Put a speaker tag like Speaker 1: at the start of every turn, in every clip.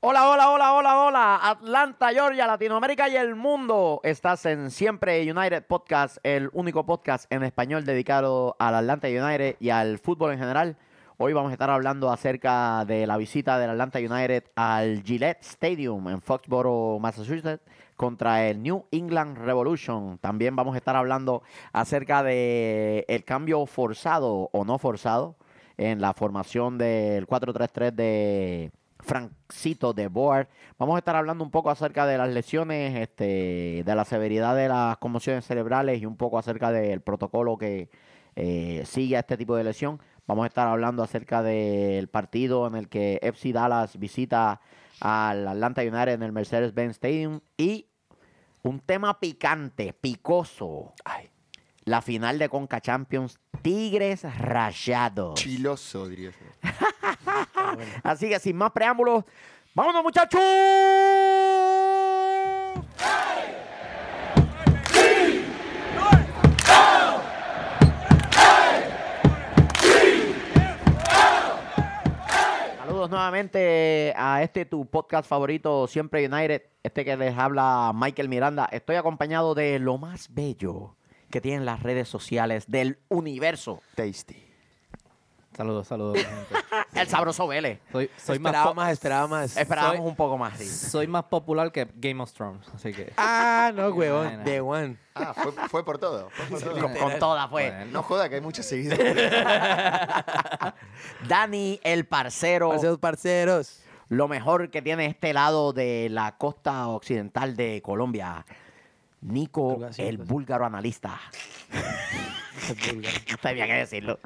Speaker 1: Hola, hola, hola, hola, hola. Atlanta, Georgia, Latinoamérica y el mundo. Estás en Siempre United Podcast, el único podcast en español dedicado al Atlanta United y al fútbol en general. Hoy vamos a estar hablando acerca de la visita del Atlanta United al Gillette Stadium en Foxborough, Massachusetts, contra el New England Revolution. También vamos a estar hablando acerca de el cambio forzado o no forzado en la formación del 4-3-3 de Francito de Boer. Vamos a estar hablando un poco acerca de las lesiones, este, de la severidad de las conmociones cerebrales y un poco acerca del protocolo que eh, sigue a este tipo de lesión. Vamos a estar hablando acerca del partido en el que FC Dallas visita al Atlanta United en el Mercedes-Benz Stadium y un tema picante, picoso. La final de Conca Champions, Tigres Rayados.
Speaker 2: Chiloso, diría yo.
Speaker 1: Así que sin más preámbulos, vámonos muchachos. Saludos nuevamente a este tu podcast favorito, Siempre United, este que les habla Michael Miranda. Estoy acompañado de lo más bello que tienen las redes sociales del universo,
Speaker 2: Tasty.
Speaker 3: Saludos, saludos. gente.
Speaker 1: el sabroso Vélez.
Speaker 3: Soy, soy más
Speaker 4: esperaba
Speaker 3: po-
Speaker 4: más, esperaba más.
Speaker 1: Esperábamos
Speaker 3: Soy-
Speaker 1: un poco más. sí.
Speaker 3: soy más popular que Game of Thrones, así que.
Speaker 4: Ah, no,
Speaker 3: Ay,
Speaker 4: huevón.
Speaker 3: no.
Speaker 4: De one.
Speaker 2: Ah, fue, fue por todo. fue por todo.
Speaker 1: Con, con toda fue.
Speaker 3: Bueno.
Speaker 2: No joda que hay muchos seguidores.
Speaker 1: Dani, el parcero,
Speaker 4: Parceros, parceros.
Speaker 1: lo mejor que tiene este lado de la costa occidental de Colombia. Nico,
Speaker 4: Algo así,
Speaker 1: el
Speaker 4: algo así.
Speaker 1: búlgaro analista.
Speaker 4: Es vulgar.
Speaker 1: No tenía que decirlo.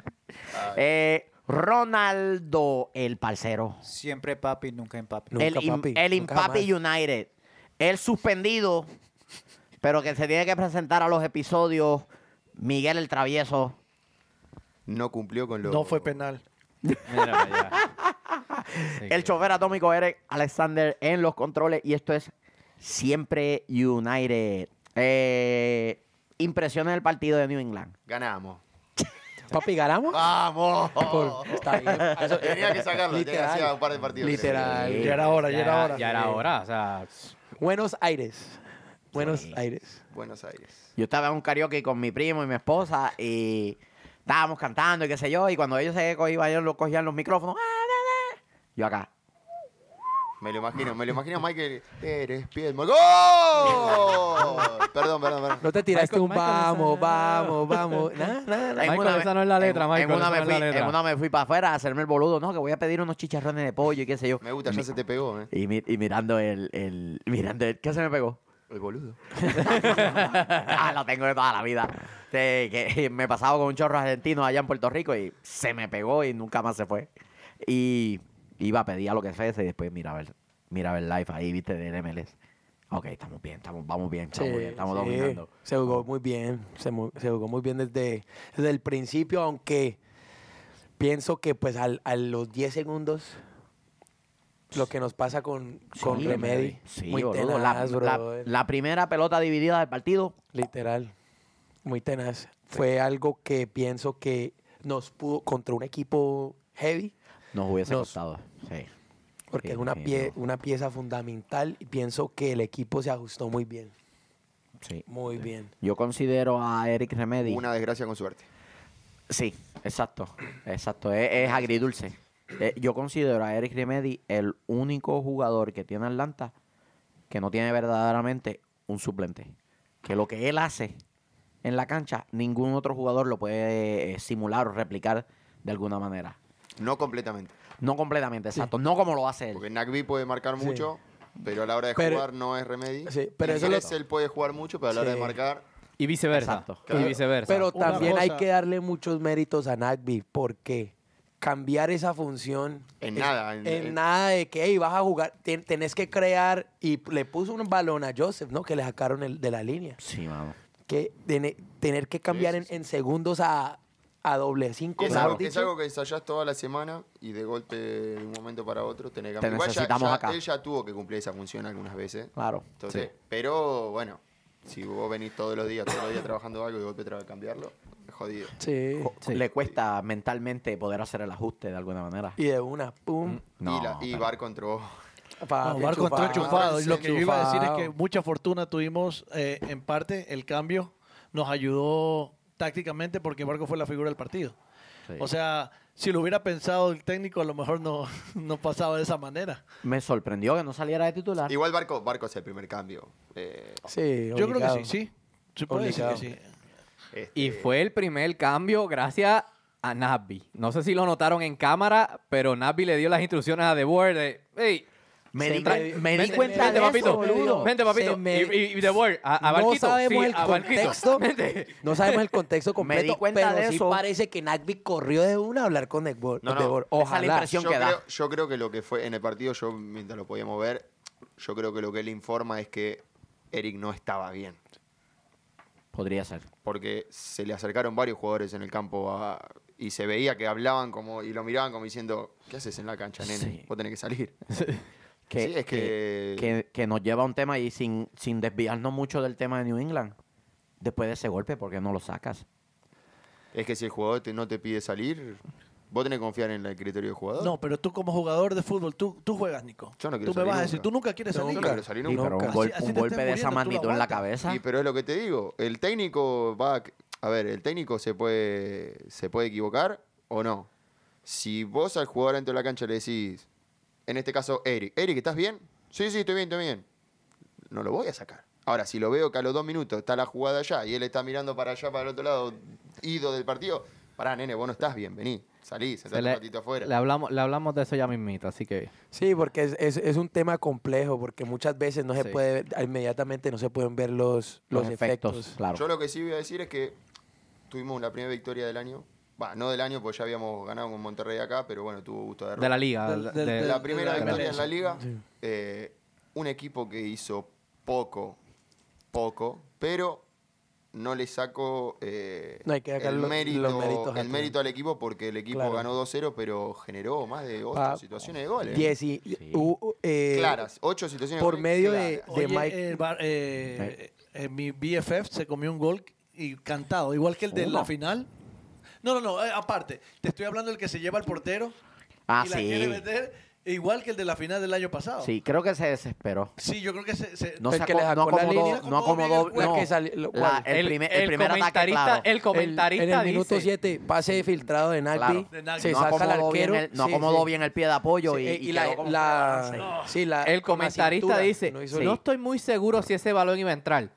Speaker 1: Eh, Ronaldo, el parcero.
Speaker 5: Siempre papi, nunca en papi.
Speaker 4: Nunca,
Speaker 1: el im-
Speaker 4: papi,
Speaker 1: el
Speaker 4: nunca
Speaker 1: Impapi United. El suspendido, pero que se tiene que presentar a los episodios. Miguel el Travieso.
Speaker 2: No cumplió con lo.
Speaker 6: No fue penal.
Speaker 3: Mira para allá. Así
Speaker 1: El
Speaker 3: que-
Speaker 1: chofer atómico Eric Alexander en los controles. Y esto es siempre United. Eh, impresiones del partido de New England.
Speaker 2: Ganamos.
Speaker 4: Papi, ¿ganamos?
Speaker 2: Ah, ¡Vamos!
Speaker 4: Por- está bien. Eso-
Speaker 2: Tenía que sacarlo, tenía que
Speaker 4: Literal.
Speaker 2: hacía un par de partidos.
Speaker 4: Literal.
Speaker 1: Sí.
Speaker 6: Ya era hora, ya,
Speaker 3: Ya
Speaker 6: era
Speaker 3: era,
Speaker 6: hora.
Speaker 3: ya era hora, o sea.
Speaker 4: Buenos Aires. Buenos
Speaker 1: Sí.
Speaker 4: Aires.
Speaker 2: Buenos Aires.
Speaker 1: Yo estaba en un karaoke con mi primo y mi esposa y estábamos cantando y qué sé yo. Y cuando ellos se cogían, ellos lo- cogían los micrófonos. ¡ah, na, na! Yo acá.
Speaker 2: Me lo imagino, me lo imagino, Michael. Eres piel. ¡Gol! perdón, perdón, perdón.
Speaker 4: No te tiraste
Speaker 3: Michael-
Speaker 4: un
Speaker 3: Michael
Speaker 4: vamos,
Speaker 3: Lozano.
Speaker 4: vamos, vamos. Nada, nada, nada.
Speaker 1: En
Speaker 3: Michael, esa no es la letra,
Speaker 1: en-
Speaker 3: Michael,
Speaker 1: en una,
Speaker 3: esa
Speaker 1: me
Speaker 3: no es la
Speaker 1: fui, en
Speaker 3: letra.
Speaker 1: una me fui para afuera a hacerme el boludo. No, que voy a pedir unos chicharrones de pollo y qué sé yo.
Speaker 2: Me gusta, ya se te pegó, ¿eh?
Speaker 1: Y, mi- y mirando el, el- Mirando el... ¿Qué se me pegó?
Speaker 2: El boludo.
Speaker 1: Ah, lo tengo de toda la vida. Te- que me pasaba con un chorro argentino allá en Puerto Rico y se me pegó y nunca más se fue. Y iba a pedir a lo que fuese y después mira a ver, mira a ver live ahí, viste, del MLS. Ok, estamos bien, estamos, vamos bien, estamos
Speaker 4: Sí,
Speaker 1: bien, estamos
Speaker 4: sí.
Speaker 1: dominando.
Speaker 4: Se jugó muy bien, se, mu- se jugó muy bien desde, desde el principio, aunque pienso que pues al- a los 10 segundos lo que nos pasa con, con
Speaker 1: Sí,
Speaker 4: Remedy,
Speaker 1: Sí,
Speaker 4: muy
Speaker 1: boludo, la-
Speaker 4: tenaz,
Speaker 1: la,
Speaker 4: brother,
Speaker 1: la primera pelota dividida del partido,
Speaker 4: literal, muy tenaz. Fue algo que pienso que nos pudo, contra un equipo heavy,
Speaker 1: nos hubiese
Speaker 4: Nos-
Speaker 1: costado. Sí.
Speaker 4: porque
Speaker 1: Sí,
Speaker 4: es una,
Speaker 1: sí,
Speaker 4: pie-
Speaker 1: no.
Speaker 4: una pieza fundamental y pienso que el equipo se ajustó muy bien,
Speaker 1: sí.
Speaker 4: muy bien.
Speaker 1: Yo considero a Eric Remedy.
Speaker 2: Una desgracia con suerte.
Speaker 1: Sí, exacto, exacto. Es, es agridulce. Eh, yo considero a Eric Remedy el único jugador que tiene Atlanta que no tiene verdaderamente un suplente. Que lo que él hace en la cancha, ningún otro jugador lo puede eh, simular o replicar de alguna manera.
Speaker 2: No completamente.
Speaker 1: No completamente, exacto. No como lo hace él.
Speaker 2: Porque Nagby puede marcar
Speaker 4: Sí.
Speaker 2: mucho, pero a la hora de
Speaker 4: Pero-
Speaker 2: jugar no es remedio.
Speaker 4: Sí, pero eso lo-
Speaker 2: él puede jugar mucho, pero a la hora
Speaker 4: Sí.
Speaker 2: de marcar.
Speaker 3: Y viceversa.
Speaker 1: Exacto.
Speaker 3: Y viceversa.
Speaker 4: Pero
Speaker 6: Una
Speaker 4: también hay
Speaker 6: cosa-
Speaker 4: que darle muchos méritos a Nagby porque cambiar esa función
Speaker 2: En
Speaker 4: es-
Speaker 2: nada, en-
Speaker 4: en,
Speaker 2: en-
Speaker 4: nada de que "Ey, vas a jugar, ten- tenés que crear y le puso un balón a Joseph, ¿no? Que le sacaron el- de la línea.
Speaker 1: Sí, mano.
Speaker 4: Que tene- tener que cambiar
Speaker 2: sí,
Speaker 4: en, en segundos a, a doble cinco,
Speaker 2: Es
Speaker 4: mejor
Speaker 2: algo, es
Speaker 4: dicho.
Speaker 2: algo que ensayás toda la semana y de golpe, de un momento para otro, tenés que
Speaker 1: Te
Speaker 2: cambiar. Igual ya-
Speaker 1: necesitamos
Speaker 2: ya-
Speaker 1: acá.
Speaker 2: Él ya tuvo que cumplir esa función algunas veces.
Speaker 1: Claro.
Speaker 2: Entonces, pero bueno, si vos venís todos los días, todos los días trabajando algo y de golpe tenés que cambiarlo, es jodido.
Speaker 4: Sí.
Speaker 1: Jo- Le cuesta mentalmente poder hacer el ajuste de alguna manera.
Speaker 4: Y de una, pum.
Speaker 2: y la- y
Speaker 1: pero-
Speaker 2: Bar control.
Speaker 6: Mm.
Speaker 4: Papi,
Speaker 6: Omar Contreras
Speaker 4: Ah, enchufado.
Speaker 6: enchufado. Y Lo que yo iba a decir es que
Speaker 4: Enchufado.
Speaker 6: mucha fortuna tuvimos eh, en parte. El cambio nos ayudó tácticamente porque Marco fue la figura del partido.
Speaker 1: Sí.
Speaker 6: O sea, si lo hubiera pensado el técnico, a lo mejor no, no pasaba de esa manera.
Speaker 1: Me sorprendió que no saliera de titular.
Speaker 2: Igual Barco, Barco es el primer cambio. Eh,
Speaker 4: Sí,
Speaker 6: Yo creo
Speaker 4: obligado.
Speaker 6: que sí, sí. Se puede decir que
Speaker 4: Obligado.
Speaker 6: sí.
Speaker 2: este,
Speaker 3: Y fue el primer cambio gracias a Nasby. No sé si lo notaron en cámara, pero Nasby le dio las instrucciones a De Boer de, hey,
Speaker 1: Me
Speaker 4: Se
Speaker 1: di,
Speaker 4: me-
Speaker 1: me di
Speaker 4: vente,
Speaker 1: cuenta
Speaker 4: vente,
Speaker 1: de
Speaker 4: papito.
Speaker 1: eso, boludo.
Speaker 3: vente papito,
Speaker 4: se me-
Speaker 3: y, y- y De Boer, a, a
Speaker 4: no
Speaker 3: Barquito,
Speaker 4: sabemos
Speaker 3: sí,
Speaker 4: el
Speaker 3: a Barquito,
Speaker 4: contexto.
Speaker 3: vente.
Speaker 4: No sabemos el contexto
Speaker 1: Me di
Speaker 4: completo,
Speaker 1: cuenta
Speaker 4: pero
Speaker 1: de
Speaker 4: sí
Speaker 1: eso.
Speaker 4: parece que Nagby corrió de una a hablar con Debor.
Speaker 2: No, no,
Speaker 4: Debor.
Speaker 1: esa es la
Speaker 4: Ojalá.
Speaker 1: impresión.
Speaker 2: yo,
Speaker 1: que da.
Speaker 2: creo, yo creo que lo que fue en el partido, yo mientras lo podíamos ver, yo creo que lo que él informa es que Eric no estaba bien.
Speaker 1: Podría ser.
Speaker 2: Porque se le acercaron varios jugadores en el campo a- y se veía que hablaban como y lo miraban como diciendo, ¿qué haces en la cancha, nene?
Speaker 1: Sí.
Speaker 2: Vos tenés que salir.
Speaker 1: Que,
Speaker 2: Sí, es
Speaker 1: que-
Speaker 2: que-
Speaker 1: que- que nos lleva a un tema y sin, sin desviarnos mucho del tema de New England. Después de ese golpe, ¿por qué no lo sacas?
Speaker 2: Es que si el jugador te- no te pide salir, vos tenés que confiar en el criterio del jugador.
Speaker 6: No, pero tú como jugador de fútbol, tú, tú juegas, Nico.
Speaker 2: Yo no quiero
Speaker 6: tú me
Speaker 2: salir
Speaker 6: vas a
Speaker 2: nunca.
Speaker 6: decir, tú nunca quieres
Speaker 2: Yo no
Speaker 6: salir.
Speaker 2: quiero salir
Speaker 1: Sí,
Speaker 2: nunca.
Speaker 1: pero un,
Speaker 6: Así-
Speaker 1: gol-
Speaker 6: así
Speaker 1: un
Speaker 6: te
Speaker 1: golpe
Speaker 6: estés
Speaker 1: de esa
Speaker 6: muriendo, tú lo
Speaker 1: magnitud en la
Speaker 6: aguantas.
Speaker 1: cabeza.
Speaker 2: Y, pero es lo que te digo, el técnico va a, a ver, el técnico se puede se puede equivocar o no. Si vos al jugador dentro de la cancha le decís, en este caso Eric, Eric, ¿estás bien? Sí, sí, estoy bien, estoy bien. No lo voy a sacar. Ahora, si lo veo que a los dos minutos está la jugada allá y él está mirando para allá, para el otro lado, ido del partido, pará, nene, vos no estás bien, vení, salí, sentate un ratito afuera.
Speaker 3: le hablamos, le hablamos de eso ya mismito, así que...
Speaker 4: Sí, porque es, es- es un tema complejo, porque muchas veces no se
Speaker 3: Sí.
Speaker 4: puede, ver- inmediatamente no se pueden ver los, los, efectos.
Speaker 1: Claro.
Speaker 2: Yo lo que sí voy a decir es que tuvimos la primera victoria del año. Va, no del año, porque ya habíamos ganado con Monterrey acá, pero bueno, tuvo gusto de derrota.
Speaker 3: De la liga.
Speaker 6: Del- del-
Speaker 3: de-
Speaker 6: del-
Speaker 2: La primera
Speaker 6: de la
Speaker 2: victoria en
Speaker 6: liga.
Speaker 2: la liga. eh, un equipo que hizo poco, poco, pero no le saco eh,
Speaker 4: No, hay que sacar
Speaker 2: el,
Speaker 4: lo- los
Speaker 2: mérito,
Speaker 4: méritos a
Speaker 2: el
Speaker 4: todo.
Speaker 2: mérito al equipo porque el equipo
Speaker 4: Claro.
Speaker 2: ganó 2-0, pero generó más de 8
Speaker 4: Pa-
Speaker 2: situaciones de goles.
Speaker 4: Diez y- u- u- eh,
Speaker 2: claras, 8 situaciones
Speaker 4: por
Speaker 2: de goles
Speaker 4: medio de-
Speaker 2: claras.
Speaker 6: Oye,
Speaker 4: Mike-
Speaker 6: el bar- eh, eh, mi BFF se comió un gol y cantado, igual que el de la
Speaker 1: Uno.
Speaker 6: final. No, no, no, eh, aparte, te estoy hablando del que se lleva el portero
Speaker 1: Ah,
Speaker 6: y la quiere
Speaker 1: sí.
Speaker 6: meter, igual que el de la final del año pasado.
Speaker 1: Sí, creo que se desesperó.
Speaker 6: Sí, yo creo que se... se-
Speaker 1: No,
Speaker 4: El que
Speaker 1: sacó,
Speaker 4: le
Speaker 1: no
Speaker 4: sacó la
Speaker 1: acomodó,
Speaker 4: línea.
Speaker 1: no acomodó,
Speaker 6: La
Speaker 1: no.
Speaker 4: que salió- lo-
Speaker 1: La-
Speaker 4: ¿cuál?
Speaker 1: el, primer- el primer ataque,
Speaker 3: comentarista,
Speaker 1: claro.
Speaker 3: el
Speaker 4: el-
Speaker 3: comentarista
Speaker 4: en el minuto
Speaker 3: dice,
Speaker 4: 7, pase filtrado de Nagby,
Speaker 1: Claro.
Speaker 6: De Nagby.
Speaker 4: se
Speaker 6: No
Speaker 4: saca al
Speaker 1: acomodó bien
Speaker 4: arquero.
Speaker 1: el- no
Speaker 4: sí,
Speaker 1: acomodó
Speaker 4: sí.
Speaker 1: bien el pie de apoyo
Speaker 4: Sí,
Speaker 1: y,
Speaker 4: eh,
Speaker 1: y
Speaker 4: la,
Speaker 1: quedó como
Speaker 4: la-
Speaker 1: que balance.
Speaker 4: sí, la-
Speaker 3: el
Speaker 4: con la
Speaker 3: comentarista
Speaker 4: cintura,
Speaker 3: dice,
Speaker 4: no
Speaker 3: no,
Speaker 4: hizo-
Speaker 1: Sí.
Speaker 3: estoy muy seguro si ese balón iba a entrar.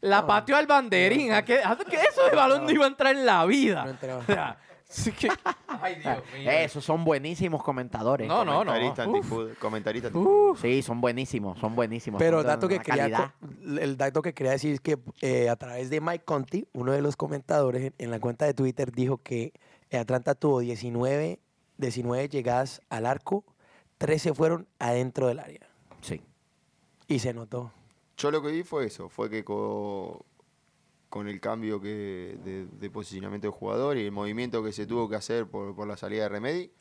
Speaker 3: La pateó al banderín. ¿a qué- a qué- eso de balón no iba a entrar en la vida.
Speaker 4: No entraba.
Speaker 3: O sea, sí que- Ay, Dios mío.
Speaker 1: Esos son buenísimos comentadores.
Speaker 3: No, no, no.
Speaker 2: Comentarista
Speaker 3: Uf.
Speaker 2: antifútbol, Comentarista antifútbol.
Speaker 1: Uh, Sí, son buenísimos, son buenísimos.
Speaker 4: Pero
Speaker 1: son
Speaker 4: el
Speaker 1: de
Speaker 4: dato que
Speaker 1: una
Speaker 4: quería,
Speaker 1: calidad.
Speaker 4: co- el dato que quería decir es que eh, a través de Mike Conti, uno de los comentadores en, en la cuenta de Twitter dijo que Atlanta tuvo 19, 19 llegadas al arco, 13 fueron adentro del área.
Speaker 1: Sí.
Speaker 4: Y se notó.
Speaker 2: Yo lo que vi fue eso, fue que co- con el cambio que de, de posicionamiento del jugador y el movimiento que se tuvo que hacer por, por la salida de Remedy,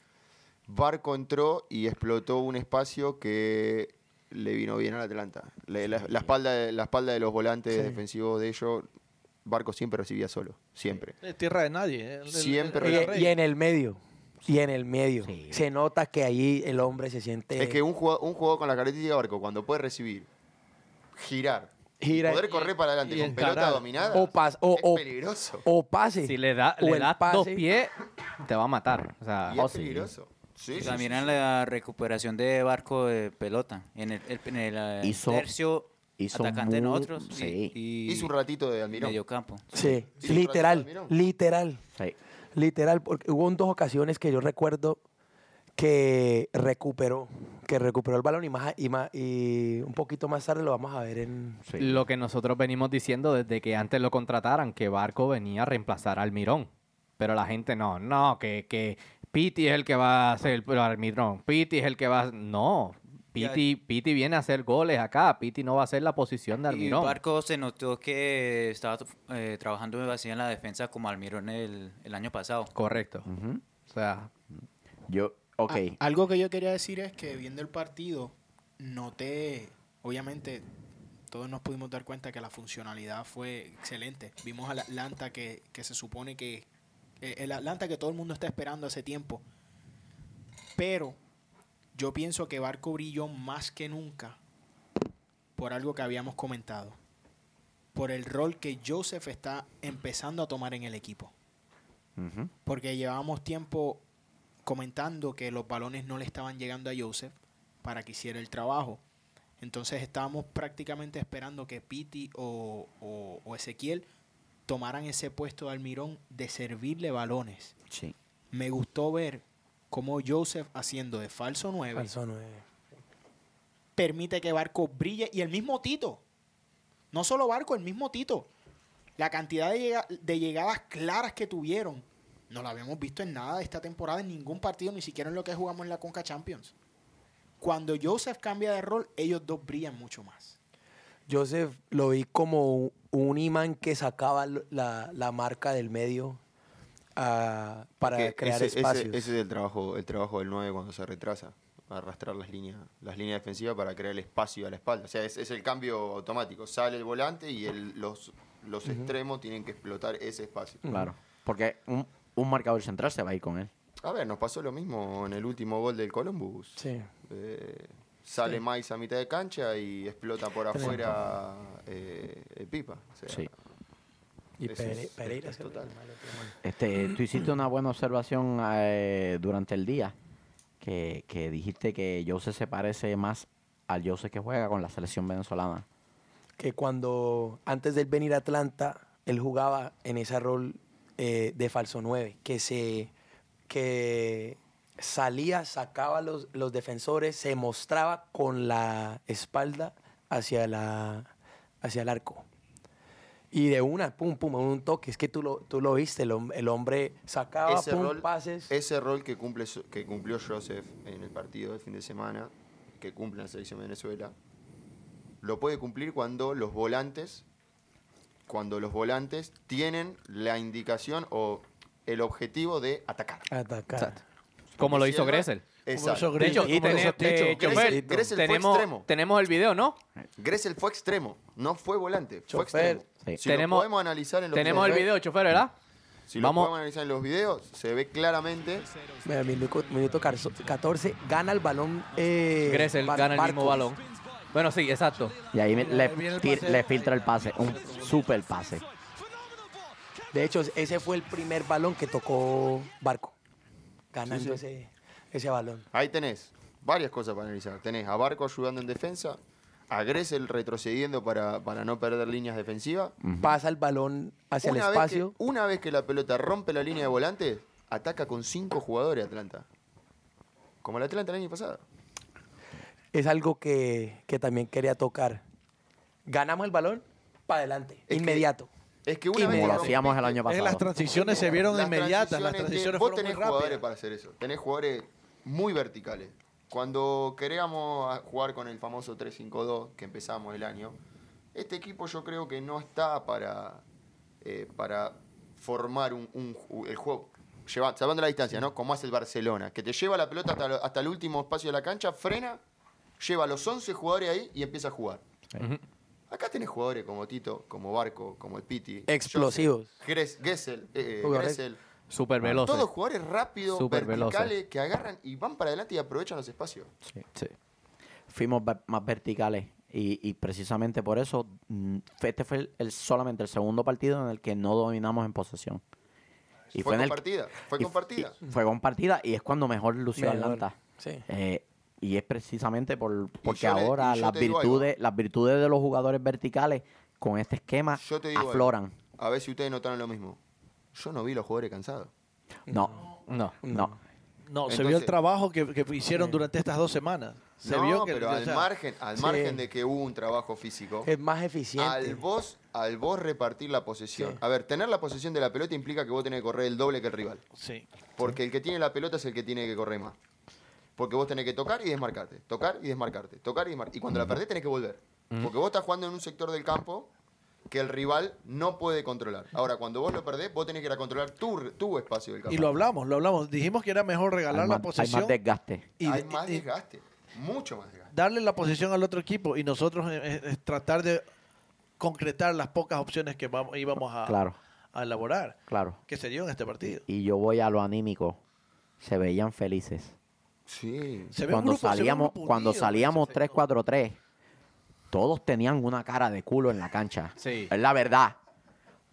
Speaker 2: Barco entró y explotó un espacio que le vino bien al Atlanta. Le- la, la espalda de, la espalda de los volantes defensivos de ellos, Barco siempre recibía solo, siempre.
Speaker 6: Es tierra de nadie. eh, el- el-
Speaker 2: Siempre.
Speaker 6: el-
Speaker 4: Y,
Speaker 6: el
Speaker 4: y
Speaker 6: rey.
Speaker 4: en el medio. Y en el medio.
Speaker 1: Sí.
Speaker 4: Se nota que ahí el hombre se siente.
Speaker 2: Es que un jugador, un jugador con la característica de Barco, cuando puede recibir, girar,
Speaker 4: Gira
Speaker 2: poder
Speaker 4: y-
Speaker 2: correr para adelante
Speaker 6: y
Speaker 2: con
Speaker 6: encarar.
Speaker 2: pelota dominada,
Speaker 4: o, pas- o,
Speaker 2: es
Speaker 4: o-
Speaker 2: peligroso.
Speaker 4: o pase.
Speaker 3: Si le da,
Speaker 4: o
Speaker 3: le
Speaker 4: el
Speaker 3: das dos
Speaker 4: pase.
Speaker 3: pies, te va a matar. O sea,
Speaker 4: Oh,
Speaker 3: oh,
Speaker 2: Y es peligroso. Sí, sí,
Speaker 5: O
Speaker 2: sí,
Speaker 5: sea,
Speaker 2: sí,
Speaker 5: miran
Speaker 2: sí.
Speaker 5: la recuperación de barco de pelota en el, el- en el, eh,
Speaker 1: Hizo-
Speaker 5: tercio
Speaker 1: hizo
Speaker 5: atacante de
Speaker 1: muy-
Speaker 5: nosotros y-
Speaker 1: sí.
Speaker 5: y,
Speaker 2: Hizo un ratito de Almirón.
Speaker 5: medio campo.
Speaker 4: Sí,
Speaker 2: Sí,
Speaker 4: literal,
Speaker 2: Francisco Almirón.
Speaker 4: literal.
Speaker 1: Sí.
Speaker 4: Literal, porque hubo en dos ocasiones que yo recuerdo que recuperó, que recuperó el balón y más, y más- y un poquito más tarde lo vamos a ver en
Speaker 1: Sí.
Speaker 3: Lo que nosotros venimos diciendo desde que antes lo contrataran, que Barco venía a reemplazar al Mirón. Pero la gente no, no, que, que Piti es el que va a hacer el pero Almirón. Piti es el que va a... No, Piti, Piti viene a hacer goles acá. Piti no va a hacer la posición de
Speaker 5: Y
Speaker 3: Almirón.
Speaker 5: Barco se notó que estaba eh, trabajando así en la defensa como Almirón el, el año pasado.
Speaker 3: Correcto.
Speaker 1: Ujú.
Speaker 3: O sea,
Speaker 1: Yo, ok.
Speaker 7: A- algo que yo quería decir es que viendo el partido, noté, obviamente, todos nos pudimos dar cuenta que la funcionalidad fue excelente. Vimos al Atlanta que, que se supone que. eh, El Atlanta que todo el mundo está esperando hace tiempo. Pero Yo pienso que Barco brilló más que nunca por algo que habíamos comentado. Por el rol que Joseph está empezando a tomar en el equipo.
Speaker 1: Ujú.
Speaker 7: Porque llevábamos tiempo comentando que los balones no le estaban llegando a Joseph para que hiciera el trabajo. Entonces estábamos prácticamente esperando que Piti o, o- o Ezequiel tomaran ese puesto de Almirón de servirle balones.
Speaker 1: Sí.
Speaker 7: Me gustó ver cómo Joseph haciendo de falso 9
Speaker 4: Falso nueve.
Speaker 7: permite que Barco brille y el mismo Tito. No solo Barco, el mismo Tito. La cantidad de, llega- de llegadas claras que tuvieron no la habíamos visto en nada de esta temporada, en ningún partido, ni siquiera en lo que jugamos en la Conca Champions. Cuando Joseph cambia de rol, ellos dos brillan mucho más.
Speaker 4: Joseph lo vi como un imán que sacaba lo- la, la marca del medio ah, para
Speaker 2: Que
Speaker 4: crear
Speaker 2: ese, ese-
Speaker 4: espacios.
Speaker 2: ese es el trabajo, el trabajo del 9 cuando se retrasa. Arrastrar las líneas, las líneas defensivas para crear el espacio a la espalda. O sea, es, es el cambio automático. Sale el volante y el- los, los extremos tienen que explotar ese espacio.
Speaker 4: Mm.
Speaker 1: Claro. Porque un, un marcador central se va a ir con él.
Speaker 2: A ver, nos pasó lo mismo en el último gol del Columbus.
Speaker 4: Sí.
Speaker 2: Eh, sale Mais a mitad de cancha y explota por
Speaker 4: Tremendo.
Speaker 2: afuera eh, el Pipa. O sea,
Speaker 1: Sí.
Speaker 4: Y
Speaker 2: Ese
Speaker 4: Pere-
Speaker 2: es-
Speaker 4: Pereira
Speaker 2: es
Speaker 4: se
Speaker 2: total.
Speaker 1: Este, tú hiciste una buena observación eh, durante el día que, que dijiste que Jose se parece más al Jose que juega con la selección venezolana.
Speaker 4: que cuando antes de él venir a Atlanta, él jugaba en ese rol eh, de falso 9, que se que salía, sacaba los, los defensores, se mostraba con la espalda hacia la hacia el arco. Y de una, pum, pum, un toque. Es que tú lo, tú lo viste, el, hom- el hombre sacaba,
Speaker 2: ese
Speaker 4: Ah, pum,
Speaker 2: rol,
Speaker 4: pases.
Speaker 2: Ese rol que, cumple, so- que cumplió Joseph en el partido del fin de semana, que cumple en la selección de Venezuela, lo puede cumplir cuando los volantes, cuando los volantes tienen la indicación o el objetivo de atacar.
Speaker 4: Atacar.
Speaker 3: Exacto. Como lo hizo
Speaker 2: Sierra,
Speaker 3: Gressel.
Speaker 2: Exacto.
Speaker 3: De hecho, y
Speaker 6: como
Speaker 3: tenemos,
Speaker 6: nosotros
Speaker 3: eh,
Speaker 6: dicho.
Speaker 2: Gressel-
Speaker 3: chofer,
Speaker 2: Gressel fue extremo.
Speaker 3: tenemos, tenemos el video, ¿no?
Speaker 2: Gressel fue extremo, no fue volante, fue
Speaker 4: Chofer.
Speaker 2: extremo.
Speaker 1: Sí.
Speaker 2: Si lo
Speaker 3: Tenemos-
Speaker 2: podemos analizar en los
Speaker 3: Tenemos el
Speaker 2: videos,
Speaker 3: video, chofer, ¿verdad?
Speaker 2: Si lo
Speaker 3: Vamos.
Speaker 2: podemos analizar en los videos, se ve claramente
Speaker 4: Mira, Minuto, minuto carso- 14, gana el balón. Eh,
Speaker 3: Gressel
Speaker 4: Bar-
Speaker 3: gana el mismo
Speaker 4: Barcos.
Speaker 3: balón. Bueno, sí, exacto.
Speaker 1: Y ahí me- le,
Speaker 6: viene el
Speaker 1: fil-
Speaker 6: pase.
Speaker 1: le filtra el pase, un super pase.
Speaker 4: De hecho, ese fue el primer balón que tocó Barco, ganando Ese, ese balón.
Speaker 2: Ahí tenés varias cosas para analizar. Tenés a Barco ayudando en defensa, a Gressel retrocediendo para, para no perder líneas defensivas.
Speaker 4: Pasa el balón hacia
Speaker 2: una,
Speaker 4: el espacio.
Speaker 2: Vez que, una vez que la pelota rompe la línea de volante, ataca con cinco jugadores Atlanta. Como el Atlanta el año pasado.
Speaker 4: Es algo que, que también quería tocar. Ganamos el balón, para adelante,
Speaker 2: Es que-
Speaker 4: inmediato.
Speaker 2: Es que una vez
Speaker 1: Como lo
Speaker 2: que
Speaker 4: Inmediato.
Speaker 2: rompiste-
Speaker 1: hacíamos el año
Speaker 6: Es que eh, las
Speaker 1: pasado.
Speaker 6: transiciones se vieron inmediatas,
Speaker 2: transiciones
Speaker 6: las
Speaker 2: que-
Speaker 6: transiciones
Speaker 2: Vos
Speaker 6: fueron muy
Speaker 2: tenés jugadores
Speaker 6: rápidas.
Speaker 2: para hacer eso. Tenés jugadores muy verticales. Cuando queríamos a- jugar con el famoso 3-5-2 que empezamos el año, este equipo yo creo que no está para, eh, para formar un, un ju- el juego. Lleva, salvando la distancia, ¿no? Como hace el Barcelona, que te lleva la pelota hasta, lo- hasta el último espacio de la cancha, frena, lleva a los 11 jugadores ahí y empieza a jugar. Acá tenés jugadores como Tito, como Barco, como el Piti.
Speaker 4: Explosivos.
Speaker 2: Joseph, Gres- Gessel, eh, eh,
Speaker 4: Jugadores
Speaker 2: Gressel.
Speaker 3: Súper veloz.
Speaker 2: Todos jugadores rápidos,
Speaker 3: Súper
Speaker 2: verticales,
Speaker 3: veloces.
Speaker 2: que agarran y van para adelante y aprovechan los espacios.
Speaker 1: Fuimos ve- más verticales. Y, y precisamente por eso, mm, fue- este fue el, el- solamente el segundo partido en el que no dominamos en posesión. Y
Speaker 2: Ah, fue
Speaker 1: en el-
Speaker 2: compartida, fue
Speaker 1: y-
Speaker 2: compartida.
Speaker 1: y fue compartida y es cuando mejor lució
Speaker 4: Mejor,
Speaker 1: Atlanta.
Speaker 4: sí.
Speaker 1: Eh, y es precisamente por, porque
Speaker 2: yo le-
Speaker 1: ahora
Speaker 2: y yo
Speaker 1: las
Speaker 2: te digo algo.
Speaker 1: virtudes, las virtudes de los jugadores verticales con este esquema
Speaker 2: Yo te digo algo.
Speaker 1: afloran.
Speaker 2: A ver si ustedes notaron lo mismo. Yo no vi los jugadores cansados.
Speaker 1: No,
Speaker 3: No.
Speaker 1: no.
Speaker 6: No, se
Speaker 2: Entonces-
Speaker 6: vio el trabajo que, que hicieron durante estas dos semanas. Se
Speaker 2: no,
Speaker 6: vio que
Speaker 2: pero
Speaker 6: o
Speaker 2: al
Speaker 6: sea,
Speaker 2: margen, al
Speaker 4: sí.
Speaker 2: margen de que hubo un trabajo físico,
Speaker 4: Es más eficiente.
Speaker 2: al vos, al vos repartir la posesión.
Speaker 4: Sí.
Speaker 2: A ver, tener la posesión de la pelota implica que vos tenés que correr el doble que el rival.
Speaker 6: Sí.
Speaker 2: Porque el que tiene la pelota es el que tiene que correr más. Porque vos tenés que tocar y desmarcarte, tocar y desmarcarte, tocar y desmarcarte. Y cuando la perdés tenés que volver. Porque vos estás jugando en un sector del campo que el rival no puede controlar. Ahora, cuando vos lo perdés, vos tenés que ir a controlar tu, tu espacio del campo.
Speaker 6: Y lo hablamos, lo hablamos. Dijimos que era mejor regalar
Speaker 1: Hay
Speaker 6: la
Speaker 1: más, hay
Speaker 6: posesión
Speaker 1: más desgaste.
Speaker 6: y,
Speaker 2: Hay
Speaker 6: y-
Speaker 2: más
Speaker 6: y
Speaker 2: desgaste, mucho más desgaste.
Speaker 6: darle la posesión al otro equipo y nosotros eh, eh, eh, tratar de concretar las pocas opciones que vamos, íbamos a,
Speaker 1: Claro,
Speaker 6: a elaborar,
Speaker 1: claro.
Speaker 6: que se dio en este partido.
Speaker 1: Y yo voy a lo anímico. Se veían felices.
Speaker 2: Sí.
Speaker 6: Se ve un
Speaker 1: cuando
Speaker 6: grupo- se ve un
Speaker 1: salíamos,
Speaker 6: grupo
Speaker 1: cuando
Speaker 6: unido en
Speaker 1: salíamos
Speaker 6: ese
Speaker 1: 3-4-3, todos tenían una cara de culo en la cancha.
Speaker 3: Sí.
Speaker 1: Es la verdad.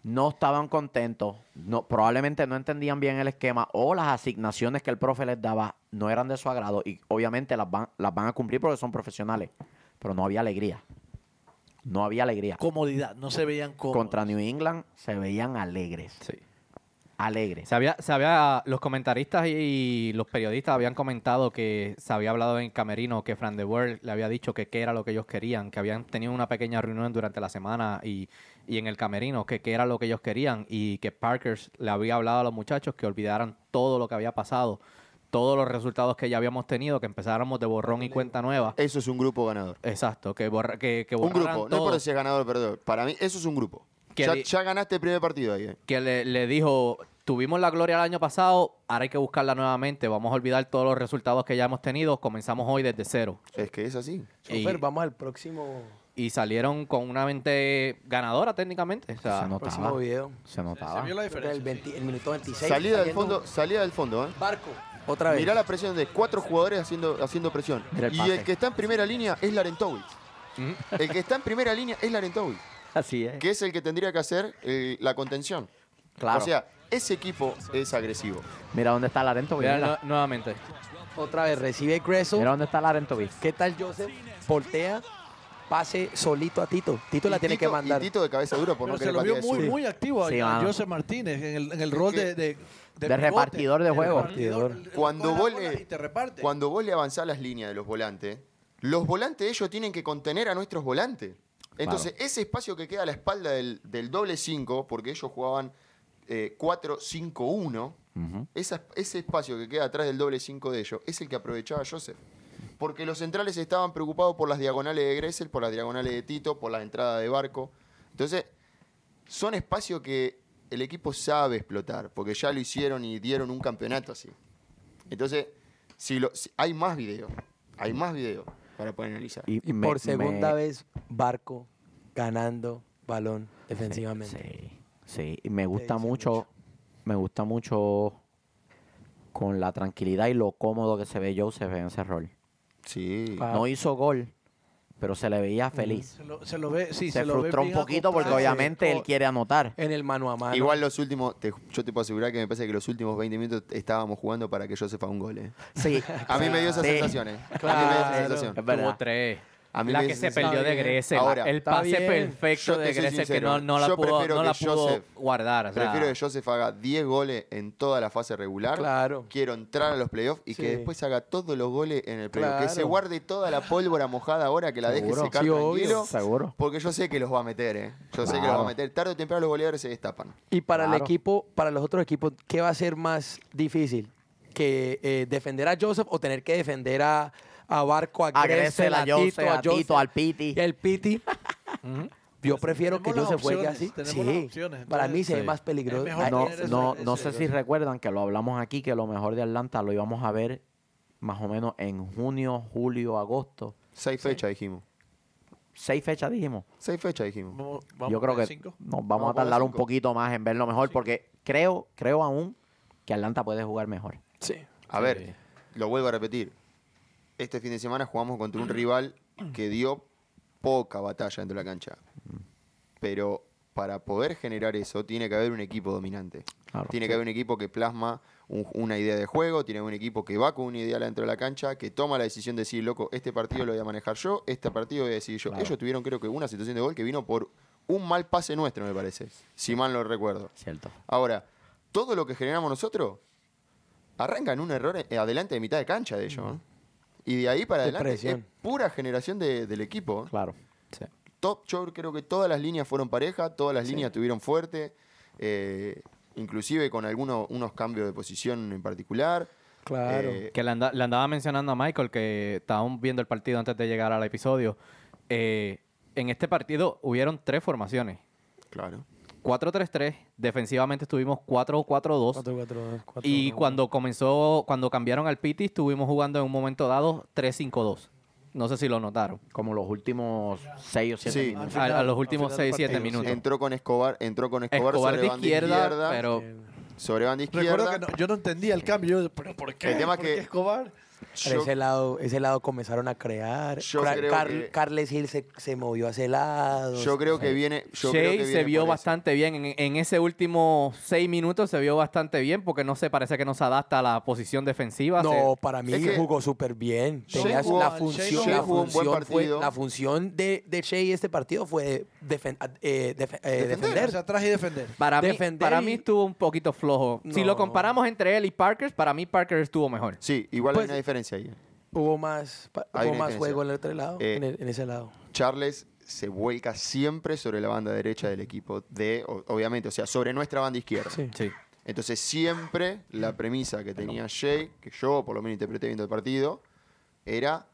Speaker 1: No estaban contentos, no, probablemente no entendían bien el esquema o las asignaciones que el profe les daba no eran de su agrado y obviamente las van, las van a cumplir porque son profesionales. Pero no había alegría. No había alegría.
Speaker 6: Comodidad, no se veían cómodos.
Speaker 1: Contra New England se veían alegres.
Speaker 3: Sí.
Speaker 1: Alegres.
Speaker 3: Se había, se había- los comentaristas y los periodistas habían comentado que se había hablado en Camerino que Fran de Boer le había dicho que qué era lo que ellos querían, que habían tenido una pequeña reunión durante la semana y, y en el Camerino que qué era lo que ellos querían y que Parkers le había hablado a los muchachos que olvidaran todo lo que había pasado, todos los resultados que ya habíamos tenido, que empezáramos de borrón y cuenta nueva.
Speaker 2: Eso es un grupo ganador.
Speaker 3: Exacto, que, borra, que, que
Speaker 2: Eh, Un
Speaker 3: borraran
Speaker 2: grupo. No
Speaker 3: todo.
Speaker 2: importa si es ganador o perdedor. Para mí, eso es un grupo.
Speaker 3: Que
Speaker 2: Ya,
Speaker 3: di-
Speaker 2: ya ganaste el primer partido ahí. eh.
Speaker 3: que le, le dijo, tuvimos la gloria el año pasado, ahora hay que buscarla nuevamente, vamos a olvidar todos los resultados que ya hemos tenido, comenzamos hoy desde cero.
Speaker 2: Es que es así.
Speaker 4: Chofer,
Speaker 3: Y-
Speaker 4: vamos al próximo,
Speaker 3: Y salieron con una mente ganadora técnicamente. O sea,
Speaker 1: Se notaba.
Speaker 4: próximo video.
Speaker 1: Se
Speaker 6: Se
Speaker 1: notaba.
Speaker 6: vio la
Speaker 4: Creo que El,
Speaker 6: diferencia.
Speaker 4: 20 el minuto 26.
Speaker 2: Salida del
Speaker 4: cayendo
Speaker 2: fondo, salida del fondo, ¿eh?
Speaker 4: Barco, otra vez.
Speaker 2: Mirá la presión de cuatro jugadores haciendo, haciendo presión.
Speaker 1: Mira el
Speaker 2: y
Speaker 1: pase.
Speaker 2: el que está en primera línea es Larentowi. El que está en primera línea es Larentowi,
Speaker 1: Así es.
Speaker 2: que es el que tendría que hacer eh, la contención.
Speaker 1: Claro.
Speaker 2: O sea, ese equipo es agresivo.
Speaker 1: Mira dónde está Larento.
Speaker 3: Mira,
Speaker 1: Mira,
Speaker 3: nu- nuevamente.
Speaker 4: Otra vez, recibe
Speaker 1: mira
Speaker 4: Creso.
Speaker 1: dónde está Larento.
Speaker 4: ¿Qué tal Joseph? Portea, pase solito a Tito. Tito la
Speaker 2: Y
Speaker 4: tiene que
Speaker 2: Tito-
Speaker 4: mandar.
Speaker 2: Y Tito de cabeza dura por
Speaker 6: Pero
Speaker 2: no
Speaker 6: se
Speaker 2: querer
Speaker 6: lo vio
Speaker 2: patear de
Speaker 6: muy,
Speaker 2: zurdo.
Speaker 6: muy activo a-
Speaker 1: Sí,
Speaker 6: a,
Speaker 1: mano.
Speaker 6: José Martínez en el, en el rol de, de,
Speaker 1: De
Speaker 6: pivote.
Speaker 1: repartidor de
Speaker 6: El
Speaker 1: juego.
Speaker 6: repartidor, el- el-
Speaker 2: Cuando
Speaker 6: coge la
Speaker 2: vos
Speaker 6: bola
Speaker 2: le-
Speaker 6: y te reparte.
Speaker 2: Cuando vos le avanzás las líneas de los volantes, los volantes ellos tienen que contener a nuestros volantes. Entonces, ese espacio que queda a la espalda del, del doble 5, porque ellos jugaban eh, 4-5-1, esa- ese espacio que queda atrás del doble 5 de ellos es el que aprovechaba Joseph. Porque los centrales estaban preocupados por las diagonales de Gressel, por las diagonales de Tito, por la entrada de Barco. Entonces, son espacios que el equipo sabe explotar, porque ya lo hicieron y dieron un campeonato así. Entonces, si lo, si- hay más videos, hay más videos para poder analizar.
Speaker 4: Y por segunda vez, Barco ganando balón defensivamente.
Speaker 1: Sí, sí. Y me gusta
Speaker 4: dice
Speaker 1: mucho,
Speaker 4: mucho.
Speaker 1: me gusta mucho con la tranquilidad y lo cómodo que se ve Joseph en ese rol.
Speaker 2: Sí.
Speaker 4: Ah.
Speaker 1: No hizo gol, pero se le veía feliz.
Speaker 6: se lo, se lo ve, sí,
Speaker 1: se,
Speaker 6: Mm. se lo ve
Speaker 1: frustró un
Speaker 6: bien
Speaker 1: poquito porque
Speaker 6: acoplado.
Speaker 1: obviamente él quiere anotar.
Speaker 4: En el mano a mano.
Speaker 2: Igual los últimos, te- yo te puedo asegurar que me parece que los últimos 20 minutos estábamos jugando para que Joseph haga un gol. ¿eh?
Speaker 1: Sí.
Speaker 2: A mí me dio esa
Speaker 1: Sí.
Speaker 2: sensación. ¿eh? A mí me dio esa
Speaker 4: Claro.
Speaker 2: sensación.
Speaker 1: Es verdad.
Speaker 3: Tuvo tres.
Speaker 2: A mí
Speaker 3: la
Speaker 2: me
Speaker 3: que se
Speaker 2: dice-
Speaker 3: perdió
Speaker 4: Está
Speaker 3: de
Speaker 4: bien.
Speaker 3: Gressel.
Speaker 2: Ahora,
Speaker 3: el
Speaker 4: está
Speaker 3: pase
Speaker 4: bien.
Speaker 3: perfecto
Speaker 2: Yo te
Speaker 3: de
Speaker 2: soy
Speaker 3: Gressel que
Speaker 2: sincero,
Speaker 3: no, no la
Speaker 2: yo
Speaker 3: pudo,
Speaker 2: prefiero
Speaker 3: no
Speaker 2: que
Speaker 3: la pudo
Speaker 2: Joseph-
Speaker 3: guardar. o sea,
Speaker 2: Prefiero que Joseph haga 10 goles en toda la fase regular.
Speaker 4: Claro.
Speaker 2: Quiero entrar a los playoffs y que
Speaker 4: Sí.
Speaker 2: después haga todos los goles en el playoff. Que se
Speaker 4: Claro.
Speaker 2: guarde toda la pólvora mojada ahora, que la deje
Speaker 1: Seguro.
Speaker 2: secar
Speaker 4: Sí, obvio.
Speaker 2: tranquilo.
Speaker 1: Seguro.
Speaker 2: Porque yo sé que los va a meter, ¿eh? Yo sé que los va
Speaker 1: Claro.
Speaker 2: a meter. Tarde o temprano los goleadores se destapan.
Speaker 4: Y para el
Speaker 1: Claro.
Speaker 4: equipo, para los otros equipos, ¿qué va a ser más difícil? ¿Que eh, defender a Joseph o tener que defender a, a Barco, a,
Speaker 1: A Gressel,
Speaker 4: Gressel,
Speaker 1: a Joseph, a
Speaker 4: Joseph,
Speaker 1: Tito, al Piti.
Speaker 4: y al Piti? Yo prefiero que
Speaker 6: tenemos
Speaker 4: Joseph
Speaker 6: las
Speaker 4: juegue así.
Speaker 6: opciones, tenemos las
Speaker 4: Sí,
Speaker 6: opciones,
Speaker 4: para mí
Speaker 6: entonces,
Speaker 4: se ve
Speaker 3: sí.
Speaker 4: más
Speaker 6: Es
Speaker 4: peligroso.
Speaker 6: mejor
Speaker 4: Ay,
Speaker 1: No,
Speaker 6: tener ese-
Speaker 1: no, no
Speaker 6: ese-
Speaker 1: sé si recuerdan que lo hablamos aquí, que lo mejor de Atlanta lo íbamos a ver más o menos en junio, julio, agosto.
Speaker 2: Seis fechas dijimos.
Speaker 1: Seis fechas dijimos.
Speaker 2: Seis fechas dijimos.
Speaker 6: Vamos- vamos
Speaker 1: yo creo
Speaker 6: con
Speaker 1: que
Speaker 6: el cinco.
Speaker 1: nos
Speaker 2: Vamos
Speaker 1: vamos a
Speaker 2: con el
Speaker 1: tardar un
Speaker 2: cinco.
Speaker 1: poquito más en verlo mejor porque creo, creo aún que Atlanta puede jugar mejor.
Speaker 4: sí.
Speaker 2: A ver, lo vuelvo a repetir. Este fin de semana jugamos contra un rival que dio poca batalla dentro de la cancha. Pero para poder generar eso, tiene que haber un equipo dominante.
Speaker 1: Claro.
Speaker 2: Tiene que haber un equipo que plasma un- una idea de juego, tiene que haber un equipo que va con una idea dentro de la cancha, que toma la decisión de decir, loco, este partido lo voy a manejar yo, este partido lo voy a decidir yo. Ellos tuvieron, creo que, una situación de gol que vino por un mal pase nuestro, me parece, si mal no recuerdo.
Speaker 1: Cierto.
Speaker 2: Ahora, todo lo que generamos nosotros arranca en un error eh, adelante de mitad de cancha de ellos. ¿eh? Y de ahí para
Speaker 4: De
Speaker 2: adelante es
Speaker 4: presión.
Speaker 2: pura generación de- del equipo. ¿eh?
Speaker 1: Claro.
Speaker 2: Top, yo creo que todas las líneas fueron pareja, todas las líneas tuvieron fuerte, eh, inclusive con algunos unos cambios de posición en particular.
Speaker 4: Claro.
Speaker 2: Eh,
Speaker 3: Que le, anda- le andaba mencionando a Michael que estábamos viendo el partido antes de llegar al episodio. Eh, en este partido hubieron tres formaciones.
Speaker 2: claro.
Speaker 3: 4-3-3, defensivamente estuvimos 4-4-2. Y cuando comenzó, cuando cambiaron al Piti, estuvimos jugando en un momento dado 3-5-2. No sé si lo notaron.
Speaker 1: Como los últimos seis o siete
Speaker 2: Sí.
Speaker 1: minutos.
Speaker 3: A, a los últimos
Speaker 6: al final del
Speaker 3: 6-7
Speaker 6: partido,
Speaker 3: minutos.
Speaker 2: Entró con Escobar, entró con Escobar,
Speaker 3: Escobar
Speaker 2: sobre
Speaker 3: de
Speaker 2: banda
Speaker 3: izquierda, pero
Speaker 2: sobre banda izquierda.
Speaker 6: Recuerdo que no- yo no entendía el cambio. Yo, ¿pero por qué?
Speaker 2: El tema
Speaker 6: ¿Por
Speaker 2: que-
Speaker 6: qué Escobar?
Speaker 4: Para
Speaker 2: Yo-
Speaker 4: ese lado, ese lado comenzaron a crear.
Speaker 2: Yo
Speaker 4: Cra-
Speaker 2: creo
Speaker 4: Car-
Speaker 2: que-
Speaker 4: Carles Hill se, se movió a ese lado.
Speaker 2: Yo creo que viene. Yo creo que
Speaker 3: Shea
Speaker 2: viene
Speaker 3: se vio
Speaker 2: por eso.
Speaker 3: bastante bien. En, en ese último seis minutos se vio bastante bien porque no se parece que no se adapta a la posición defensiva. Se-
Speaker 4: No, para mí
Speaker 2: Es que-
Speaker 4: jugó súper bien.
Speaker 2: Shea
Speaker 4: Tenía
Speaker 2: jugó-
Speaker 4: la
Speaker 6: Shea
Speaker 4: función,
Speaker 2: jugó
Speaker 4: la
Speaker 2: un buen
Speaker 4: función, fue,
Speaker 2: partido.
Speaker 4: la función de, de Shea este partido fue defen- eh, defe- eh,
Speaker 6: O sea,
Speaker 4: defender.
Speaker 6: atrás y defender.
Speaker 3: para, mí,
Speaker 4: defender
Speaker 3: para
Speaker 4: y-
Speaker 3: mí estuvo un poquito flojo. Si
Speaker 4: No.
Speaker 3: lo comparamos entre él y Parker, para mí Parker estuvo mejor.
Speaker 2: Sí, igual hay
Speaker 4: Pues-
Speaker 2: una diferencia ahí.
Speaker 4: Hubo más, pa-
Speaker 2: Hay
Speaker 4: hubo
Speaker 2: una
Speaker 4: más
Speaker 2: diferencia.
Speaker 4: juego en el otro lado,
Speaker 2: Eh,
Speaker 4: en, el- en ese lado.
Speaker 2: Charles se vuelca siempre sobre la banda derecha del equipo de, o- obviamente, o sea, sobre nuestra banda izquierda.
Speaker 4: Sí.
Speaker 3: Sí.
Speaker 2: Entonces siempre la premisa que tenía Jay, que yo por lo menos interpreté viendo el partido, era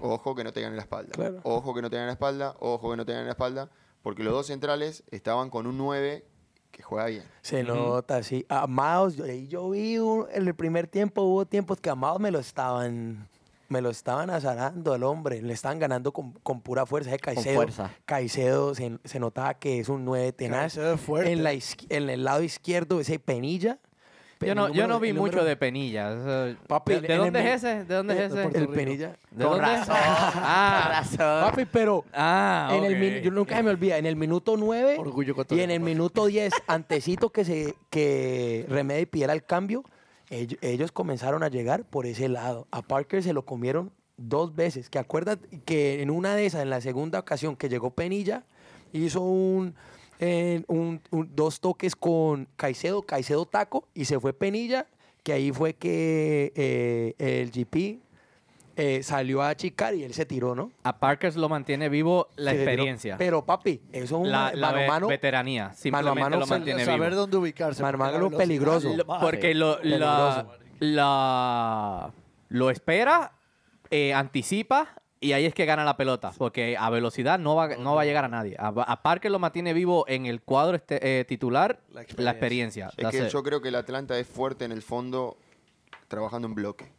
Speaker 2: ojo que no te ganen la espalda.
Speaker 4: Claro.
Speaker 2: Ojo que no te ganen la espalda, ojo que no te ganen la espalda, porque los dos centrales estaban con un 9 que juega bien.
Speaker 4: Se nota, sí. A Miles, yo, ahí yo vi un- en el primer tiempo, hubo tiempos que a Miles me lo estaban, me lo estaban azarando al hombre. Le estaban ganando con, con pura fuerza. Ese Caicedo,
Speaker 1: fuerza.
Speaker 4: Caicedo se, se notaba que es un 9 tenaz.
Speaker 6: Caicedo es fuerte.
Speaker 4: En, la isqui- en el lado izquierdo, ese Penilla.
Speaker 3: Yo
Speaker 4: el
Speaker 3: no, yo
Speaker 4: número-
Speaker 3: no vi
Speaker 4: el
Speaker 3: mucho
Speaker 4: número-
Speaker 3: de Penilla. Eso-
Speaker 4: Papi,
Speaker 3: ¿De,
Speaker 4: el-
Speaker 3: de
Speaker 4: el
Speaker 3: dónde
Speaker 4: enemi-
Speaker 3: es ese? ¿De dónde es
Speaker 6: de
Speaker 3: ese?
Speaker 6: Puerto
Speaker 4: El
Speaker 6: Rico.
Speaker 4: Penilla.
Speaker 3: ¿De
Speaker 1: Con
Speaker 3: dónde?
Speaker 1: razón.
Speaker 3: Ah,
Speaker 1: Con razón.
Speaker 4: Papi, pero
Speaker 3: ah,
Speaker 4: en el min-
Speaker 3: ok.
Speaker 4: yo nunca se me olvida, en el minuto 9
Speaker 6: Orgullo
Speaker 4: y
Speaker 6: ecuatoriano,
Speaker 4: en el
Speaker 6: papi.
Speaker 4: minuto 10, antecito que se que Remedy pidiera el cambio, ell- ellos, comenzaron a llegar por ese lado. A Parker se lo comieron dos veces. Que acuerdas que en una de esas, en la segunda ocasión que llegó Penilla, hizo un, eh, un- un- dos toques con Caicedo, Caicedo taco y se fue Penilla, que ahí fue que eh, el GP eh, salió a achicar y él se tiró, ¿no?
Speaker 3: A Parker lo mantiene vivo la
Speaker 4: Se le tiró.
Speaker 3: experiencia.
Speaker 4: Pero, papi, eso es un
Speaker 3: la, la
Speaker 4: mano
Speaker 3: ve-
Speaker 4: a mano.
Speaker 3: veteranía. Simplemente
Speaker 4: mano
Speaker 3: lo
Speaker 4: se-
Speaker 3: mantiene
Speaker 6: saber
Speaker 3: vivo.
Speaker 6: dónde ubicarse.
Speaker 4: Mano a
Speaker 6: porque la
Speaker 4: mano,
Speaker 6: velocidad
Speaker 4: peligroso.
Speaker 6: lo mata.
Speaker 3: Porque lo, la, la- lo espera, eh, anticipa y ahí es que gana la pelota. Porque a velocidad no va, no va a llegar a nadie. A, a Parker lo mantiene vivo en el cuadro este, eh, titular
Speaker 6: La
Speaker 3: la
Speaker 6: experiencia.
Speaker 3: experiencia.
Speaker 2: Es
Speaker 3: That's
Speaker 2: que
Speaker 3: it.
Speaker 2: yo creo que el Atlanta es fuerte en el fondo trabajando en bloque.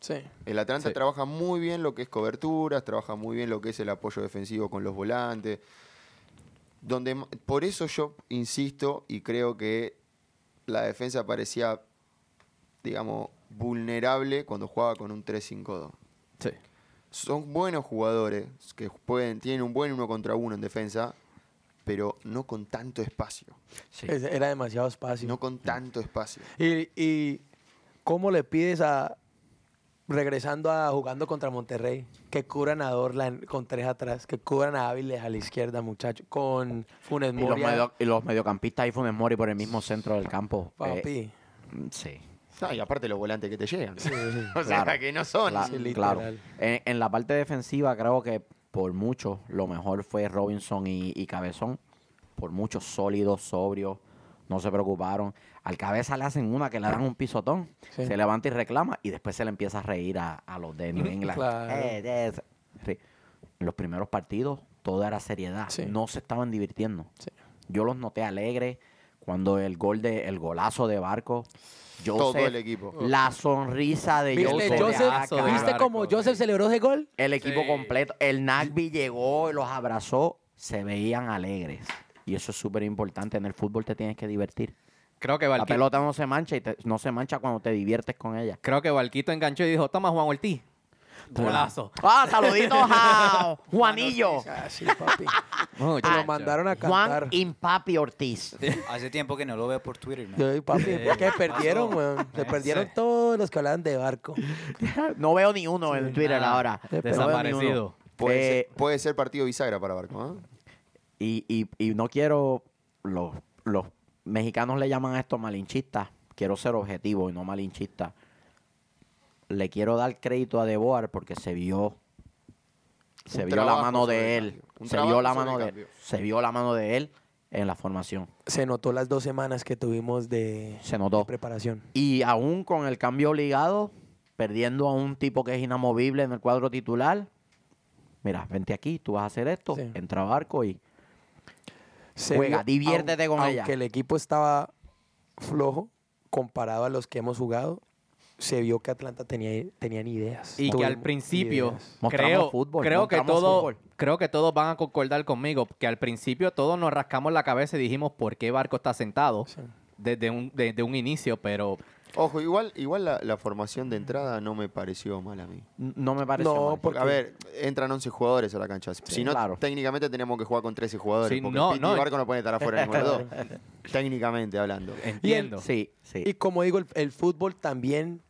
Speaker 4: Sí.
Speaker 2: El Atlanta
Speaker 3: Sí.
Speaker 2: trabaja muy bien lo que es coberturas, trabaja muy bien lo que es el apoyo defensivo con los volantes. Donde, m- por eso yo insisto y creo que la defensa parecía, digamos, vulnerable cuando jugaba con un 3-5-2.
Speaker 3: Sí.
Speaker 2: Son buenos jugadores que pueden, tienen un buen uno contra uno en defensa, pero no con tanto espacio.
Speaker 1: Sí.
Speaker 4: Es- Era demasiado espacio.
Speaker 2: No con tanto espacio.
Speaker 4: Y, y cómo le pides a. Regresando a jugando contra Monterrey, que cubran a Dorlan con tres atrás, que cubran a Áviles a la izquierda, muchacho, con Funes
Speaker 1: Y los,
Speaker 4: Moria.
Speaker 1: medio- y los mediocampistas y Funes Mori por el mismo centro del campo. eh,
Speaker 4: Papi.
Speaker 1: sí.
Speaker 2: Ah, y aparte los volantes que te llegan. o sea,
Speaker 1: Claro.
Speaker 2: que no son.
Speaker 1: Cla-
Speaker 4: Sí, literal.
Speaker 1: claro. En, en la parte defensiva creo que por mucho lo mejor fue Robinson y, y Cabezón. Por mucho sólidos, sobrios, no se preocuparon. Al cabeza le hacen una que le dan un pisotón,
Speaker 4: Sí.
Speaker 1: se levanta y reclama y después se le empieza a reír a, a los de New England.
Speaker 4: Claro.
Speaker 1: Eh, eh, se- ri- En los primeros partidos todo era seriedad,
Speaker 4: Sí.
Speaker 1: no se estaban divirtiendo.
Speaker 4: Sí.
Speaker 1: Yo los noté alegres cuando el gol de el golazo de Barco,
Speaker 2: Todo
Speaker 1: Joseph,
Speaker 2: el equipo.
Speaker 1: la sonrisa de
Speaker 4: ¿Viste,
Speaker 1: Joseph,
Speaker 4: Joseph,
Speaker 1: acá.
Speaker 4: ¿viste
Speaker 3: Barco,
Speaker 4: cómo Joseph
Speaker 3: sí.
Speaker 4: celebró ese gol?
Speaker 1: El equipo
Speaker 3: Sí.
Speaker 1: completo. El Nagby llegó y los abrazó. Se veían alegres. Y eso es súper importante. En el fútbol te tienes que divertir.
Speaker 3: Creo que
Speaker 1: la
Speaker 3: Valquito,
Speaker 1: pelota no se mancha y te- no se mancha cuando te diviertes con ella.
Speaker 3: creo que Valquito enganchó y dijo, toma Juan Ortiz. Golazo.
Speaker 1: ¡Ah, saluditos a Juanillo!
Speaker 4: Ah, sí, papi. Te lo
Speaker 3: Muchacho.
Speaker 4: mandaron a
Speaker 1: Juan
Speaker 4: cantar.
Speaker 1: Impapi Ortiz.
Speaker 5: Hace tiempo que no lo veo por Twitter, man.
Speaker 4: Yo, papi, que perdieron,
Speaker 5: pasó?
Speaker 4: weón. Se
Speaker 3: Ese.
Speaker 4: perdieron todos los que hablaban de barco.
Speaker 1: No veo ni uno en Twitter
Speaker 3: nada.
Speaker 1: ahora. No veo ni uno.
Speaker 3: Desaparecido.
Speaker 2: Puede,
Speaker 1: Eh,
Speaker 2: ser, puede ser partido bisagra para Barco. ¿eh?
Speaker 1: Y, y- y no quiero. Los, los mexicanos le llaman a esto malinchistas. Quiero ser objetivo y no malinchista. Le quiero dar crédito a Deboar porque se vio. Se
Speaker 2: Un
Speaker 1: vio la
Speaker 2: trabajo
Speaker 1: mano
Speaker 2: sobre
Speaker 1: de
Speaker 2: el
Speaker 1: él.
Speaker 2: cambio. Un
Speaker 1: Se vio la
Speaker 2: trabajo sobre
Speaker 1: mano
Speaker 2: el
Speaker 1: de
Speaker 2: cambio.
Speaker 1: Se vio la mano de él en la formación.
Speaker 4: Se notó las dos semanas que tuvimos de,
Speaker 1: Se
Speaker 4: de
Speaker 1: notó.
Speaker 4: preparación.
Speaker 1: Y aún con el cambio obligado, perdiendo a un tipo que es inamovible en el cuadro titular. Mira, vente aquí, tú vas a hacer esto.
Speaker 4: Sí.
Speaker 1: Entra barco y.
Speaker 4: Se
Speaker 1: Juega, diviértete
Speaker 4: aun-
Speaker 1: con
Speaker 4: aunque
Speaker 1: ella.
Speaker 4: el equipo estaba flojo comparado a los que hemos jugado, se vio que Atlanta tenía, tenían ideas.
Speaker 3: Y que al
Speaker 4: Tuvimos
Speaker 3: principio,
Speaker 4: ideas.
Speaker 1: Mostramos
Speaker 3: creo,
Speaker 1: fútbol,
Speaker 3: creo, que
Speaker 1: mostramos
Speaker 3: todo,
Speaker 1: fútbol.
Speaker 3: creo que todos van a concordar conmigo, que al principio todos nos rascamos la cabeza y dijimos por qué Barco está sentado
Speaker 4: Sí.
Speaker 3: desde un, desde un inicio, pero
Speaker 2: Ojo, igual, igual la, la formación de entrada no me pareció mal a mí.
Speaker 1: N- No me pareció
Speaker 4: No, pues,
Speaker 1: mal.
Speaker 4: por-
Speaker 2: Porque, a ver, entran 11 jugadores a la cancha. si no,
Speaker 1: claro.
Speaker 2: técnicamente tenemos que jugar con 13 jugadores.
Speaker 3: Sí,
Speaker 2: porque
Speaker 3: no,
Speaker 2: Pitti
Speaker 3: no.
Speaker 2: y Barco no pueden estar afuera en ninguno de los dos. técnicamente hablando.
Speaker 3: Eh, Entiendo.
Speaker 1: Sí, sí.
Speaker 4: Y como digo, el, el fútbol también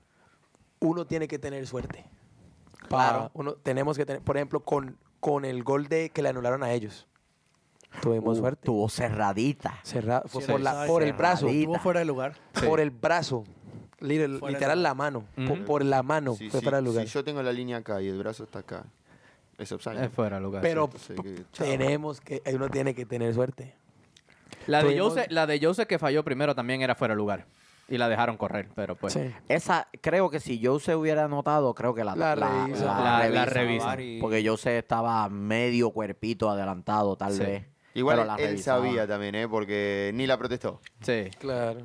Speaker 4: uno tiene que tener suerte. Pa-
Speaker 1: Claro.
Speaker 4: Uno, tenemos que tener, por ejemplo, con, con el gol de que le anularon a ellos. Tuvimos
Speaker 1: Uh,
Speaker 4: suerte.
Speaker 1: Tuvo cerradita.
Speaker 4: Cerra- fue
Speaker 6: Sí,
Speaker 4: por, la-
Speaker 6: exacto.
Speaker 4: por el brazo.
Speaker 1: Cerradita.
Speaker 6: Estuvo fuera de lugar.
Speaker 4: Por el brazo. Liter-
Speaker 6: Fuera de
Speaker 4: literal
Speaker 6: lugar.
Speaker 4: la mano.
Speaker 3: Ujú.
Speaker 4: por, por la mano
Speaker 2: Si-
Speaker 4: fue
Speaker 2: si-
Speaker 4: para el lugar.
Speaker 2: Si yo tengo la línea acá y el brazo está acá, es offside.
Speaker 3: Es fuera de lugar.
Speaker 4: Pero
Speaker 2: sí,
Speaker 4: p-
Speaker 2: que- chao.
Speaker 4: tenemos que, uno tiene que tener suerte.
Speaker 3: sí. la, de
Speaker 4: tuvimos-
Speaker 3: Jose, la de Jose que falló primero también era fuera de lugar. Y la dejaron correr, pero pues.
Speaker 4: Sí.
Speaker 1: Esa, creo que si yo se hubiera anotado, creo que la
Speaker 4: La revisa.
Speaker 3: La- la
Speaker 1: revisan.
Speaker 3: revisan.
Speaker 5: VAR y-
Speaker 1: Porque yo sé estaba medio cuerpito adelantado, tal
Speaker 3: Sí.
Speaker 1: vez.
Speaker 2: Igual
Speaker 1: pero la
Speaker 2: él
Speaker 1: revisaban.
Speaker 2: sabía también, ¿eh? Porque ni la protestó.
Speaker 3: Sí.
Speaker 4: Claro.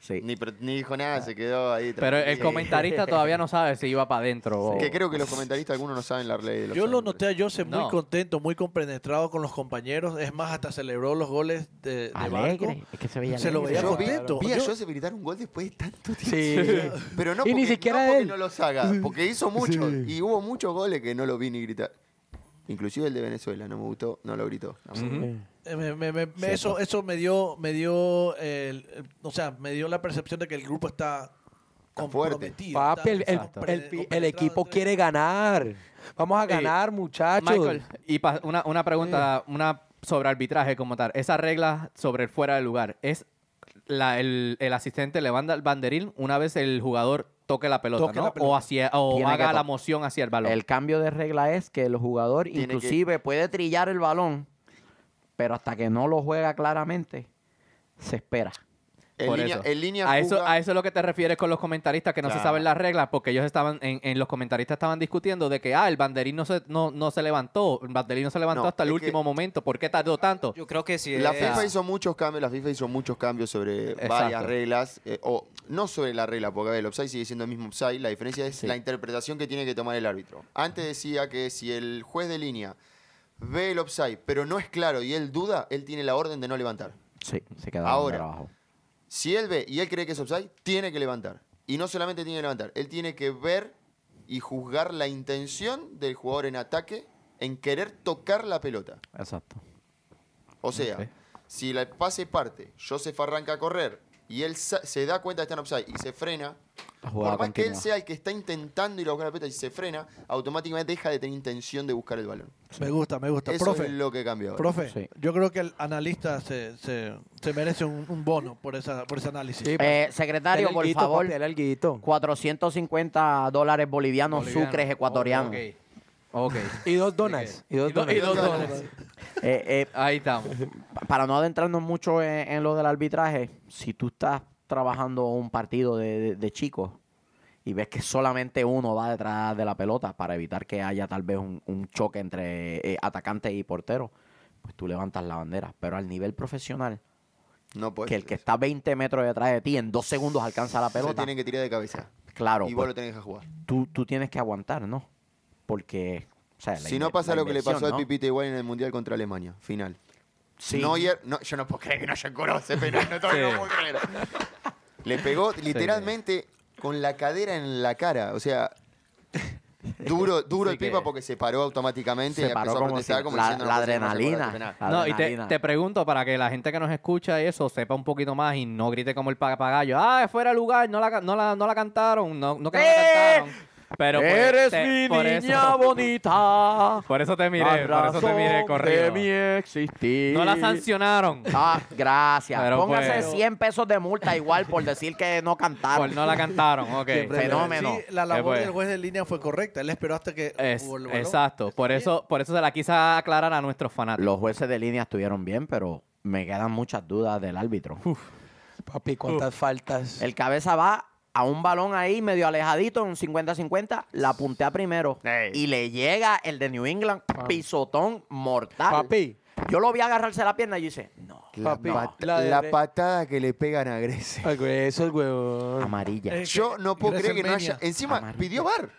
Speaker 1: Sí.
Speaker 2: Ni, pro- ni dijo nada, se quedó ahí.
Speaker 3: Pero el
Speaker 2: tranquilo.
Speaker 3: comentarista todavía no sabe si iba para adentro.
Speaker 2: Que
Speaker 3: o...
Speaker 2: creo que los comentaristas algunos no saben la ley de los
Speaker 6: Yo lo noté a Jose muy
Speaker 3: No.
Speaker 6: contento, muy compenetrado con los compañeros. Es más, hasta celebró los goles de, de Barco.
Speaker 1: Alegre. Es que se veía
Speaker 6: Se lo
Speaker 1: alegre.
Speaker 6: veía
Speaker 2: Yo vi,
Speaker 6: contento.
Speaker 2: vi a
Speaker 6: Yo-
Speaker 2: Joseph gritar un gol después de tanto tiempo.
Speaker 4: Sí.
Speaker 2: Pero no
Speaker 4: Y
Speaker 2: porque,
Speaker 4: ni siquiera
Speaker 2: no, porque
Speaker 4: él.
Speaker 2: no los haga, porque hizo mucho. Y hubo muchos goles que no lo vi ni gritar. Inclusive el de Venezuela, no me gustó, no lo gritó.
Speaker 6: Eh, me- me- me- me- eso, eso me dio, me dio el- el- o sea, me dio la percepción de que el grupo está
Speaker 2: Está fuerte.
Speaker 6: comprometido.
Speaker 4: Papi, el, el-
Speaker 6: está
Speaker 4: el-
Speaker 6: compre-
Speaker 4: el equipo
Speaker 6: compenetrado.
Speaker 4: quiere ganar. Vamos a ganar, muchachos.
Speaker 3: Michael, y pa- una, una pregunta una sobre arbitraje como tal. Esa regla sobre el fuera de lugar, ¿es la- el, el asistente levanta el banderín una vez el jugador toque la pelota,
Speaker 6: Toque
Speaker 3: ¿no?
Speaker 6: la
Speaker 3: O,
Speaker 6: pelota.
Speaker 3: hacia, o
Speaker 1: Tiene que
Speaker 3: haga la
Speaker 1: to-
Speaker 3: moción hacia el balón.
Speaker 1: El cambio de regla es que el jugador
Speaker 2: Tiene que-
Speaker 1: inclusive puede trillar el balón, pero hasta que no lo juega claramente, se espera.
Speaker 2: En
Speaker 3: Por
Speaker 2: línea,
Speaker 3: eso.
Speaker 2: en línea
Speaker 3: a, eso,
Speaker 2: juzga-
Speaker 3: a eso es lo que te refieres con los comentaristas que no se
Speaker 2: Claro.
Speaker 3: saben las reglas, porque ellos estaban, en, en los comentaristas estaban discutiendo de que, ah, el banderín no se, no, no se levantó, el banderín no se levantó
Speaker 2: No,
Speaker 3: hasta el
Speaker 2: es
Speaker 3: último
Speaker 2: que-
Speaker 3: momento, ¿por qué tardó tanto?
Speaker 5: Yo creo que sí.
Speaker 2: La
Speaker 5: es-
Speaker 2: FIFA hizo muchos cambios, la FIFA hizo muchos cambios sobre
Speaker 3: Exacto.
Speaker 2: varias reglas, eh, o no sobre la regla, porque a ver, el offside sigue siendo el mismo offside, la diferencia es la interpretación que tiene que tomar el árbitro. Antes decía que si el juez de línea ve el offside, pero no es claro y él duda, él tiene la orden de no levantar.
Speaker 1: Sí, se queda
Speaker 2: Ahora.
Speaker 1: abajo.
Speaker 2: Si él ve y él cree que es offside, tiene que levantar. Y no solamente tiene que levantar, él tiene que ver y juzgar la intención del jugador en ataque en querer tocar la pelota.
Speaker 1: Exacto.
Speaker 2: O sea,
Speaker 3: Ok.
Speaker 2: si el pase parte, Joseph arranca a correr y él sa- se da cuenta que está en offside y se frena,
Speaker 1: La
Speaker 2: por
Speaker 1: jugada
Speaker 2: más que él
Speaker 1: continúa.
Speaker 2: sea el que está intentando ir a buscar la pelota y se frena, automáticamente deja de tener intención de buscar el balón.
Speaker 6: Me gusta, me gusta.
Speaker 2: Eso
Speaker 6: profe,
Speaker 2: es lo que cambió. ahora.
Speaker 6: profe,
Speaker 1: Sí.
Speaker 6: yo creo que el analista se, se, se merece un, un bono por esa, por ese análisis.
Speaker 4: Sí,
Speaker 1: Eh, secretario,
Speaker 4: Dale
Speaker 1: por
Speaker 4: alguito,
Speaker 1: favor,
Speaker 4: papi, dale alguito.
Speaker 1: 450 dólares bolivianos, sucres ecuatorianos.
Speaker 3: Ok.
Speaker 4: Y dos donas. Y dos
Speaker 3: do-
Speaker 4: donas.
Speaker 3: y dos donas.
Speaker 1: Eh, eh,
Speaker 3: Ahí estamos.
Speaker 1: Pa- para no adentrarnos mucho en, en lo del arbitraje, si tú estás trabajando un partido de, de- de chicos y ves que solamente uno va detrás de la pelota para evitar que haya tal vez un, un choque entre eh, atacante y portero, pues tú levantas la bandera. Pero al nivel profesional,
Speaker 2: No puede
Speaker 1: que el que está 20 metros detrás de ti en dos segundos alcanza la
Speaker 2: Pues, se
Speaker 1: pelota,
Speaker 2: tienen que tirar de cabeza.
Speaker 1: claro,
Speaker 2: y vos
Speaker 1: pues,
Speaker 2: lo tenés que dejar jugar.
Speaker 1: tú, tú tienes que aguantar, ¿no? Porque... o sea, la
Speaker 2: si
Speaker 1: inver-
Speaker 2: no pasa
Speaker 1: la
Speaker 2: lo que le
Speaker 1: inversión,
Speaker 2: pasó
Speaker 1: ¿no?
Speaker 2: al Pipita igual en el Mundial contra Alemania, final.
Speaker 1: Sí.
Speaker 2: Neuer- no, yo no puedo creer que no haya cobrado ese penal, no, todavía
Speaker 3: Sí.
Speaker 2: no puedo creer. Le pegó literalmente con la cadera en la cara, o sea, duro, duro
Speaker 3: Sí
Speaker 2: el
Speaker 3: que-
Speaker 2: pipa porque se paró automáticamente
Speaker 1: Se
Speaker 2: y
Speaker 1: paró
Speaker 2: empezó a
Speaker 1: como
Speaker 2: protestar
Speaker 1: si-
Speaker 2: como
Speaker 1: la-
Speaker 2: diciendo,
Speaker 1: la
Speaker 2: puede ser, no se acuerda de
Speaker 1: adrenalina. Ah.
Speaker 2: penal.
Speaker 1: La
Speaker 3: No, y te,
Speaker 1: adrenalina.
Speaker 3: te pregunto para que la gente que nos escucha eso sepa un poquito más y no grite como el papagayo. Ah, es fuera de lugar, no la, ca- no la, no la cantaron, no, no que no
Speaker 1: ¡Eh!
Speaker 3: la cantaron. Pero por-
Speaker 1: Eres
Speaker 3: te-
Speaker 1: mi
Speaker 3: por
Speaker 1: niña
Speaker 3: eso,
Speaker 1: bonita.
Speaker 3: Por eso te miré, por eso te miré corrido. No la sancionaron
Speaker 1: Ah, gracias.
Speaker 3: Pero
Speaker 1: Póngase
Speaker 3: pues-
Speaker 1: 100 pesos de multa igual por decir que no
Speaker 3: por
Speaker 1: cantaron.
Speaker 3: no la cantaron, ok.
Speaker 1: Ah. Siempre- Fenómeno.
Speaker 6: Sí, la labor
Speaker 3: Después.
Speaker 6: del juez de línea fue correcta. Él esperó hasta que
Speaker 3: Es-
Speaker 6: hubo el balón.
Speaker 3: exacto, por eso, por eso se la quise aclarar a nuestros fanáticos.
Speaker 1: Los jueces de línea estuvieron bien, pero me quedan muchas dudas del árbitro.
Speaker 4: Papi, cuántas faltas.
Speaker 1: El cabeza va a un balón ahí medio alejadito, un 50-50, la puntea primero
Speaker 2: Ey.
Speaker 1: y le llega el de New England, pisotón mortal.
Speaker 4: Papi.
Speaker 1: Yo lo vi agarrarse la pierna y yo hice, no,
Speaker 2: La,
Speaker 4: Ah, Papi,
Speaker 2: pat-
Speaker 4: la de
Speaker 2: la
Speaker 4: re-
Speaker 2: patada que le pegan a Grecia.
Speaker 4: Algo de esos, huevón.
Speaker 1: amarilla.
Speaker 6: Eh,
Speaker 2: Yo no puedo creer que no haya...
Speaker 6: WrestleMania.
Speaker 2: Encima
Speaker 1: Amarillo.
Speaker 2: pidió bar.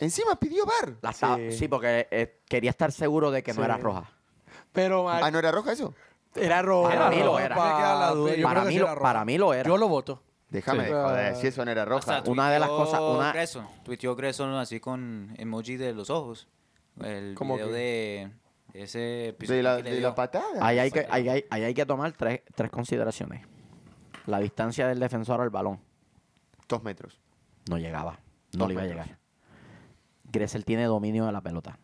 Speaker 2: Encima pidió bar.
Speaker 1: La estaba- sí.
Speaker 4: Sí.
Speaker 1: porque eh, quería estar seguro de que no
Speaker 4: Sí.
Speaker 1: era roja.
Speaker 4: Pero,
Speaker 2: ¿Ah,
Speaker 4: man,
Speaker 2: no era roja eso?
Speaker 4: era rojo.
Speaker 1: Para mí lo era.
Speaker 6: Me queda la duda. Yo
Speaker 1: Para
Speaker 6: creo que
Speaker 1: mí,
Speaker 6: sí
Speaker 1: lo,
Speaker 6: era roja.
Speaker 1: para mí lo era.
Speaker 6: Yo lo voto.
Speaker 2: Déjame
Speaker 3: Sí.
Speaker 2: de joder, si eso no era roja.
Speaker 5: Hasta
Speaker 1: Una de las
Speaker 5: tuiteó
Speaker 1: cosas- una-
Speaker 5: Grayson, tuiteó Grayson así con emoji de los ojos. El
Speaker 4: ¿Cómo
Speaker 5: video
Speaker 4: que?
Speaker 5: de ese episodio
Speaker 2: de la,
Speaker 5: que le
Speaker 2: de
Speaker 5: dio.
Speaker 2: la patada.
Speaker 1: Ahí hay que, ahí hay, ahí hay que tomar tres, tres consideraciones. La distancia del defensor al balón
Speaker 2: Dos metros.
Speaker 1: no llegaba. No
Speaker 2: Dos
Speaker 1: le iba a
Speaker 2: metros.
Speaker 1: llegar. Gressel tiene dominio de la pelota.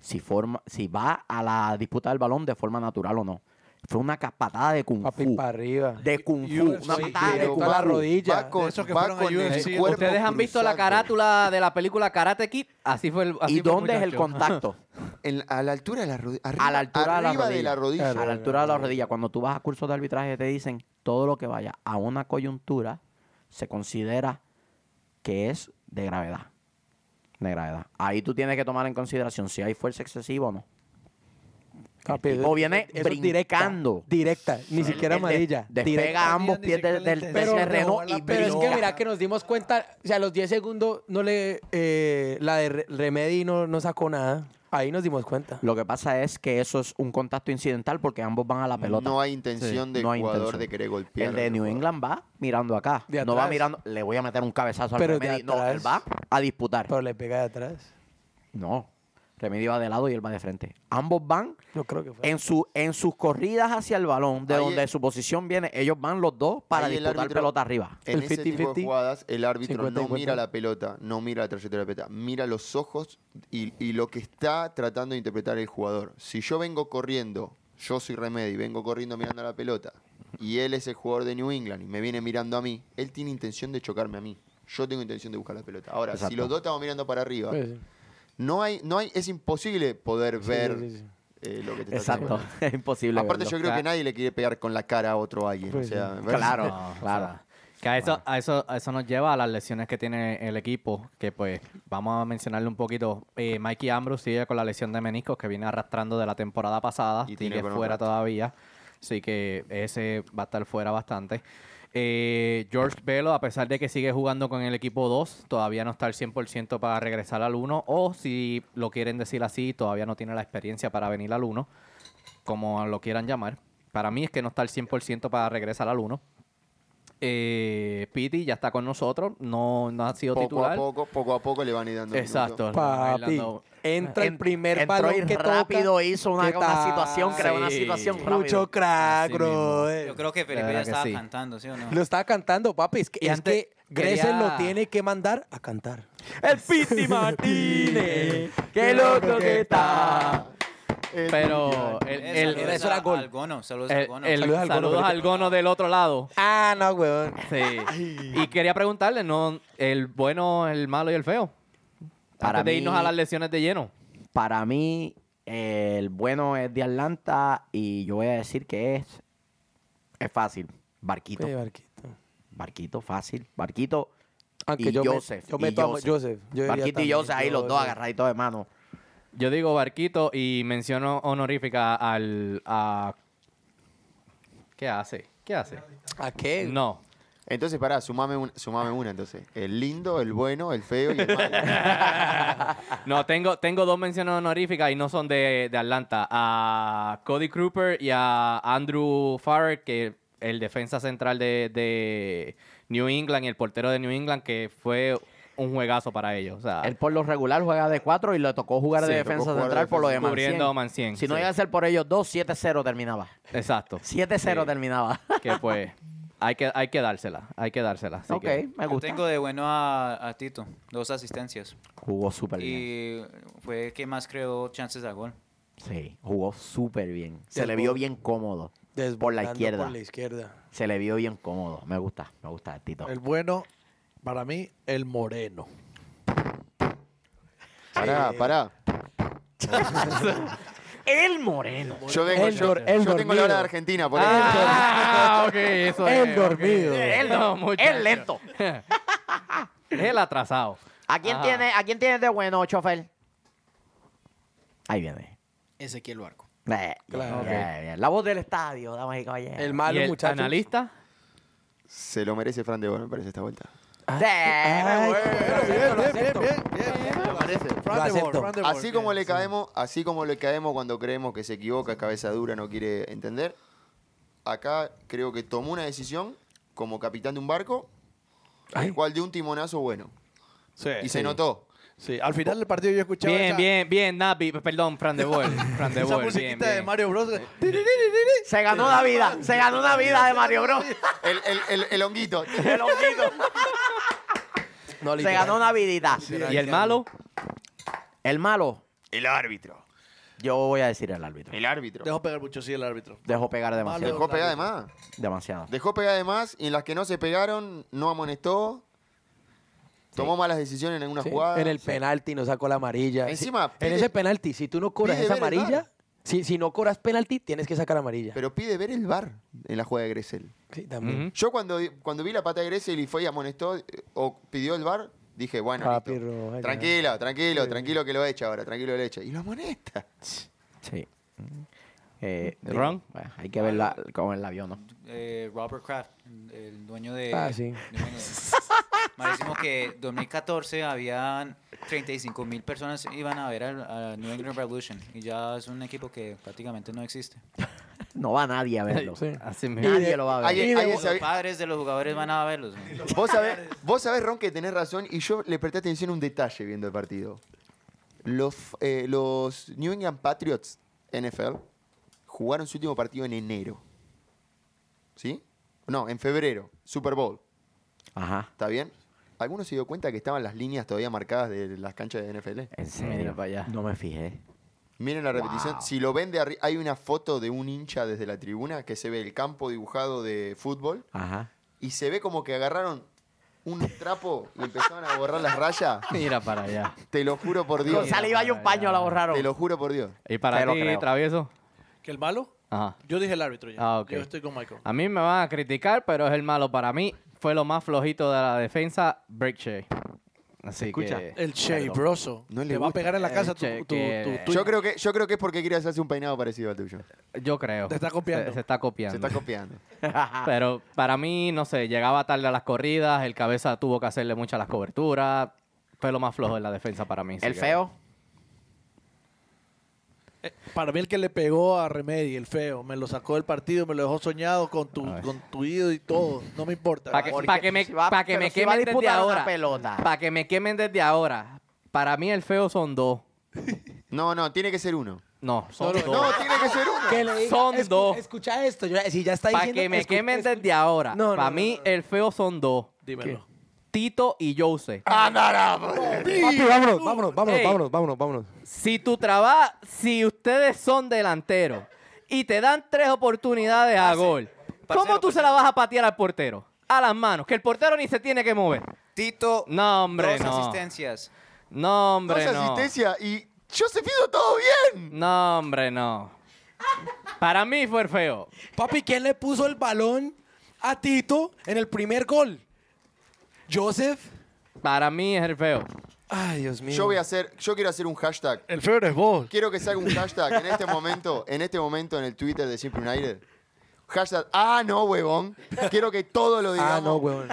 Speaker 1: Si, forma, si va a la disputa del balón de forma natural o no. Fue una ca- patada de kung
Speaker 4: Papi,
Speaker 1: fu.
Speaker 4: para arriba.
Speaker 1: De kung
Speaker 6: Y-
Speaker 1: fu.
Speaker 6: y-
Speaker 1: Una
Speaker 6: sí,
Speaker 1: patada de
Speaker 4: pero-
Speaker 1: kung
Speaker 4: toda la
Speaker 1: fu.
Speaker 4: rodilla.
Speaker 2: Va con,
Speaker 6: De esos que
Speaker 2: va
Speaker 6: fueron a
Speaker 2: con el
Speaker 6: UFC.
Speaker 2: cuerpo
Speaker 3: Eh, Ustedes han visto la
Speaker 2: cruzado.
Speaker 3: carátula de la película Karate Kid. Así fue el. así
Speaker 1: ¿Y
Speaker 3: fue el
Speaker 1: dónde es el
Speaker 3: muchacho.
Speaker 1: contacto?
Speaker 2: En- a la altura de la rodilla. Arriba,
Speaker 1: a la altura de la
Speaker 2: arriba
Speaker 1: rodilla.
Speaker 2: de la rodilla.
Speaker 1: A la altura de la rodilla. Cuando tú vas a cursos de arbitraje te dicen todo lo que vaya a una coyuntura se considera que es de gravedad. De gravedad. Ahí tú tienes que tomar en consideración si hay fuerza excesiva o no.
Speaker 4: Papi,
Speaker 1: tipo viene
Speaker 4: eso es
Speaker 1: brincando.
Speaker 4: Directa, directa, ni siquiera
Speaker 1: Él de-
Speaker 4: amarilla.
Speaker 1: Despega
Speaker 4: directa.
Speaker 1: ambos
Speaker 6: Ni
Speaker 1: pies
Speaker 6: siquiera
Speaker 1: del, del-
Speaker 6: la
Speaker 1: del
Speaker 6: intención.
Speaker 1: terreno
Speaker 6: Pero
Speaker 1: y
Speaker 6: no,
Speaker 4: Pero es que
Speaker 1: brinca.
Speaker 4: mira que nos dimos cuenta, o sea, a los 10 segundos no le eh, la de Re- Remedy no, no sacó nada. Ahí nos dimos cuenta.
Speaker 1: Lo que pasa es que eso es un contacto incidental porque ambos van a la pelota.
Speaker 2: No hay intención
Speaker 1: Sí,
Speaker 2: del
Speaker 1: no hay
Speaker 2: jugador
Speaker 1: intención.
Speaker 2: de querer golpear.
Speaker 1: El de
Speaker 2: al
Speaker 1: New
Speaker 2: jugador.
Speaker 1: England va mirando acá.
Speaker 4: De
Speaker 1: no va
Speaker 4: atrás.
Speaker 1: mirando, le voy a meter un cabezazo al
Speaker 4: Pero de
Speaker 1: Remedy. No, él va
Speaker 4: atrás.
Speaker 1: a disputar.
Speaker 4: Pero le pega de atrás.
Speaker 1: No. Remedio va de lado y él va de frente. Ambos van
Speaker 4: Yo creo que fue.
Speaker 1: en, su, en sus corridas hacia el balón, de
Speaker 2: Ahí
Speaker 1: donde
Speaker 2: el-
Speaker 1: su posición viene, ellos van los dos para
Speaker 2: Ahí el
Speaker 1: disputar
Speaker 2: árbitro-
Speaker 1: pelota arriba.
Speaker 2: En
Speaker 4: El
Speaker 2: ese tipo
Speaker 4: 50-50,
Speaker 2: de jugadas, el árbitro
Speaker 4: 50 y
Speaker 2: no
Speaker 4: 50.
Speaker 2: mira la pelota, no mira la trayectoria de la pelota, mira los ojos y, y lo que está tratando de interpretar el jugador. Si yo vengo corriendo, yo soy Remedy, vengo corriendo mirando la pelota, y él es el jugador de New England y me viene mirando a mí, él tiene intención de chocarme a mí. Yo tengo intención de buscar la pelota. Ahora, si
Speaker 1: Exacto.
Speaker 2: los dos estamos mirando para arriba,
Speaker 4: Sí,
Speaker 1: Pues,
Speaker 4: sí.
Speaker 2: no hay, no hay, es imposible poder
Speaker 4: Sí,
Speaker 2: ver
Speaker 4: sí, sí.
Speaker 2: eh, lo que te está
Speaker 1: Exacto. Es imposible.
Speaker 2: Aparte, yo
Speaker 1: verlo.
Speaker 2: creo que nadie le quiere pegar con la cara a otro alguien.
Speaker 4: Pues
Speaker 2: o sea,
Speaker 1: Claro,
Speaker 3: No,
Speaker 1: claro.
Speaker 3: o sea, que a eso, a eso, a eso nos lleva a las lesiones que tiene el equipo, que pues vamos a mencionarle un poquito. Eh, Mikey Ambrose sigue con la lesión de meniscos que viene arrastrando de la temporada pasada,
Speaker 2: Y
Speaker 3: y
Speaker 2: tiene
Speaker 3: sigue
Speaker 2: por un
Speaker 3: fuera
Speaker 2: rato.
Speaker 3: todavía, así que ese va a estar fuera bastante. Eh, George Velo, a pesar de que sigue jugando con el equipo 2, todavía no está al 100% para regresar al 1, o si lo quieren decir así, todavía no tiene la experiencia para venir al 1, como lo quieran llamar. Para mí es que no está al 100% para regresar al 1. Eh, Piti ya está con nosotros, no, no ha sido
Speaker 2: poco
Speaker 3: titular.
Speaker 2: a poco, poco a poco le van a ir dando minutos.
Speaker 3: Exacto.
Speaker 4: Papi,
Speaker 3: bailando.
Speaker 4: entra el
Speaker 1: En-
Speaker 4: primer
Speaker 1: entró
Speaker 4: balón
Speaker 1: y
Speaker 4: que
Speaker 1: rápido
Speaker 4: toca.
Speaker 1: hizo una,
Speaker 4: ¿Qué
Speaker 1: una
Speaker 4: tal?
Speaker 1: situación, creó una
Speaker 3: Sí.
Speaker 1: situación rápido.
Speaker 4: Mucho crack,
Speaker 3: Así
Speaker 4: bro.
Speaker 3: mismo.
Speaker 5: Yo creo que
Speaker 3: La
Speaker 5: Felipe
Speaker 3: verdad
Speaker 5: ya
Speaker 3: que
Speaker 5: estaba
Speaker 3: sí.
Speaker 5: cantando, ¿sí o no?
Speaker 4: Lo estaba cantando, papi. Es que,
Speaker 3: Y
Speaker 4: es
Speaker 3: antes
Speaker 4: que Gressel
Speaker 3: quería-
Speaker 4: lo tiene que mandar a cantar.
Speaker 1: El Piti Martínez, qué loco que está.
Speaker 3: Pero el,
Speaker 5: Eh,
Speaker 3: el-
Speaker 5: saludos
Speaker 4: eso era
Speaker 5: a-
Speaker 4: gol.
Speaker 5: al Gono, saludos al
Speaker 3: el-
Speaker 5: Gono.
Speaker 3: el-
Speaker 4: Saludos al Gono,
Speaker 3: saludos
Speaker 4: Felipe.
Speaker 3: al gono del otro lado.
Speaker 4: Ah, no, weón.
Speaker 3: Sí. Y quería preguntarle, ¿no? El bueno, el malo y el feo.
Speaker 1: Para
Speaker 3: Antes de
Speaker 1: mí-
Speaker 3: irnos a las lesiones de lleno.
Speaker 1: Para mí, el bueno es de Atlanta y yo voy a decir que es, es fácil. Barquito.
Speaker 4: Sí, Barquito.
Speaker 1: Barquito, fácil. Barquito
Speaker 4: Aunque
Speaker 1: y
Speaker 4: yo me-
Speaker 1: Joseph.
Speaker 4: yo
Speaker 1: y
Speaker 4: meto a Joseph. Yo diría
Speaker 1: Barquito y
Speaker 4: también
Speaker 1: Joseph, ahí los dos
Speaker 4: Joseph.
Speaker 1: agarraditos de mano.
Speaker 3: Yo digo Barquito y menciono honorífica al. a- ¿Qué hace? ¿Qué hace?
Speaker 4: ¿A qué?
Speaker 3: No.
Speaker 2: Entonces, pará, sumame, un- sumame una entonces. El lindo, el bueno, el feo y el malo.
Speaker 3: No, tengo, tengo dos menciones honoríficas y no son de, de Atlanta. A Cody Cooper y a Andrew Farrer, que el defensa central de, de New England y el portero de New England, que fue un juegazo para ellos. O sea,
Speaker 1: Ah. Él por lo regular juega de cuatro y le tocó jugar
Speaker 2: Sí,
Speaker 1: de
Speaker 2: le tocó
Speaker 1: defensa
Speaker 2: jugar de
Speaker 1: central por lo de
Speaker 3: defensa. Cubriendo a Mancien,
Speaker 1: Si no
Speaker 3: sí.
Speaker 1: iba a ser por ellos dos, 7-0 terminaba.
Speaker 3: exacto.
Speaker 1: 7-0
Speaker 3: Sí.
Speaker 1: terminaba.
Speaker 3: Que pues hay que, hay que dársela, hay que dársela. así
Speaker 1: ok,
Speaker 3: que-
Speaker 1: me
Speaker 5: Yo
Speaker 1: gusta.
Speaker 5: tengo de bueno a, a Tito, dos asistencias.
Speaker 1: Jugó súper bien.
Speaker 5: Y fue el que más creó chances a gol.
Speaker 1: Sí, jugó súper bien. Se
Speaker 4: Del
Speaker 1: le vio
Speaker 4: gol.
Speaker 1: bien cómodo. Por la
Speaker 4: Desbordando
Speaker 1: izquierda.
Speaker 4: Por la izquierda.
Speaker 1: Se le vio bien cómodo. Me gusta, me gusta, Tito.
Speaker 6: El bueno, para mí, el moreno.
Speaker 2: Pará, pará.
Speaker 1: El Moreno.
Speaker 2: Yo, vengo,
Speaker 4: El
Speaker 2: yo,
Speaker 4: dor- el
Speaker 2: yo tengo la
Speaker 4: dormido.
Speaker 2: hora de Argentina, por eso.
Speaker 3: Ah, ok, eso
Speaker 4: El
Speaker 3: es, ok.
Speaker 4: dormido.
Speaker 1: El,
Speaker 3: No, muchacho.
Speaker 1: el lento.
Speaker 3: El atrasado.
Speaker 1: ¿A quién,
Speaker 3: Ajá.
Speaker 1: tiene, ¿A quién tiene de bueno, chofer? Ahí viene.
Speaker 7: Ezequiel Barco.
Speaker 1: Eh,
Speaker 4: Claro.
Speaker 1: bien, bien. La voz del estadio, damas y caballeros.
Speaker 4: El
Speaker 3: ¿Y
Speaker 4: malo,
Speaker 3: el
Speaker 4: muchacho.
Speaker 3: analista?
Speaker 2: Se lo merece Fran de Boer, me parece, esta vuelta.
Speaker 1: Sí,
Speaker 4: Ay,
Speaker 1: bueno.
Speaker 4: Lo acepto.
Speaker 2: Me parece.
Speaker 6: Fran de
Speaker 4: acepto.
Speaker 6: Boer, Fran de Boer,
Speaker 2: Así como
Speaker 6: bien,
Speaker 2: le
Speaker 6: sí.
Speaker 2: caemos, así como le caemos cuando creemos que se equivoca, cabeza dura, no quiere entender. Acá creo que tomó una decisión como capitán de un barco,
Speaker 4: Ay.
Speaker 2: el cual dio un timonazo bueno.
Speaker 6: Sí,
Speaker 2: Y se notó.
Speaker 6: Sí, al final del partido yo escuchaba
Speaker 3: Bien,
Speaker 6: esa,
Speaker 3: bien, bien, Napi. Perdón, Fran de Boer. Fran de
Speaker 6: esa
Speaker 3: Boer,
Speaker 6: musiquita
Speaker 3: bien,
Speaker 6: de
Speaker 3: bien.
Speaker 6: Mario Bros.
Speaker 1: Se ganó una vida, se ganó una vida de Mario Bros.
Speaker 2: El, el, el, el honguito.
Speaker 1: El honguito.
Speaker 4: No,
Speaker 1: Se ganó una vidita.
Speaker 3: ¿Y el malo?
Speaker 1: El malo,
Speaker 2: El árbitro.
Speaker 1: yo voy a decir el árbitro.
Speaker 2: El árbitro.
Speaker 6: Dejó pegar mucho, sí, el árbitro.
Speaker 1: Dejó pegar demasiado.
Speaker 2: Dejó pegar de más.
Speaker 1: Demasiado.
Speaker 2: Dejó pegar de más y en las que no se pegaron, no amonestó. Tomó malas decisiones en alguna
Speaker 4: Sí,
Speaker 2: jugada.
Speaker 4: En el penalti no sacó la amarilla. Sí,
Speaker 2: Encima,
Speaker 4: en
Speaker 2: pide-
Speaker 4: ese penalti, si tú no cobras
Speaker 2: pide
Speaker 4: esa
Speaker 2: ver el
Speaker 4: amarilla,
Speaker 2: VAR.
Speaker 4: si, si no cobras penalti, tienes que sacar amarilla.
Speaker 2: Pero pide ver el bar en la jugada de Gressel.
Speaker 4: sí, también.
Speaker 3: Ujú.
Speaker 2: Yo cuando, cuando vi la pata de Gressel y fue y amonestó eh, o pidió el bar, dije, bueno,
Speaker 4: Papi
Speaker 2: listo.
Speaker 4: Rojas, ya.
Speaker 2: tranquilo, tranquilo, tranquilo que lo echa ahora, tranquilo que lo echa. Y lo amonesta.
Speaker 1: Sí. Eh,
Speaker 3: Ron.
Speaker 1: bueno, hay que verla con el avión, ¿no?
Speaker 5: eh, Robert Kraft, el dueño de.
Speaker 4: Ah, sí.
Speaker 5: de- Más decimos que 2014 habían 35 mil personas iban a ver al, a New England Revolution y ya es un equipo que prácticamente no existe.
Speaker 1: No va nadie a verlo.
Speaker 4: Sí.
Speaker 3: Así mismo.
Speaker 1: Nadie lo va a ver.
Speaker 2: Alguien- alguien
Speaker 5: Los
Speaker 2: sabe-
Speaker 5: padres de los jugadores van a verlos. ¿no?
Speaker 2: Vos sabés, vos sabés, Ron, que tenés razón y yo le presté atención a un detalle viendo el partido. Los, eh, los New England Patriots NFL jugaron su último partido en enero. ¿Sí? No, en febrero, Super Bowl.
Speaker 1: Ajá.
Speaker 2: ¿Está bien? ¿Alguno se dio cuenta que estaban las líneas todavía marcadas de las canchas de NFL?
Speaker 1: En serio.
Speaker 3: Mira para allá.
Speaker 1: No me fijé.
Speaker 2: Miren la repetición. Si lo ven de arriba, hay una foto de un hincha desde la tribuna que se ve el campo dibujado de fútbol
Speaker 1: Ajá.
Speaker 2: y se ve como que agarraron un trapo y empezaron a borrar las rayas.
Speaker 3: Mira para allá.
Speaker 2: Te lo juro por
Speaker 1: Con
Speaker 2: Dios.
Speaker 1: saliva y un paño la borraron.
Speaker 2: Te lo juro por Dios.
Speaker 3: ¿Y
Speaker 1: Te
Speaker 3: para
Speaker 1: lo
Speaker 3: ti,
Speaker 1: creo.
Speaker 3: travieso?
Speaker 6: ¿Que el malo?
Speaker 3: Ajá.
Speaker 6: Yo dije el árbitro ya.
Speaker 3: Ah, ok.
Speaker 6: Yo estoy con Michael.
Speaker 3: A mí me van a criticar, pero es el malo para mí. Fue lo más flojito de la defensa, Break Shea. Así
Speaker 1: Escucha.
Speaker 3: que...
Speaker 6: El Che Broso.
Speaker 2: No le
Speaker 6: te va a
Speaker 2: gusta.
Speaker 6: pegar en la casa
Speaker 3: El
Speaker 6: tu,
Speaker 3: Che,
Speaker 6: tu- tu-
Speaker 3: que-
Speaker 6: tu-
Speaker 2: Yo creo, que, yo creo que es porque querías hacerse un peinado parecido al tuyo.
Speaker 3: Yo creo.
Speaker 6: Te está copiando.
Speaker 3: Se, se está
Speaker 2: Se
Speaker 3: copiando.
Speaker 2: está copiando.
Speaker 3: Pero para mí, no sé, llegaba tarde a las corridas, el cabeza tuvo que hacerle muchas las coberturas. Fue lo más flojo en la defensa para mí. así
Speaker 1: El
Speaker 3: que-
Speaker 1: feo.
Speaker 6: Para mí el que le pegó a Remedy, el feo, me lo sacó del partido, me lo dejó soñado con tu,
Speaker 3: Ay.
Speaker 6: con tu ido y todo. No me importa.
Speaker 3: Para que,
Speaker 1: Porque
Speaker 3: pa' que me,
Speaker 1: si va-
Speaker 3: pa' que
Speaker 1: pero
Speaker 3: me
Speaker 1: si va a
Speaker 3: quemen desde
Speaker 1: disputar una
Speaker 3: ahora.
Speaker 1: pelota.
Speaker 3: Para que me quemen desde ahora. Para mí el feo son dos.
Speaker 2: No, no, tiene que ser uno.
Speaker 3: No, son
Speaker 4: No, no,
Speaker 3: dos.
Speaker 2: No, tiene que ser uno.
Speaker 4: Que le diga,
Speaker 3: Son
Speaker 4: escu-
Speaker 3: dos.
Speaker 4: Escucha esto. yo- si ya está
Speaker 3: Para
Speaker 4: diciendo.
Speaker 3: que me
Speaker 4: escu-
Speaker 3: quemen
Speaker 4: escu-
Speaker 3: desde ahora.
Speaker 4: No, no,
Speaker 3: para
Speaker 4: no,
Speaker 3: mí
Speaker 4: no, no.
Speaker 3: el feo son dos.
Speaker 6: Dímelo.
Speaker 3: Tito y Jose.
Speaker 4: Papi, vámonos, vámonos, vámonos,
Speaker 3: Ey.
Speaker 4: vámonos, vámonos, vámonos.
Speaker 3: Si tu trabajo, si ustedes son delanteros y te dan tres oportunidades a gol, ¿cómo tú se la vas a patear al portero? A las manos, que el portero ni se tiene que mover.
Speaker 5: Tito,
Speaker 3: No, hombre,
Speaker 5: dos
Speaker 3: no.
Speaker 5: asistencias.
Speaker 3: No, hombre,
Speaker 2: Dos
Speaker 3: no.
Speaker 2: asistencias y yo se pido todo bien.
Speaker 3: No, hombre, no. Para mí fue el feo.
Speaker 4: Papi, ¿quién le puso el balón a Tito en el primer gol? Joseph.
Speaker 3: Para mí es el feo.
Speaker 4: Ay, Dios mío.
Speaker 2: Yo voy a hacer, yo quiero hacer un hashtag.
Speaker 6: El feo eres vos.
Speaker 2: Quiero que salga un hashtag en este momento, en este momento en el Twitter de Simple United. Hashtag, ah, no, huevón. Quiero que todo lo digamos.
Speaker 4: Ah, no, huevón.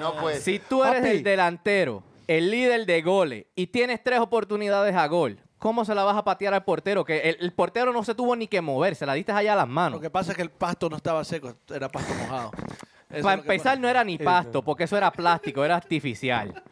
Speaker 2: No puede ser.
Speaker 3: Si tú eres
Speaker 4: Papi.
Speaker 3: el delantero, el líder de goles y tienes tres oportunidades a gol, ¿cómo se la vas a patear al portero? Que el, el portero no se tuvo ni que mover, se la diste allá a las manos.
Speaker 6: Lo que pasa es que el pasto no estaba seco, era pasto mojado. Eso
Speaker 3: Para
Speaker 6: es lo que
Speaker 3: empezar,
Speaker 6: pasa.
Speaker 3: no era ni pasto, porque eso era plástico, era artificial.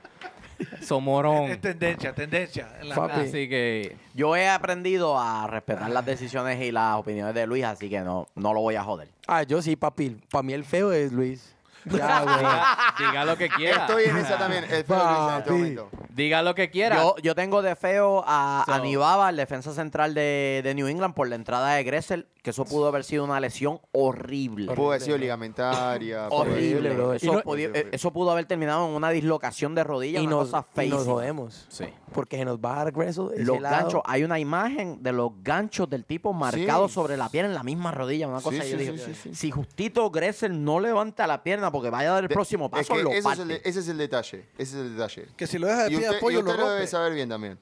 Speaker 6: Es
Speaker 3: Somorón.
Speaker 6: Este tendencia, tendencia. En la
Speaker 4: Papi.
Speaker 3: Así que.
Speaker 1: Yo he aprendido a respetar las decisiones y las opiniones de Luis, así que no, no lo voy a joder.
Speaker 4: Ah, yo sí, papi. Para mí el feo es Luis. Ya, huevón.
Speaker 3: Diga lo que quiera.
Speaker 2: Estoy en esa también. El feo Luis en este
Speaker 4: Papi.
Speaker 2: momento.
Speaker 3: Diga lo que quiera.
Speaker 1: Yo, yo tengo de feo a
Speaker 3: So-
Speaker 1: Anibaba, el defensa central de, de New England, por la entrada de Gressel, que eso pudo haber sido una lesión horrible.
Speaker 2: Pudo haber sido ligamentaria. pudo haber sido-
Speaker 1: horrible, bro.
Speaker 4: Y
Speaker 1: Eso,
Speaker 4: no-
Speaker 1: podía- eh, eso pudo haber terminado en una dislocación de rodilla,
Speaker 4: y
Speaker 1: una
Speaker 4: nos,
Speaker 1: cosa
Speaker 4: y nos
Speaker 1: feísima.
Speaker 4: jodemos.
Speaker 3: Sí.
Speaker 4: Porque se nos va a dar grueso. ese
Speaker 1: Los
Speaker 4: lado.
Speaker 1: ganchos, hay una imagen de los ganchos del tipo marcados
Speaker 2: Sí.
Speaker 1: sobre la pierna en la misma rodilla. Una
Speaker 2: Sí,
Speaker 1: cosa
Speaker 2: sí,
Speaker 1: yo
Speaker 2: sí,
Speaker 1: dije,
Speaker 2: sí, sí.
Speaker 1: si justito Gressel no levanta la pierna porque vaya a dar el
Speaker 2: De-
Speaker 1: próximo
Speaker 2: es
Speaker 1: paso,
Speaker 2: que
Speaker 1: lo
Speaker 2: ese, es
Speaker 1: parte.
Speaker 2: el, de- ese es el detalle. Ese es el detalle.
Speaker 6: Que si lo deja de
Speaker 2: Y
Speaker 6: pie de
Speaker 2: usted,
Speaker 6: apoyo,
Speaker 2: y usted
Speaker 6: lo
Speaker 2: lo
Speaker 6: rompe.
Speaker 2: debe saber bien también.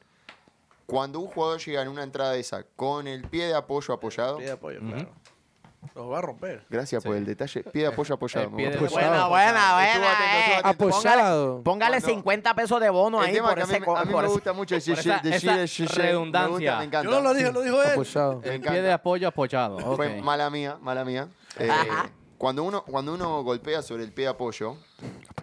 Speaker 2: Cuando un jugador llega en una entrada de esa con el pie de apoyo apoyado.
Speaker 6: Pie de apoyo, claro. Lo va a romper.
Speaker 2: Gracias por el detalle. Pie de apoyo apoyado.
Speaker 3: El
Speaker 2: me
Speaker 3: pie de-
Speaker 2: gustó.
Speaker 3: Apoyado.
Speaker 1: Buena, buena,
Speaker 2: Estuvo
Speaker 1: buena,
Speaker 2: atento,
Speaker 1: eh.
Speaker 2: estuvo atento.
Speaker 4: Apoyado.
Speaker 1: Póngale
Speaker 2: Cuando-
Speaker 1: 50 pesos de bono
Speaker 2: el
Speaker 1: ahí
Speaker 2: tema
Speaker 1: por
Speaker 2: que a mí,
Speaker 1: ese... co-
Speaker 2: me- a mí
Speaker 1: por
Speaker 2: me
Speaker 1: ese-
Speaker 2: gusta mucho el
Speaker 3: por esa-
Speaker 2: decir- decir-
Speaker 3: esa
Speaker 2: decir- Me,
Speaker 3: redundancia.
Speaker 2: gusta, me encanta.
Speaker 6: Yo no
Speaker 3: Ah, pues.
Speaker 6: lo dije, lo dijo él.
Speaker 4: Apoyado.
Speaker 2: Me
Speaker 3: El
Speaker 2: encanta.
Speaker 3: pie de apoyo apoyado.
Speaker 2: Fue
Speaker 3: ok.
Speaker 2: mala mía, mala mía. Eh,
Speaker 1: Ajá.
Speaker 2: Cuando uno, cuando uno golpea sobre el pie de apoyo,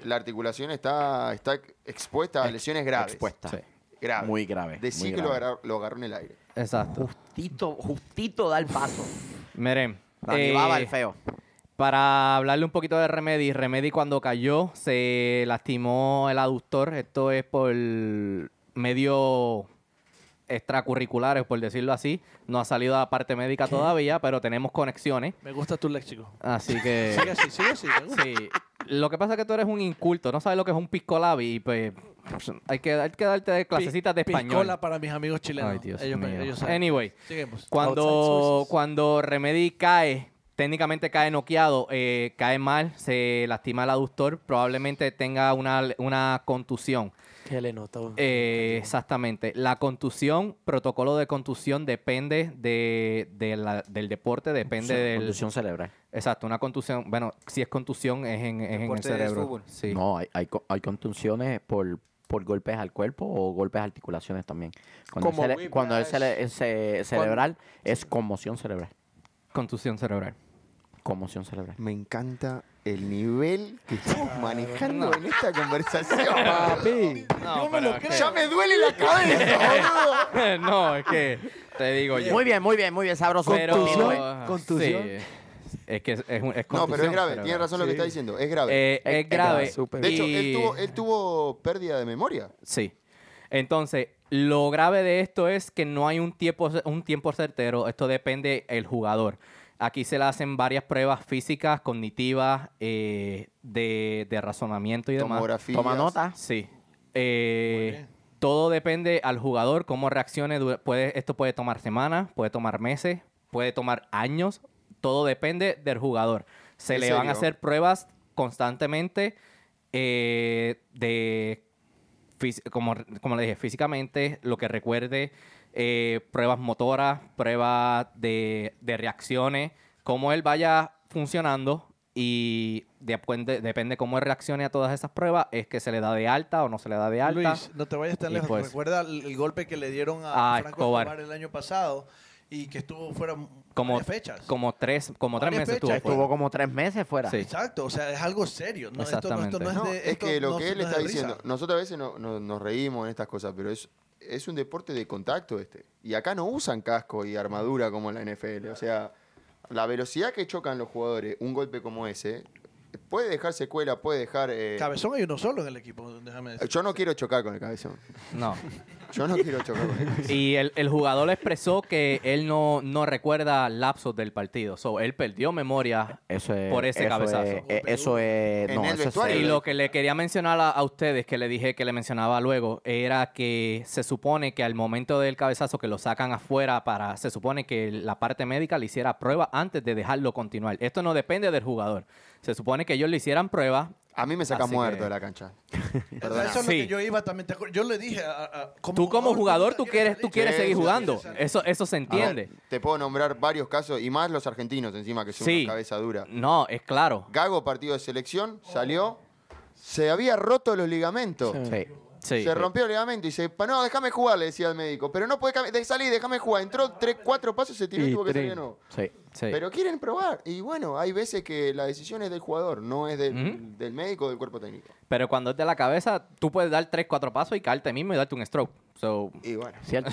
Speaker 2: la articulación está, está expuesta a lesiones graves.
Speaker 1: Expuesta.
Speaker 3: Sí.
Speaker 2: Grave.
Speaker 1: Muy grave,
Speaker 2: Decí
Speaker 1: muy
Speaker 2: que Lo,
Speaker 1: grave.
Speaker 2: agarró, lo agarró en el aire.
Speaker 3: Exacto.
Speaker 1: Justito, justito da el paso.
Speaker 2: Eh,
Speaker 3: Miren.
Speaker 1: Dani
Speaker 3: eh,
Speaker 1: Baba, el feo.
Speaker 3: Para hablarle un poquito de Remedy, Remedy cuando cayó se lastimó el aductor. Esto es por medios extracurriculares, por decirlo así. No ha salido a la parte médica todavía, pero tenemos conexiones.
Speaker 6: Me gusta tu léxico.
Speaker 3: Así que.
Speaker 6: Sigue así, sigue así. me gusta.
Speaker 3: Eh. Sí. Lo que pasa es que tú eres un inculto, no sabes lo que es un piscolabi y pues hay que, hay que darte clasecitas de
Speaker 6: Pi- piscola
Speaker 3: español.
Speaker 6: para mis amigos chilenos.
Speaker 3: Ay, Dios
Speaker 6: ellos, me-
Speaker 3: mío.
Speaker 6: ellos saben.
Speaker 3: Anyway,
Speaker 6: Seguimos.
Speaker 4: Outside
Speaker 3: cuando,
Speaker 4: sources.
Speaker 3: cuando Remedy cae, técnicamente cae noqueado, eh, cae mal, se lastima el aductor, probablemente tenga una, una contusión.
Speaker 4: Que le noto.
Speaker 3: Eh, exactamente. La contusión, protocolo de contusión depende de, de la- del deporte, depende del...
Speaker 1: Contusión cerebral.
Speaker 3: Exacto, una contusión. Bueno, si es contusión es en, es en el
Speaker 5: Deporte de
Speaker 3: cerebro.
Speaker 5: fútbol.
Speaker 3: Sí.
Speaker 1: No, hay, hay, co- hay contusiones por, por golpes al cuerpo o golpes a articulaciones también. Cuando
Speaker 7: Como
Speaker 1: es, cele-
Speaker 7: whiplash.
Speaker 1: cuando es cele- es, eh, cerebral, es conmoción cerebral.
Speaker 3: Contusión cerebral.
Speaker 1: Conmoción cerebral.
Speaker 2: Me encanta el nivel que estamos manejando en esta conversación.
Speaker 3: No,
Speaker 2: ya me duele la cabeza, boludo.
Speaker 3: es que te digo yo.
Speaker 1: Muy bien, muy bien, muy bien, sabroso.
Speaker 3: Pero-
Speaker 1: Continúe.
Speaker 3: sí,
Speaker 4: contusión.
Speaker 3: es que es, es
Speaker 2: No,
Speaker 3: un- es
Speaker 2: pero es
Speaker 3: contusión
Speaker 2: grave.
Speaker 3: cerebral.
Speaker 2: Tiene razón lo que está diciendo. Es grave.
Speaker 3: Eh, es,
Speaker 1: Es grave,
Speaker 3: grave.
Speaker 4: súper.
Speaker 2: de hecho,
Speaker 3: y-
Speaker 2: él tuvo, él tuvo pérdida de memoria.
Speaker 3: Sí. Entonces, lo grave de esto es que no hay un tiempo, un tiempo certero. Esto depende del jugador. Aquí se le hacen varias pruebas físicas, cognitivas, eh, de, de razonamiento y demás.
Speaker 2: Tomografía.
Speaker 1: Toma nota.
Speaker 3: Sí. Eh, todo depende al jugador, cómo reaccione. dura- Puede, esto puede tomar semanas, puede tomar meses, puede tomar años. Todo depende del jugador. Se
Speaker 2: ¿En
Speaker 3: le van a
Speaker 2: serio?
Speaker 3: hacer pruebas constantemente eh, de fis- como, como le dije, físicamente, lo que recuerde, eh, pruebas motoras, pruebas de, de reacciones, cómo él vaya funcionando y depende, depende cómo él reaccione a todas esas pruebas, es que se le da de alta o no se le da de alta.
Speaker 6: Luis, no te vayas tan
Speaker 3: Y
Speaker 6: lejos.
Speaker 3: pues-
Speaker 6: Recuerda el, el golpe que le dieron a
Speaker 3: Ah,
Speaker 6: Franco
Speaker 3: Escobar.
Speaker 6: Escobar. el año pasado y que estuvo fuera
Speaker 3: Como-
Speaker 6: varias fechas.
Speaker 3: Como tres, como tres
Speaker 6: Varias
Speaker 3: meses
Speaker 6: fechas.
Speaker 3: estuvo
Speaker 2: Pues.
Speaker 3: fuera.
Speaker 1: Estuvo como tres meses fuera.
Speaker 3: Sí.
Speaker 6: Exacto, o sea, es algo serio. No, esto, no, esto no es
Speaker 2: No,
Speaker 6: de-
Speaker 2: es
Speaker 6: esto
Speaker 2: que lo
Speaker 6: no-
Speaker 2: que él
Speaker 6: no es
Speaker 2: está
Speaker 6: de risa.
Speaker 2: diciendo, nosotros a veces no- no- nos reímos en estas cosas, pero es, es un deporte de contacto este. Y acá no usan casco y armadura como en la NFL. O sea, la velocidad que chocan los jugadores, un golpe como ese, puede dejar secuela, puede dejar... eh,
Speaker 6: Cabezón hay uno solo en el equipo, déjame decir.
Speaker 2: yo no quiero chocar con el cabezón.
Speaker 3: No.
Speaker 2: Yo no quiero chocar con el cabezón.
Speaker 3: Y el, el jugador expresó que él no, no recuerda lapsos del partido. So, él perdió memoria
Speaker 1: Eso es,
Speaker 3: Por ese
Speaker 1: eso
Speaker 3: cabezazo.
Speaker 1: es- eh, eso es.
Speaker 2: En
Speaker 1: No,
Speaker 2: el
Speaker 1: eso es
Speaker 2: vestuario.
Speaker 3: Y
Speaker 1: serio.
Speaker 3: lo que le quería mencionar a, a ustedes, que le dije que le mencionaba luego, era que se supone que al momento del cabezazo que lo sacan afuera para, se supone que la parte médica le hiciera prueba antes de dejarlo continuar. Esto no depende del jugador. Se supone que ellos le hicieran prueba.
Speaker 2: A mí me saca
Speaker 3: Así
Speaker 2: muerto
Speaker 3: que-
Speaker 2: de la cancha.
Speaker 6: Eso
Speaker 2: Perdona.
Speaker 6: es lo
Speaker 3: Sí.
Speaker 6: que yo iba también. te acuer- Yo le dije a- a-
Speaker 3: Tú como jugador, tú quieres, tú quieres
Speaker 2: Sí,
Speaker 3: seguir
Speaker 2: sí, sí,
Speaker 3: jugando. Eso, eso se
Speaker 2: A ver,
Speaker 3: entiende.
Speaker 2: Te puedo nombrar varios casos, y más los argentinos encima, que son
Speaker 3: Sí.
Speaker 2: una cabeza dura.
Speaker 3: No, es claro.
Speaker 2: Gago, partido de selección, salió. Se había roto los ligamentos.
Speaker 1: Sí.
Speaker 3: Sí.
Speaker 2: se rompió el ligamento y dice, "Pa- no, déjame jugar, le decía al médico. Pero no puede cami- de salir, déjame jugar. Entró tres, cuatro pasos, se tiró y
Speaker 4: Y
Speaker 2: tuvo que salir de
Speaker 4: tres.
Speaker 2: nuevo.
Speaker 1: Sí.
Speaker 3: Sí.
Speaker 2: Pero quieren probar. Y bueno, hay veces que la decisión es del jugador, no es del, del médico o del cuerpo técnico.
Speaker 3: Pero cuando es de la cabeza, tú puedes dar tres, cuatro pasos y caerte mismo y darte un stroke. So,
Speaker 2: Y bueno.
Speaker 1: Cierto.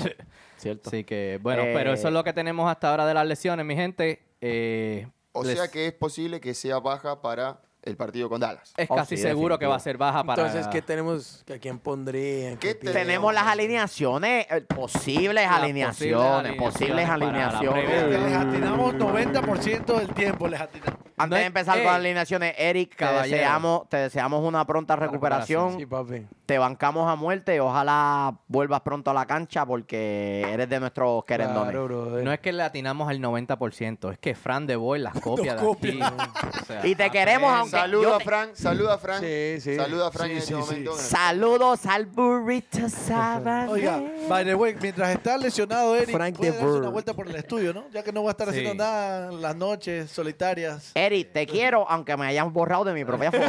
Speaker 1: Cierto.
Speaker 3: Así que, bueno,
Speaker 1: Eh,
Speaker 3: pero eso es lo que tenemos hasta ahora de las lesiones, mi gente. Eh,
Speaker 2: O
Speaker 3: les-
Speaker 2: sea que es posible que sea baja para el partido con Dallas.
Speaker 3: Es
Speaker 1: Oh,
Speaker 3: casi
Speaker 1: sí,
Speaker 3: seguro que va a
Speaker 1: definitivo.
Speaker 3: ser baja para...
Speaker 4: Entonces, ¿qué tenemos? ¿A quién pondría? ¿En
Speaker 2: ¿Qué
Speaker 4: pondría?
Speaker 1: Tenemos las alineaciones, eh, posibles
Speaker 3: Las
Speaker 1: alineaciones, posibles
Speaker 3: posibles alineaciones para la
Speaker 1: alineaciones.
Speaker 3: previa.
Speaker 6: Les atinamos 90% del tiempo, les atinamos.
Speaker 1: Antes
Speaker 3: No
Speaker 1: de
Speaker 3: es-
Speaker 1: empezar con
Speaker 3: Ey,
Speaker 1: las alineaciones, Eric, te
Speaker 3: caballero.
Speaker 1: deseamos, te deseamos una pronta recuperación.
Speaker 4: Sí, papi.
Speaker 1: Te bancamos a muerte. Ojalá vuelvas pronto a la cancha porque eres de nuestros querendones.
Speaker 4: Claro, brother.
Speaker 3: No es que le atinamos al 90%, es que Fran de Boy las copia de aquí. O sea,
Speaker 1: Y te queremos,
Speaker 3: aprende.
Speaker 1: aunque-
Speaker 2: Saluda
Speaker 1: yo
Speaker 2: a
Speaker 1: te-
Speaker 2: Frank, saluda a Frank.
Speaker 4: Sí, sí.
Speaker 2: Saluda a Frank
Speaker 6: Sí,
Speaker 2: en este
Speaker 6: sí, sí.
Speaker 2: momento.
Speaker 1: Saludos al burrito sabanero.
Speaker 6: Oiga, by the way, mientras está lesionado Eric,
Speaker 4: Frank
Speaker 6: puede
Speaker 4: de
Speaker 6: darse una
Speaker 4: Boer.
Speaker 6: vuelta por el estudio, ¿no? Ya que no va a estar haciendo
Speaker 3: Sí.
Speaker 6: nada en las noches solitarias.
Speaker 1: Eric, te quiero, aunque me hayan borrado de mi propia foto.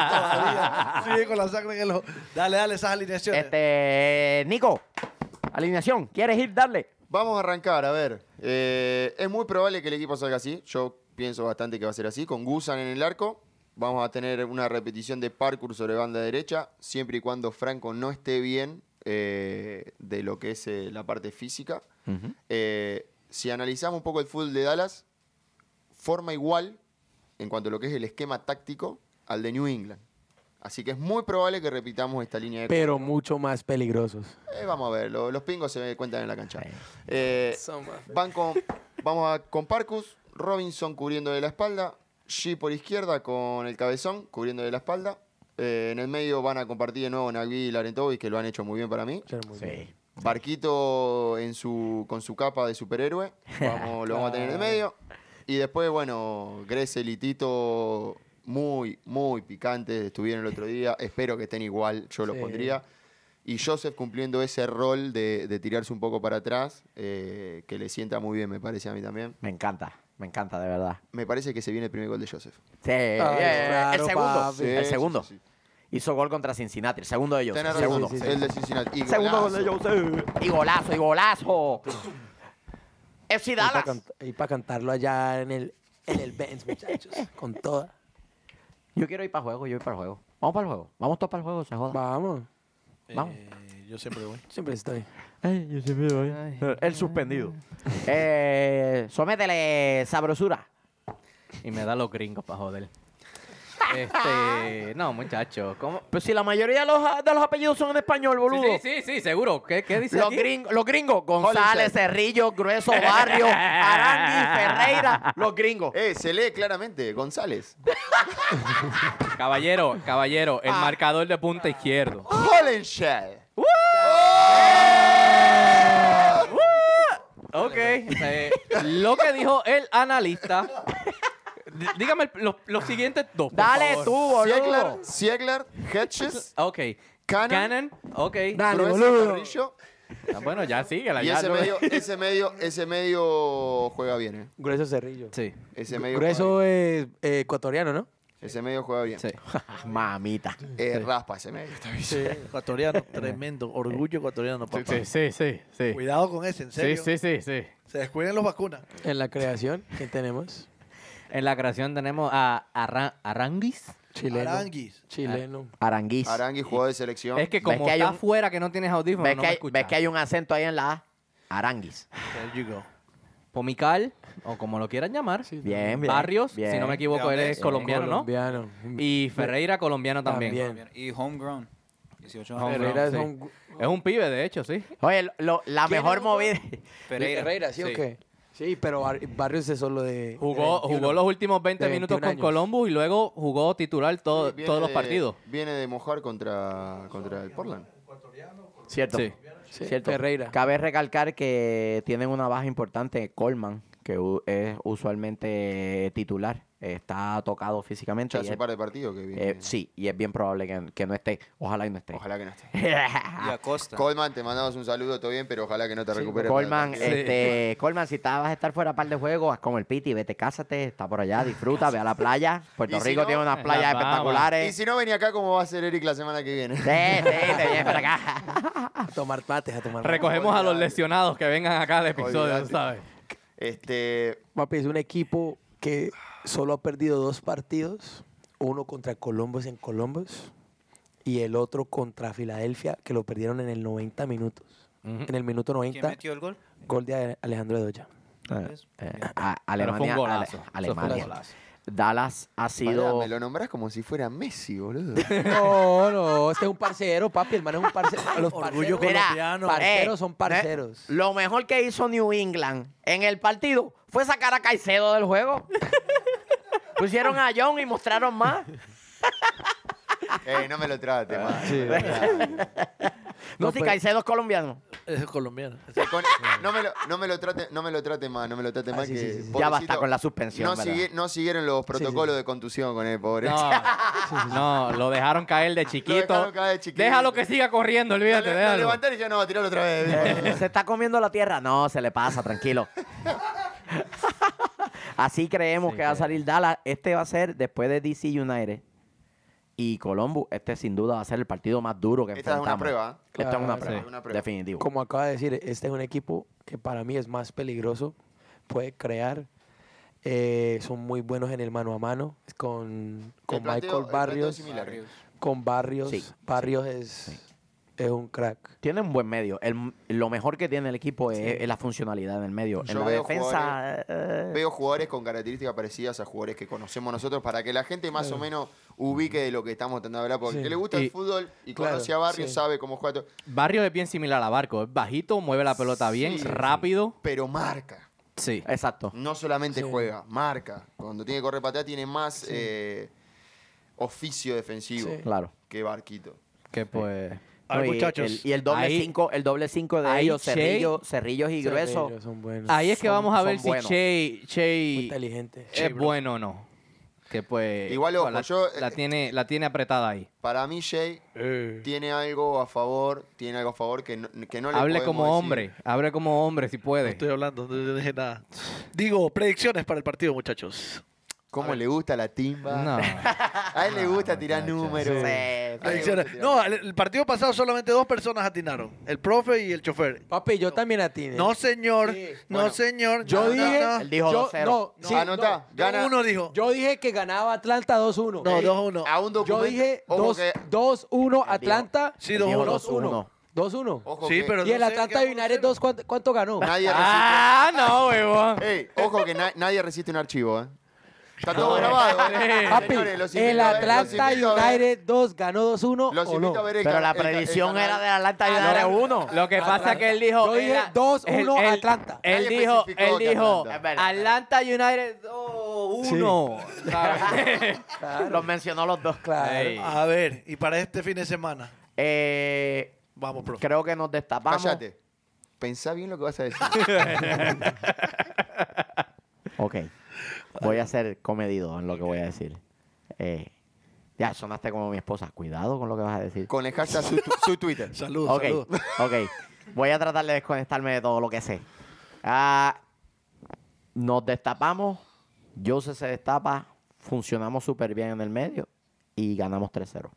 Speaker 6: Todavía sigue con la sangre en el ojo. Dale, dale esas alineaciones.
Speaker 1: este, Nico, alineación, ¿quieres ir? Dale.
Speaker 2: Vamos a arrancar, a ver. Eh, es muy probable que el equipo salga así. Yo pienso bastante que va a ser así. Con Gusan en el arco, vamos a tener una repetición de parkour sobre banda derecha, siempre y cuando Franco no esté bien eh, de lo que es eh, la parte física. Eh, si analizamos un poco el fútbol de Dallas, forma igual en cuanto a lo que es el esquema táctico al de New England. Así que es muy probable que repitamos esta línea de...
Speaker 4: Pero mucho más peligrosos.
Speaker 2: Eh, vamos a ver, lo- los pingos se cuentan en la cancha. Eh, van con, vamos a, con Parkus, Robinson cubriendo de la espalda, G por izquierda con el cabezón cubriendo de la espalda. Eh, en el medio van a compartir de nuevo Nagui y Larentovic, que lo han hecho muy bien para mí.
Speaker 1: Sí.
Speaker 2: Barquito en su, con su capa de superhéroe, vamos, lo vamos a tener en el medio. Y después, bueno, Gressel y Tito, muy, muy picantes, estuvieron el otro día. Espero que estén igual, yo los
Speaker 4: Sí.
Speaker 2: pondría. Y Joseph cumpliendo ese rol de, de tirarse un poco para atrás, eh, que le sienta muy bien, me parece a mí también.
Speaker 1: Me encanta, me encanta, de verdad.
Speaker 2: Me parece que se viene el primer gol de Joseph.
Speaker 1: Sí, eh, el
Speaker 4: claro,
Speaker 1: segundo.
Speaker 4: papi.
Speaker 2: Sí,
Speaker 1: el
Speaker 2: sí,
Speaker 1: segundo.
Speaker 2: sí, sí.
Speaker 1: Hizo gol contra Cincinnati, el segundo de ellos.
Speaker 2: Tenés
Speaker 1: El
Speaker 2: razón,
Speaker 1: segundo.
Speaker 4: sí, sí.
Speaker 2: el de Cincinnati. Y
Speaker 1: Segundo gol
Speaker 2: golazo.
Speaker 1: de ellos. sí. Y golazo, y golazo. FC
Speaker 4: para
Speaker 1: Dallas.
Speaker 4: cantarlo allá en el, en el Benz, muchachos. con toda.
Speaker 1: Yo quiero ir para el juego, yo voy para el juego. Vamos para el juego. Vamos todos para el juego, se joda.
Speaker 4: Vamos.
Speaker 1: Vamos.
Speaker 6: Eh, yo siempre voy.
Speaker 4: Siempre estoy.
Speaker 1: El suspendido. Eh, sométele sabrosura.
Speaker 3: Y me da los gringos para joder. Este, no, muchacho, ¿cómo?
Speaker 1: Pero Pues si la mayoría de los, de los apellidos son en español, boludo.
Speaker 3: Sí, sí, sí, sí, seguro. ¿Qué, qué dice
Speaker 1: Los
Speaker 3: aquí?
Speaker 1: gringos, los gringos, González, Cerrillo, Grueso, Barrio, Arangui, Ferreira, los gringos.
Speaker 2: Eh, se lee claramente, González.
Speaker 3: Caballero, caballero, el marcador de punta izquierdo.
Speaker 2: Hollenshell.
Speaker 3: Ok. eh, lo que dijo el analista. D- Dígame el- los, los siguientes dos. por
Speaker 1: Dale
Speaker 3: favor.
Speaker 1: tú, boludo.
Speaker 2: Siegler, Siegler, Hedges,
Speaker 3: Ok.
Speaker 2: Cannon.
Speaker 3: Cannon. Ok.
Speaker 4: Dale,
Speaker 2: Grueso,
Speaker 4: boludo.
Speaker 2: Carrillo,
Speaker 3: Ah, Bueno, ya síguela.
Speaker 2: Y
Speaker 3: ya,
Speaker 2: ese
Speaker 3: no-
Speaker 2: medio, ese medio, ese medio juega bien, ¿eh?
Speaker 4: Grueso Cerrillo.
Speaker 3: Sí,
Speaker 2: Ese medio
Speaker 4: Grueso
Speaker 2: juega
Speaker 4: es eh, ecuatoriano, ¿no?
Speaker 2: bien. Ese medio juega bien.
Speaker 3: sí.
Speaker 1: Ah, Mamita.
Speaker 2: Eh, Raspa ese medio. está bien.
Speaker 6: Ecuatoriano, tremendo. Orgullo ecuatoriano, papá.
Speaker 3: Sí, sí, sí. Sí,
Speaker 6: Cuidado con ese, en
Speaker 3: sí,
Speaker 6: serio.
Speaker 3: sí, sí, sí.
Speaker 6: Se descuiden los vacunas.
Speaker 4: En la creación, ¿quién tenemos?
Speaker 3: En la creación tenemos a Arra- Arranguis.
Speaker 4: Chileno.
Speaker 6: Aranguis.
Speaker 4: Chileno.
Speaker 1: Aranguiz.
Speaker 2: Arangui jugó de selección.
Speaker 3: Es que
Speaker 1: ¿Ves
Speaker 3: como
Speaker 1: que hay
Speaker 3: está
Speaker 1: un-
Speaker 3: afuera que no tienes audífono,
Speaker 1: ¿Ves,
Speaker 3: no
Speaker 1: que
Speaker 3: me
Speaker 1: hay,
Speaker 3: escuchas.
Speaker 1: ves que hay un acento ahí en la A? Aranguis.
Speaker 6: There you go.
Speaker 3: Pomical, o como lo quieran llamar.
Speaker 1: Bien, bien.
Speaker 3: Barrios,
Speaker 1: bien.
Speaker 3: si no me equivoco,
Speaker 5: ¿De
Speaker 3: él
Speaker 5: dónde
Speaker 3: es
Speaker 5: es?
Speaker 3: colombiano, ¿no?
Speaker 4: Colombiano.
Speaker 3: Y Ferreira, colombiano también.
Speaker 4: También.
Speaker 5: Y homegrown. 18
Speaker 3: Homegrown,
Speaker 5: años.
Speaker 4: Ferreira es
Speaker 3: sí.
Speaker 4: un-
Speaker 3: Es un pibe, de hecho, sí.
Speaker 1: Oye, lo- lo- la
Speaker 4: ¿Quién
Speaker 1: mejor
Speaker 4: es?
Speaker 1: movida.
Speaker 5: Pereira.
Speaker 4: ¿sí o qué? Sí, pero Bar- Barrios es solo de.
Speaker 3: Jugó,
Speaker 4: de 21.
Speaker 3: jugó los últimos 20
Speaker 4: de
Speaker 3: minutos
Speaker 4: 21
Speaker 3: con
Speaker 4: años.
Speaker 3: Columbus y luego jugó titular todo-
Speaker 2: Viene
Speaker 3: todos los
Speaker 2: de-
Speaker 3: partidos.
Speaker 2: Viene de mojar contra, contra el Portland.
Speaker 1: Cierto.
Speaker 3: Sí.
Speaker 4: Sí,
Speaker 1: Cierto.
Speaker 4: Ferreira.
Speaker 1: Cabe recalcar que tienen una baja importante, Coleman, que u- es usualmente titular. Está tocado físicamente. y
Speaker 2: Ya
Speaker 3: eh.
Speaker 2: hace
Speaker 1: es-
Speaker 2: un par de partidos que viene.
Speaker 1: eh, sí, y es bien probable que, que no esté. Ojalá y no esté.
Speaker 2: Ojalá que no esté. Ah,
Speaker 5: Y Acosta.
Speaker 2: Coleman, te mandamos un saludo, todo bien, pero ojalá que no te recuperes.
Speaker 1: Coleman,
Speaker 2: para el
Speaker 3: eh,
Speaker 2: partido.
Speaker 1: este, Coleman, si está- vas a estar fuera par de juegos, haz como el Piti, vete, cásate, está por allá, disfruta, ve a la playa. Puerto
Speaker 2: Y si
Speaker 1: Rico
Speaker 2: no,
Speaker 1: tiene unas
Speaker 3: en
Speaker 1: playas
Speaker 3: Las Bahamas.
Speaker 2: Y
Speaker 1: espectaculares.
Speaker 2: si no, venía acá como va a ser Eric la semana que viene.
Speaker 1: Sí, sí, te vienes para acá.
Speaker 4: A tomar mates, a tomar mates.
Speaker 3: Recogemos a los
Speaker 2: Olvidate.
Speaker 3: lesionados que vengan acá al episodio,
Speaker 2: Olvidate.
Speaker 3: ¿sabes?
Speaker 2: Este,
Speaker 4: Papi, es un equipo que solo ha perdido dos partidos. Uno contra Columbus en Columbus y el otro contra Filadelfia, que lo perdieron en el 90 minutos. En el minuto
Speaker 5: ¿Quién
Speaker 4: 90,
Speaker 5: metió el gol? Pues,
Speaker 4: gol de Alejandro Doya.
Speaker 3: Ah,
Speaker 1: Eh, a-
Speaker 3: Pero fue
Speaker 1: Alemania,
Speaker 3: un
Speaker 1: Ale-
Speaker 3: golazo. Eso fue un
Speaker 1: Alemania.
Speaker 3: golazo.
Speaker 1: Dallas ha
Speaker 2: pará,
Speaker 1: sido.
Speaker 2: me lo nombrás como si fuera Messi, boludo.
Speaker 4: No, no, este es un parcero, papi. El man es un parcero. Los
Speaker 6: Orgullo
Speaker 4: parceros,
Speaker 6: con-
Speaker 1: Mira,
Speaker 6: colombiano.
Speaker 4: Parceros
Speaker 1: eh,
Speaker 4: son parceros.
Speaker 1: eh, Lo mejor que hizo New England en el partido fue sacar a Caicedo del juego. Pusieron a John y mostraron más.
Speaker 2: Ey, no me lo trate, man.
Speaker 1: No,
Speaker 4: No,
Speaker 1: si
Speaker 4: pero-
Speaker 1: Caicedo es colombiano.
Speaker 6: Es colombiano.
Speaker 2: Con- no, me lo, no me lo trate, no me lo trate más, no me lo trate más
Speaker 4: sí,
Speaker 2: que
Speaker 4: sí, sí, sí.
Speaker 1: Ya basta
Speaker 2: pobrecito,
Speaker 1: con la suspensión.
Speaker 2: No,
Speaker 1: ¿verdad?
Speaker 2: sigui- no siguieron los protocolos de contusión con él, pobre.
Speaker 3: No, no, lo dejaron caer de chiquito.
Speaker 2: dejaron caer de chiquito.
Speaker 3: Déjalo que siga corriendo,
Speaker 2: Lo
Speaker 3: olvídate,
Speaker 2: le- lo
Speaker 3: déjalo.
Speaker 2: levantaron y ya no, tirarlo otra vez.
Speaker 1: ¿Se está comiendo la tierra? No, se le pasa, tranquilo. Así creemos que va a salir Dallas. Este va a ser después de DC United y Columbus. Este sin duda va a ser el partido más duro que
Speaker 2: Esta es una
Speaker 1: enfrentamos.
Speaker 2: prueba. ¿eh?
Speaker 1: Esta es una
Speaker 4: Sí.
Speaker 1: prueba,
Speaker 2: Una prueba.
Speaker 1: definitivo.
Speaker 4: Como acaba de decir, este es un equipo que para mí es más peligroso. Puede crear. Eh, son muy buenos en el mano a mano con, con
Speaker 2: El planteo- el
Speaker 4: Michael
Speaker 2: planteo
Speaker 4: Barrios.
Speaker 2: es similar.
Speaker 4: Con Barrios.
Speaker 1: Sí,
Speaker 4: Barrios es, es un crack.
Speaker 1: Tiene un buen medio. El- lo mejor que tiene el equipo es, es la funcionalidad en el medio.
Speaker 2: Yo
Speaker 1: en la
Speaker 2: veo
Speaker 1: defensa. eh,
Speaker 2: Veo jugadores con características parecidas a jugadores que conocemos nosotros para que la gente más o menos ubique de lo que estamos tratando de hablar. Porque
Speaker 4: Sí.
Speaker 2: el que le gusta
Speaker 3: Y-
Speaker 2: el fútbol y
Speaker 4: claro,
Speaker 2: conoce a Barrios
Speaker 4: sí.
Speaker 2: sabe cómo juega, todo,
Speaker 3: Barrio es bien similar a Barco. Es bajito, mueve la pelota bien,
Speaker 2: Sí.
Speaker 3: rápido.
Speaker 2: pero marca.
Speaker 3: Sí.
Speaker 1: eh, Exacto.
Speaker 2: No solamente
Speaker 4: Sí.
Speaker 2: juega, marca. Cuando tiene que correr patear tiene más eh, oficio defensivo
Speaker 4: Sí.
Speaker 1: Claro.
Speaker 2: que Barquito.
Speaker 3: Que pues.
Speaker 6: Ay,
Speaker 1: No, y,
Speaker 6: muchachos.
Speaker 1: el, y el doble
Speaker 3: Ahí-
Speaker 1: cinco, el doble cinco de
Speaker 3: ahí
Speaker 1: ellos,
Speaker 3: Che-
Speaker 1: cerrillo, cerrillos y grueso.
Speaker 4: Ellos Son buenos.
Speaker 3: Ahí Eh, es que
Speaker 1: Son-
Speaker 3: vamos a
Speaker 1: son
Speaker 3: ver si
Speaker 1: buenos.
Speaker 3: Che,
Speaker 4: Muy
Speaker 3: Che
Speaker 4: inteligentes.
Speaker 3: es bueno o no. Que pues.
Speaker 2: Igual, ojo,
Speaker 3: la,
Speaker 2: yo,
Speaker 3: la
Speaker 2: eh,
Speaker 3: tiene, la tiene apretada ahí.
Speaker 2: Para mí, Jay
Speaker 6: Eh,
Speaker 2: tiene algo a favor, tiene algo a favor que no, que no le
Speaker 3: Hable
Speaker 2: podemos
Speaker 3: como
Speaker 2: decir.
Speaker 3: hombre. Hable como hombre si
Speaker 6: No
Speaker 3: puede.
Speaker 6: estoy hablando, no dije nada. Digo, predicciones para el partido, muchachos.
Speaker 2: Cómo le gusta la timba.
Speaker 3: No.
Speaker 2: A él le gusta tirar
Speaker 3: muchacho.
Speaker 2: números.
Speaker 1: Sí.
Speaker 2: Ay,
Speaker 6: Predicciones.
Speaker 2: bueno,
Speaker 6: No, el, el partido pasado solamente dos personas atinaron. El profe y el chofer.
Speaker 4: Papi, yo también atiné.
Speaker 6: No, señor.
Speaker 4: Sí.
Speaker 6: No,
Speaker 2: Bueno,
Speaker 6: señor.
Speaker 4: yo
Speaker 6: no, no,
Speaker 4: dije.
Speaker 6: no.
Speaker 1: Él dijo
Speaker 4: yo-
Speaker 1: 2-0.
Speaker 4: no,
Speaker 2: No,
Speaker 4: sí,
Speaker 2: anota,
Speaker 4: no.
Speaker 2: gana.
Speaker 6: Uno dijo.
Speaker 4: Yo dije que ganaba Atlanta 2-1.
Speaker 6: no, dos uno.
Speaker 2: A un
Speaker 4: Yo
Speaker 2: documento-
Speaker 4: dije
Speaker 2: ojo
Speaker 4: dos-
Speaker 2: que-
Speaker 4: 2-1 Atlanta.
Speaker 6: Sí,
Speaker 4: y
Speaker 6: 2-1.
Speaker 4: 2-1. 2-1.
Speaker 2: ojo
Speaker 6: Sí,
Speaker 2: que
Speaker 6: pero
Speaker 4: Y el
Speaker 6: no sé,
Speaker 4: Atlanta
Speaker 6: quedamos
Speaker 4: United
Speaker 6: cero.
Speaker 4: 2, ¿cuánto, cuánto ganó?
Speaker 2: Nadie resiste.
Speaker 3: ah, no, huevón.
Speaker 2: Ey, ojo que na- nadie resiste un archivo, ¿eh? Está todo grabado. ¿eh?
Speaker 4: Papi,
Speaker 2: Señores, los
Speaker 4: el
Speaker 2: invito a ver- los
Speaker 4: Atlanta
Speaker 2: invito a ver-
Speaker 4: United 2 ganó 2-1.
Speaker 2: Los
Speaker 4: ¿o
Speaker 2: invito
Speaker 4: no?
Speaker 2: a ver el
Speaker 1: Pero
Speaker 2: can-
Speaker 1: la
Speaker 2: el ca- el
Speaker 1: predicción
Speaker 2: canal.
Speaker 1: era de Atlanta y
Speaker 3: Ah,
Speaker 1: era uno.
Speaker 3: Lo que pasa es que él dijo.
Speaker 4: Yo dije
Speaker 3: era-
Speaker 4: 2-1
Speaker 3: él- él-
Speaker 4: Atlanta.
Speaker 3: Él
Speaker 2: Nadie
Speaker 3: dijo,
Speaker 2: especificó
Speaker 3: él
Speaker 2: que
Speaker 3: dijo,
Speaker 2: Atlanta.
Speaker 1: Es verdad.
Speaker 3: Atlanta United 2-1. ¿sabes?
Speaker 1: Los mencionó los dos.
Speaker 4: Claro.
Speaker 3: Ey.
Speaker 6: A ver, y para este fin de semana.
Speaker 1: Eh,
Speaker 6: Vamos, profe.
Speaker 1: creo que nos destapamos.
Speaker 2: Cállate. Pensá bien lo que vas a decir.
Speaker 1: Ok. Voy a ser comedido en lo que voy a decir. Eh, ya sonaste como mi esposa. Cuidado con lo que vas a decir.
Speaker 2: Con el hashtag su, tu- su Twitter.
Speaker 6: Saludos,
Speaker 1: Ok,
Speaker 6: saludos.
Speaker 1: ok. Voy a tratar de desconectarme de todo lo que sé. Ah, nos destapamos. Jose se destapa. Funcionamos súper bien en el medio. Y ganamos 3-0.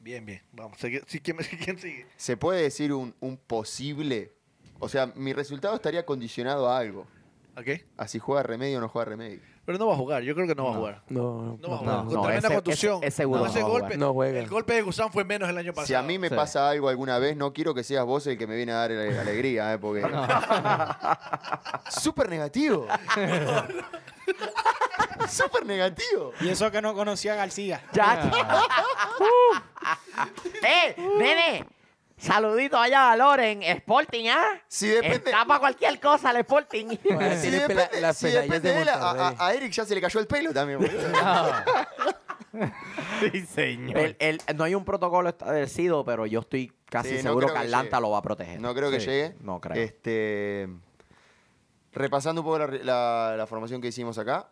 Speaker 6: Bien, bien. Vamos. sigue- sí, ¿Quién quién sigue?
Speaker 2: ¿Se puede decir un, un posible? O sea, mi resultado estaría condicionado a algo.
Speaker 6: ¿Ok?
Speaker 2: A si juega remedio o no juega remedio.
Speaker 6: Pero no va a jugar. Yo creo que no va a jugar.
Speaker 4: No,
Speaker 6: No
Speaker 4: no,
Speaker 6: va a
Speaker 1: no,
Speaker 6: jugar. Con tremenda
Speaker 1: ese-
Speaker 6: contusión.
Speaker 1: ese- ese seguro
Speaker 6: No,
Speaker 1: no
Speaker 6: ese
Speaker 1: va a
Speaker 6: golpe.
Speaker 1: jugar.
Speaker 4: No juega.
Speaker 6: El golpe de Gusán fue menos el año pasado.
Speaker 2: Si a mí me
Speaker 3: Sí.
Speaker 2: pasa algo alguna vez, no quiero que seas vos el que me viene a dar ale- alegría, ¿eh? Porque. Súper negativo. Súper negativo.
Speaker 7: Y eso que no conocía a García.
Speaker 1: ¡Ya! ¡Eh! ¡Nene! Saludito allá a Loren. Sporting, ¿ah?
Speaker 2: Si depende-
Speaker 1: Tapa cualquier cosa al Sporting.
Speaker 4: Bueno,
Speaker 2: Si
Speaker 4: tiene pela-
Speaker 2: depende,
Speaker 4: las
Speaker 2: si
Speaker 4: pelayas
Speaker 2: depende
Speaker 4: de
Speaker 2: de él, a,
Speaker 4: Monterrey.
Speaker 2: a- a Eric ya se le cayó el pelo también, boludo.
Speaker 3: Sí, señor.
Speaker 1: El- el- no hay un protocolo establecido, pero yo estoy casi
Speaker 2: Sí, no
Speaker 1: seguro
Speaker 2: creo
Speaker 1: que
Speaker 2: que
Speaker 1: Atlanta
Speaker 2: llegue.
Speaker 1: lo va a proteger.
Speaker 2: No creo que
Speaker 1: Sí,
Speaker 2: llegue.
Speaker 1: No creo.
Speaker 2: Este, repasando un poco la, la- la formación que hicimos acá,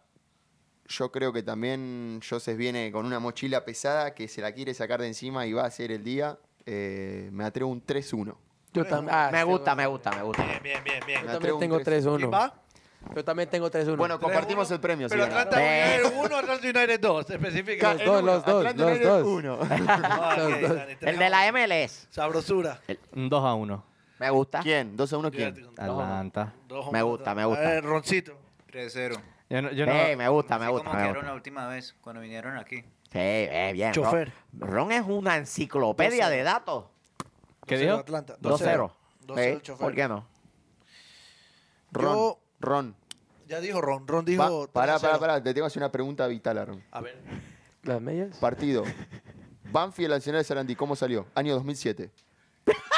Speaker 2: yo creo que también Joseph viene con una mochila pesada que se la quiere sacar de encima y va a ser el día. Eh, me atrevo un 3-1.
Speaker 4: Yo también. ah,
Speaker 1: me
Speaker 4: este
Speaker 1: gusta,
Speaker 4: va.
Speaker 1: me gusta, me gusta.
Speaker 6: Bien, bien, bien. bien.
Speaker 4: Yo
Speaker 2: Me atrevo
Speaker 4: también
Speaker 2: un
Speaker 4: tengo
Speaker 2: tres.
Speaker 4: 3-1.
Speaker 6: ¿Quién va?
Speaker 4: Yo también tengo 3-1.
Speaker 2: Bueno, compartimos el premio.
Speaker 6: Pero
Speaker 2: si gana.
Speaker 6: Atlanta
Speaker 1: Eh.
Speaker 6: United 1, Atlanta United 2.
Speaker 4: los
Speaker 6: Específica.
Speaker 4: dos,
Speaker 2: uno,
Speaker 4: los dos,
Speaker 2: Atlanta
Speaker 4: los
Speaker 2: United
Speaker 4: dos.
Speaker 2: uno.
Speaker 6: Ah, ok,
Speaker 4: los dos.
Speaker 6: dale, te
Speaker 1: El de la MLS.
Speaker 6: Sabrosura.
Speaker 3: Un 2 a 1.
Speaker 1: Me gusta.
Speaker 2: ¿Quién? ¿2 a 1 quién?
Speaker 3: Atlanta.
Speaker 6: Dos,
Speaker 1: Me
Speaker 6: dos,
Speaker 1: gusta,
Speaker 6: dos.
Speaker 1: me gusta.
Speaker 6: A ver, Roncito.
Speaker 5: 3-0.
Speaker 3: Yo no, yo no-
Speaker 1: Eh, me gusta, me
Speaker 5: Así
Speaker 1: gusta.
Speaker 5: como
Speaker 1: Me
Speaker 5: quedaron
Speaker 1: gusta.
Speaker 5: la última vez cuando vinieron aquí.
Speaker 1: Sí, eh, bien. Ron-
Speaker 6: Chofer.
Speaker 1: Ron, es una enciclopedia de datos.
Speaker 3: ¿Qué
Speaker 6: 2-0
Speaker 3: dijo?
Speaker 6: Atlanta.
Speaker 1: 2-0.
Speaker 6: 2-0
Speaker 1: Eh,
Speaker 6: el chofer.
Speaker 1: ¿Por qué no?
Speaker 2: Ron.
Speaker 6: Yo-
Speaker 2: Ron.
Speaker 6: Ya dijo Ron. Ron
Speaker 2: Va-
Speaker 6: dijo.
Speaker 2: pará, pará,
Speaker 6: 3-0.
Speaker 2: pará. Te tengo que hacer una pregunta vital, Aaron.
Speaker 6: A ver.
Speaker 4: ¿Las medias?
Speaker 2: Partido. Banfield Nacional de Sarandí, ¿cómo salió? Año 2007.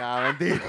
Speaker 2: no, mentira.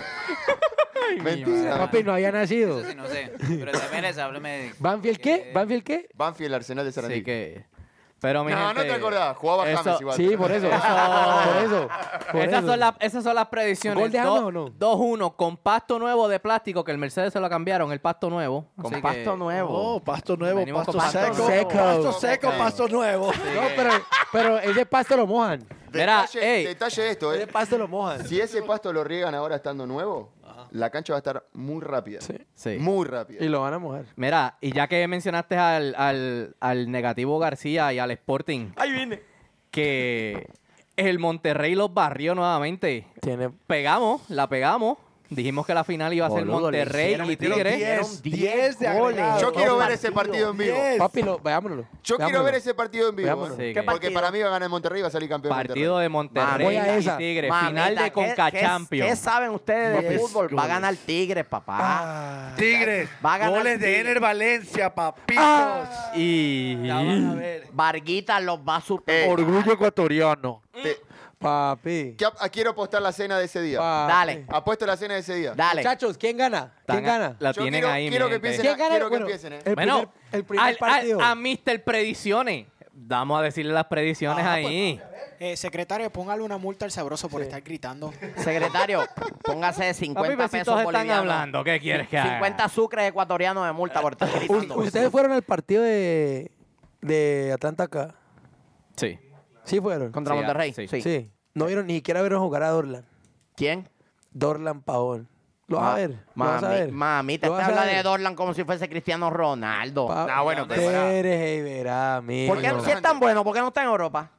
Speaker 2: mentira.
Speaker 4: Papi, no había nacido.
Speaker 5: Eso sí, no sé. Pero también les háblame de.
Speaker 4: ¿Banfield
Speaker 2: Eh.
Speaker 4: qué? ¿Banfield qué?
Speaker 2: Banfield Arsenal de Sarandí.
Speaker 3: Sí que... Pero mi
Speaker 2: No, no
Speaker 3: gente,
Speaker 2: te acordás. Jugaba
Speaker 3: eso-
Speaker 2: James igual.
Speaker 4: Sí, por eso. por eso. Por
Speaker 3: Esas
Speaker 4: eso.
Speaker 3: son, las, esas son las predicciones.
Speaker 4: ¿Gol de
Speaker 3: Dos-
Speaker 4: James o no?
Speaker 3: 2-1 con pasto nuevo de plástico, que el Mercedes se lo cambiaron, el pasto nuevo.
Speaker 1: Con
Speaker 3: Así
Speaker 1: pasto
Speaker 3: que-
Speaker 1: nuevo.
Speaker 6: Oh, pasto nuevo,
Speaker 3: Venimos
Speaker 6: pasto
Speaker 3: con pasto
Speaker 6: seco,
Speaker 4: seco.
Speaker 6: Pasto seco,
Speaker 2: Ok.
Speaker 6: pasto nuevo.
Speaker 4: No, pero, pero ese pasto lo mojan.
Speaker 3: Mira,
Speaker 2: Detalle,
Speaker 3: ey.
Speaker 2: detalle esto,
Speaker 3: Este
Speaker 4: Ese
Speaker 2: eh.
Speaker 4: pasto lo mojan.
Speaker 2: Si ese pasto lo riegan ahora estando nuevo, la cancha va a estar muy rápida.
Speaker 3: Sí.
Speaker 2: Muy
Speaker 4: Y
Speaker 2: rápida.
Speaker 4: lo van a mojar.
Speaker 3: Mira, y ya que mencionaste al, al- al negativo García y al Sporting,
Speaker 1: Ahí viene.
Speaker 3: que el Monterrey los barrió nuevamente.
Speaker 4: Tiene
Speaker 3: Pegamos, la pegamos. Dijimos que la final iba a ser
Speaker 1: Boludo, le
Speaker 3: Monterrey
Speaker 1: hicieron-
Speaker 3: y Tigres.
Speaker 1: Dieron 10 de agregado.
Speaker 2: Yo
Speaker 1: Dos
Speaker 2: quiero ver ese partido en vivo.
Speaker 4: Papi, lo, veámoslo.
Speaker 2: Yo quiero
Speaker 4: veámoslo.
Speaker 2: ver ese partido en vivo.
Speaker 4: Veámoslo.
Speaker 3: Sí,
Speaker 2: ¿Qué
Speaker 3: que-
Speaker 2: Porque para mí va a ganar Monterrey y va a salir campeón
Speaker 3: Partido de Monterrey
Speaker 4: Mamita,
Speaker 3: y Tigres. Final
Speaker 1: Mamita,
Speaker 3: de
Speaker 1: ¿qué-
Speaker 3: Conca
Speaker 1: qué-
Speaker 3: Champions.
Speaker 1: ¿Qué saben ustedes de
Speaker 6: Yes,
Speaker 4: pues,
Speaker 1: fútbol? Va a
Speaker 6: goles.
Speaker 1: ganar Tigres, papá.
Speaker 4: Ah.
Speaker 6: Tigres.
Speaker 1: Va a ganar
Speaker 6: Goles de
Speaker 1: Tigres. Ah.
Speaker 6: Ener Valencia, papitos.
Speaker 3: Y
Speaker 6: La van a ver.
Speaker 1: Varguita los va a superar.
Speaker 2: Eh,
Speaker 6: Orgullo ecuatoriano.
Speaker 2: Monterrey. Te-
Speaker 4: Papi.
Speaker 2: ¿qué ap- quiero apostar la cena de ese día.
Speaker 4: papi.
Speaker 1: Dale,
Speaker 2: Apuesto la cena de ese día.
Speaker 1: dale.
Speaker 4: Muchachos, ¿quién gana?
Speaker 3: Tan-
Speaker 4: ¿Quién gana?
Speaker 3: La
Speaker 2: Yo
Speaker 3: tienen
Speaker 2: quiero-
Speaker 3: ahí,
Speaker 2: quiero
Speaker 3: mi
Speaker 2: que
Speaker 3: gente.
Speaker 2: empiecen
Speaker 4: ¿Quién gana?
Speaker 2: quiero que
Speaker 4: Bueno,
Speaker 2: empiecen, eh.
Speaker 4: El primer,
Speaker 3: bueno,
Speaker 4: el primer
Speaker 3: al- al-
Speaker 4: partido.
Speaker 3: a Mr. Predicciones. Vamos a decirle las predicciones
Speaker 7: Ah,
Speaker 3: ahí.
Speaker 7: Eh, secretario, póngale una multa al sabroso por estar gritando.
Speaker 1: Secretario, póngase de
Speaker 3: Papi,
Speaker 1: 50
Speaker 3: besitos
Speaker 1: pesos
Speaker 3: están
Speaker 1: bolivianos.
Speaker 3: hablando. ¿Qué quieres que haga?
Speaker 1: 50 sucres ecuatorianos de multa por estar gritando.
Speaker 4: U- Ustedes fueron al partido de, de Atlanta acá.
Speaker 3: Sí.
Speaker 4: Sí fueron.
Speaker 1: Contra
Speaker 3: Sí, ah,
Speaker 1: Monterrey,
Speaker 3: sí.
Speaker 1: sí.
Speaker 4: Sí. No vieron, ni siquiera vieron jugar a Dorlan.
Speaker 1: ¿Quién?
Speaker 4: Dorlan Pavón. Lo vas a ver. lo vas a
Speaker 1: Mami,
Speaker 4: ver.
Speaker 1: mami, te
Speaker 4: Lo vas
Speaker 1: estás
Speaker 4: a
Speaker 1: hablando
Speaker 4: ver.
Speaker 1: de Dorlan como si fuese Cristiano Ronaldo.
Speaker 4: Pa-
Speaker 2: Ah, bueno,
Speaker 4: Tú
Speaker 2: pero pará.
Speaker 4: eres y verá, amigo.
Speaker 1: ¿Por qué
Speaker 2: no?
Speaker 1: si es tan bueno? ¿Por qué no está en Europa?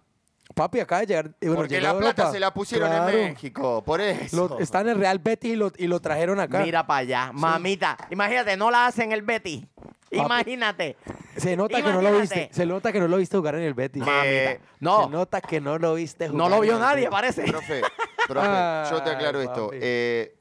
Speaker 4: Papi, acaba de llegar. eh, bueno,
Speaker 2: Porque
Speaker 4: llegó
Speaker 2: la
Speaker 4: a
Speaker 2: plata
Speaker 4: Europa.
Speaker 2: se la pusieron
Speaker 4: Claro.
Speaker 2: en México, por eso.
Speaker 4: Lo- está en el Real Betis y lo, y lo trajeron acá.
Speaker 1: Mira para allá. Mamita, imagínate, no la hacen el Betty. Imagínate.
Speaker 4: se nota que no lo viste.
Speaker 1: imagínate.
Speaker 4: Se nota que no lo viste jugar en el Betis.
Speaker 2: Eh,
Speaker 4: Se
Speaker 1: No,
Speaker 4: nota que no lo viste jugar.
Speaker 1: no lo vio
Speaker 4: en el
Speaker 1: nadie,
Speaker 4: Betis.
Speaker 1: parece.
Speaker 2: profe, profe, yo te aclaro
Speaker 4: Ay,
Speaker 2: esto.
Speaker 4: papi.
Speaker 2: Eh,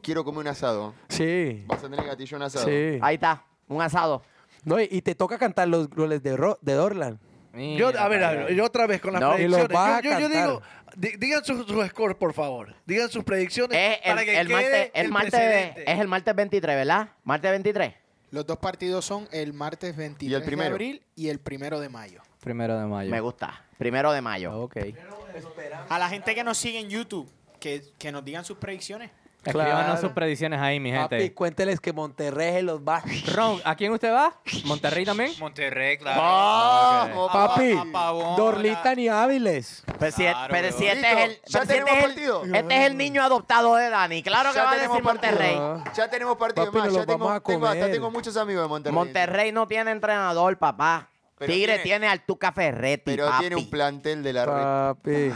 Speaker 2: quiero comer un asado.
Speaker 4: Sí.
Speaker 2: Vas a tener gatillo un asado.
Speaker 4: Sí.
Speaker 1: Ahí está, un asado.
Speaker 4: No, y, y te toca cantar los goles de, Ro- de Dorlan.
Speaker 6: Yo, a ver, a ver, yo otra vez con las
Speaker 4: No, y los
Speaker 6: predicciones.
Speaker 4: vas a
Speaker 6: Yo, yo- yo
Speaker 4: cantar.
Speaker 6: digo, di- digan sus sus scores, por favor. Digan sus predicciones
Speaker 1: Es Eh, el,
Speaker 6: para que
Speaker 1: el
Speaker 6: quede
Speaker 1: martes, el
Speaker 6: el
Speaker 1: martes,
Speaker 6: precedente.
Speaker 1: es el martes 23, ¿verdad? Martes 23.
Speaker 7: Los dos partidos son el martes 23 de
Speaker 2: primero.
Speaker 7: abril y el primero de mayo.
Speaker 3: Primero de mayo.
Speaker 1: Me gusta. Primero de mayo.
Speaker 3: Ok.
Speaker 7: A la gente que nos sigue en YouTube, que, que nos digan sus predicciones.
Speaker 4: Claro.
Speaker 3: Escríbanos sus predicciones ahí, mi
Speaker 4: Papi,
Speaker 3: gente.
Speaker 4: cuénteles que Monterrey se los va.
Speaker 3: Ron, ¿a quién usted va? ¿Monterrey también?
Speaker 5: Monterrey, claro.
Speaker 2: Vamos,
Speaker 5: Ah,
Speaker 4: Papi,
Speaker 5: a Pavón,
Speaker 4: Dorlitan y Áviles.
Speaker 1: Pero si,
Speaker 5: Claro,
Speaker 1: pero si
Speaker 5: weón.
Speaker 1: este es el,
Speaker 2: Listo,
Speaker 1: pero
Speaker 2: ya
Speaker 1: si este
Speaker 2: tenemos
Speaker 1: es el-
Speaker 2: partido.
Speaker 1: este es el niño adoptado de Dani. Claro que
Speaker 2: Ya
Speaker 1: va a
Speaker 2: tenemos
Speaker 1: decir
Speaker 2: partido.
Speaker 1: Monterrey.
Speaker 2: Ya tenemos partido
Speaker 4: Papi,
Speaker 2: más,
Speaker 4: nos
Speaker 2: ya
Speaker 4: los
Speaker 2: tengo,
Speaker 4: vamos a
Speaker 2: tengo- hasta
Speaker 4: comer.
Speaker 2: tengo muchos amigos de Monterrey.
Speaker 1: Monterrey no tiene entrenador, papá.
Speaker 2: Pero
Speaker 1: Tigre
Speaker 2: tiene-
Speaker 1: tiene, al Tuca Ferretti,
Speaker 2: Pero
Speaker 1: papi.
Speaker 2: tiene un plantel de la red.
Speaker 4: Papi.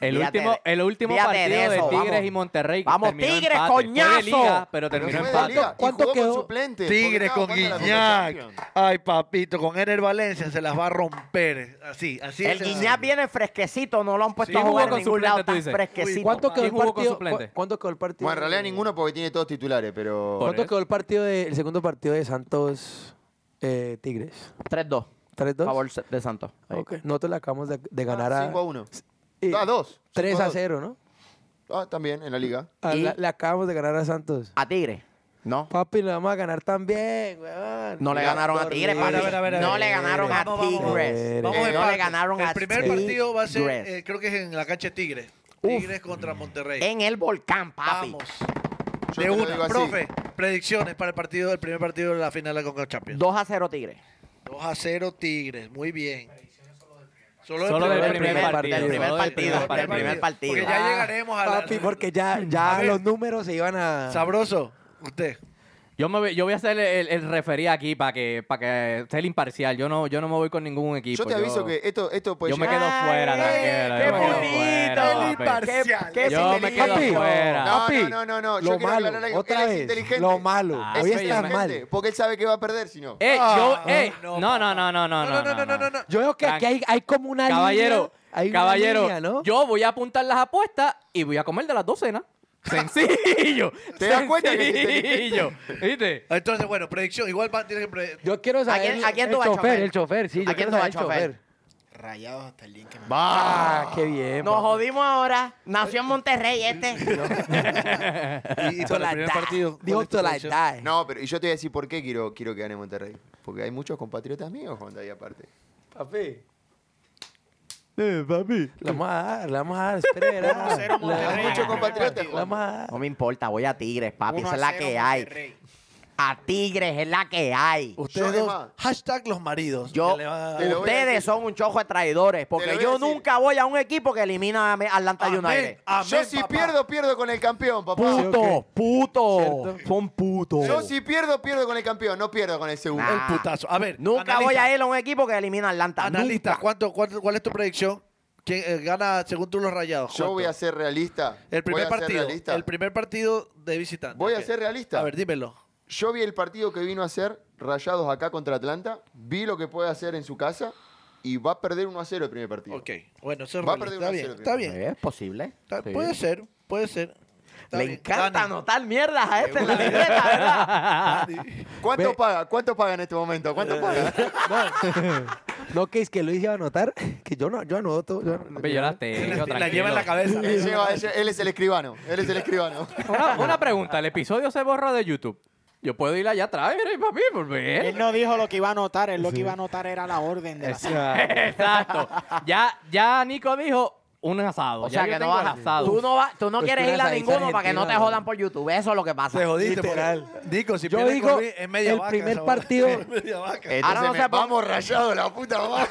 Speaker 3: El
Speaker 1: Fíjate
Speaker 3: último,
Speaker 1: de-
Speaker 3: el último
Speaker 1: fíjate
Speaker 3: partido
Speaker 1: de
Speaker 3: de,
Speaker 1: eso,
Speaker 3: Tigres
Speaker 1: vamos.
Speaker 3: y Monterrey.
Speaker 1: Vamos,
Speaker 3: terminó
Speaker 1: Tigres,
Speaker 3: empate. Fue de
Speaker 1: coñazo.
Speaker 3: liga, pero
Speaker 2: Pero
Speaker 3: terminó
Speaker 2: fue de
Speaker 3: empate.
Speaker 2: liga, y
Speaker 4: ¿Cuánto
Speaker 2: jugó
Speaker 4: quedó?
Speaker 2: Con suplente,
Speaker 6: Tigre con Guiñac.
Speaker 2: Guiñac.
Speaker 6: Ay, papito, con Ener Valencia se las va a romper. Así, así.
Speaker 1: el
Speaker 6: se-
Speaker 1: Guiñac viene fresquecito, no lo han puesto
Speaker 3: Sí,
Speaker 1: a
Speaker 3: jugó
Speaker 1: jugar en
Speaker 3: con
Speaker 1: ningún
Speaker 3: suplente,
Speaker 1: lado,
Speaker 3: tú
Speaker 1: está
Speaker 3: dices.
Speaker 1: fresquecito.
Speaker 4: ¿Cuánto quedó el
Speaker 3: ¿Quién jugó con
Speaker 4: partido?
Speaker 3: suplente?
Speaker 4: ¿Cu- ¿Cuánto quedó el partido?
Speaker 2: Bueno, en realidad
Speaker 4: de-
Speaker 2: ninguno porque tiene todos titulares, pero.
Speaker 3: Por
Speaker 4: ¿Cuánto
Speaker 3: eso.
Speaker 4: quedó el partido de- el segundo partido de Santos eh, Tigres?
Speaker 1: 3-2.
Speaker 4: ¿3-2?
Speaker 1: Favor de Santos.
Speaker 4: Ok. Nosotros le acabamos de, de ganar a.
Speaker 2: 5 Ah, a 1.
Speaker 4: eh,
Speaker 2: Ah, dos.
Speaker 4: 3
Speaker 2: Cinco a
Speaker 4: a
Speaker 2: dos.
Speaker 4: 0, ¿no?
Speaker 2: Ah, también en la liga.
Speaker 4: A-
Speaker 1: Y-
Speaker 4: Ah, la- le acabamos de ganar a Santos.
Speaker 1: A Tigre. No.
Speaker 4: Papi, le vamos a ganar también, weón.
Speaker 1: No le
Speaker 2: Mira,
Speaker 1: ganaron a Tigres,
Speaker 6: A ver,
Speaker 1: papi.
Speaker 6: a ver, a ver, a
Speaker 1: No
Speaker 6: ver.
Speaker 1: le ganaron a
Speaker 6: Vamos, vamos, vamos.
Speaker 1: Tigres.
Speaker 6: Vamos
Speaker 2: Eh,
Speaker 6: en
Speaker 1: no le
Speaker 6: parte.
Speaker 1: ganaron a
Speaker 6: El primer
Speaker 1: Tigres.
Speaker 6: partido va a ser, eh, creo que es en la cancha de Tigres. Tigres contra Monterrey.
Speaker 1: En el volcán, papi.
Speaker 6: Vamos.
Speaker 2: Yo te
Speaker 6: De
Speaker 2: lo
Speaker 6: una.
Speaker 2: digo así.
Speaker 6: Profe, predicciones para el partido, el primer partido de la final de la Conca Champions.
Speaker 1: 2 a 0 Tigres.
Speaker 6: 2 a 0 Tigres, muy bien.
Speaker 3: Solo del
Speaker 4: primer partido.
Speaker 1: Del primer
Speaker 3: Solo del
Speaker 1: partido,
Speaker 3: primer
Speaker 1: del primer partido.
Speaker 6: Porque ya llegaremos a la-
Speaker 4: Papi, porque ya, ya
Speaker 6: A ver.
Speaker 4: los números se iban a.
Speaker 6: Sabroso, usted.
Speaker 3: Yo, me, voy- yo voy a ser el, el referí aquí para que, para que sea el imparcial. Yo no, yo no me voy con ningún equipo.
Speaker 2: Yo te aviso que esto, esto puede
Speaker 3: yo me
Speaker 2: llegar-
Speaker 3: quedo fuera, tranquilo, yo me quedo fuera,
Speaker 1: el
Speaker 3: papi.
Speaker 1: imparcial.
Speaker 6: Qué-
Speaker 1: Qué
Speaker 3: Yo me quedo
Speaker 1: inteligente.
Speaker 3: fuera.
Speaker 2: No,
Speaker 4: Papi,
Speaker 2: no, no, no, no, yo
Speaker 4: Lo
Speaker 2: quiero
Speaker 4: malo,
Speaker 2: aclarar algo.
Speaker 4: otra
Speaker 2: Él es
Speaker 4: vez.
Speaker 2: inteligente.
Speaker 4: Lo malo.
Speaker 3: Ah,
Speaker 4: Hoy
Speaker 3: eso ya
Speaker 4: está
Speaker 3: me-
Speaker 2: Gente,
Speaker 4: mal.
Speaker 2: Porque él sabe que va a perder si no.
Speaker 3: Eh, yo,
Speaker 6: Ah,
Speaker 3: eh,
Speaker 6: no,
Speaker 3: no, no, no, no, no, no,
Speaker 6: No, no, no, no, no, no.
Speaker 4: Yo veo que aquí hay, hay como una
Speaker 3: Caballero,
Speaker 4: línea, hay una
Speaker 3: caballero,
Speaker 4: línea, ¿no?
Speaker 3: yo voy a apuntar las apuestas y voy a comer de las docenas. Sencillo.
Speaker 2: ¿Te das cuenta que es
Speaker 3: Sencillo. ¿Viste?
Speaker 6: Entonces, bueno, predicción, igual va, tiene que pre-
Speaker 4: Yo quiero saber.
Speaker 1: quién- a quién
Speaker 4: el
Speaker 1: tú vas,
Speaker 4: chofer,
Speaker 1: chofer?
Speaker 4: El chofer, sí.
Speaker 1: ¿A
Speaker 4: Yo
Speaker 1: quién
Speaker 4: quiero
Speaker 1: tú vas,
Speaker 4: saber el chofer.
Speaker 1: chofer?
Speaker 7: Rayados hasta el link que me
Speaker 4: Ah, qué bien.
Speaker 1: Nos
Speaker 4: papi.
Speaker 1: jodimos ahora. Nació en Monterrey este.
Speaker 6: y, y para el primer partido.
Speaker 4: Dijo
Speaker 6: ¿cuál es tu
Speaker 4: to la
Speaker 6: predicción?
Speaker 4: die.
Speaker 2: No, pero y yo te voy a decir por qué quiero, quiero que gane Monterrey. Porque hay muchos compatriotas míos cuando ahí aparte.
Speaker 4: Papi. Eh, papi. Le vamos a dar, le vamos a dar. Espera, verá. Le
Speaker 7: 1-0 Monterrey.
Speaker 4: vamos-
Speaker 2: Muchos
Speaker 1: ah,
Speaker 2: compatriotas.
Speaker 4: le vamos a dar.
Speaker 1: No me importa, voy a Tigres, papi.
Speaker 7: Uno
Speaker 1: Esa
Speaker 7: a
Speaker 1: es la
Speaker 7: cero,
Speaker 1: que hay.
Speaker 7: Monterrey.
Speaker 1: A Tigres es la que hay.
Speaker 6: Ustedes
Speaker 2: Yo,
Speaker 6: dos,
Speaker 2: además-
Speaker 6: hashtag los maridos.
Speaker 1: Yo,
Speaker 6: que le va a-
Speaker 2: Te lo voy a
Speaker 1: ustedes
Speaker 2: decir.
Speaker 1: son un chojo de traidores,
Speaker 2: Te
Speaker 1: porque
Speaker 2: lo voy a
Speaker 1: yo
Speaker 2: decir.
Speaker 1: nunca voy a un equipo que elimina a Me- Atlanta
Speaker 6: Amén,
Speaker 1: United.
Speaker 6: amén,
Speaker 2: yo si
Speaker 6: papá.
Speaker 2: pierdo, pierdo con el campeón, papá.
Speaker 1: Puto,
Speaker 4: Sí, ok.
Speaker 1: puto,
Speaker 4: Cierto.
Speaker 1: son putos.
Speaker 2: Yo si pierdo, pierdo con el campeón, no pierdo con el segundo.
Speaker 1: Nah.
Speaker 6: El putazo. A ver,
Speaker 1: Nunca
Speaker 6: analista,
Speaker 1: voy a ir a un equipo que elimina a Atlanta.
Speaker 6: Analista,
Speaker 1: nunca.
Speaker 6: ¿cuánto, cuánto, cuál es tu predicción? ¿Quién eh, gana según tú los rayados?
Speaker 2: Yo
Speaker 6: ¿Cuánto?
Speaker 2: voy a ser realista.
Speaker 6: El primer
Speaker 2: voy a
Speaker 6: partido.
Speaker 2: Ser realista.
Speaker 6: El primer partido de visitante.
Speaker 2: Voy a
Speaker 6: Ok.
Speaker 2: ser realista.
Speaker 6: A ver, dímelo.
Speaker 2: Yo vi el partido que vino a hacer Rayados acá contra Atlanta, vi lo que puede hacer en su casa y va a perder 1 a 0 el primer partido.
Speaker 6: Ok. Bueno, eso es
Speaker 2: Va a
Speaker 6: realista.
Speaker 2: perder 1-0
Speaker 6: Está bien.
Speaker 2: el
Speaker 6: Está bien.
Speaker 1: Es posible.
Speaker 6: Está-
Speaker 1: Sí.
Speaker 6: Puede ser, puede ser. Está
Speaker 1: Le
Speaker 6: bien.
Speaker 1: encanta
Speaker 6: Dani.
Speaker 1: anotar mierdas a este en la libreta, ¿verdad?
Speaker 2: ¿Cuánto paga? ¿Cuánto paga en este momento? ¿Cuánto paga?
Speaker 4: No, que es que Luis iba a anotar que yo no, yo anoto. yo anoto.
Speaker 3: Hombre, yo la tengo,
Speaker 6: La,
Speaker 3: tranquilo.
Speaker 6: lleva en la cabeza.
Speaker 2: Él, lleva- él- él es el escribano. Él es el escribano.
Speaker 3: Una, una pregunta, el episodio se borra de YouTube. Yo puedo ir allá atrás, mira, papi, pues por ver.
Speaker 7: Él no dijo lo que iba a anotar, él lo que iba a anotar era la orden de la
Speaker 3: Exacto. Ya, ya Nico dijo un asado.
Speaker 1: O
Speaker 3: Ya
Speaker 1: sea
Speaker 3: yo
Speaker 1: que no
Speaker 3: tengo el
Speaker 1: vas a,
Speaker 3: asado.
Speaker 1: tú no, vas- tú no
Speaker 4: Pues
Speaker 1: quieres
Speaker 4: tú
Speaker 1: ir a
Speaker 4: eres
Speaker 1: ninguno para que no te
Speaker 4: argentino.
Speaker 1: jodan por YouTube. Eso es lo que pasa.
Speaker 6: Te jodiste.
Speaker 4: Literal.
Speaker 6: porque- Nico, si
Speaker 4: Yo
Speaker 6: pierde
Speaker 4: digo,
Speaker 6: con Luis, es media
Speaker 4: el
Speaker 6: vaca
Speaker 4: primer
Speaker 6: esa bola.
Speaker 4: partido-
Speaker 6: Es media vaca.
Speaker 2: Entonces
Speaker 1: Ahora no
Speaker 2: me-
Speaker 1: se ponga-
Speaker 2: vamos rayados la puta madre.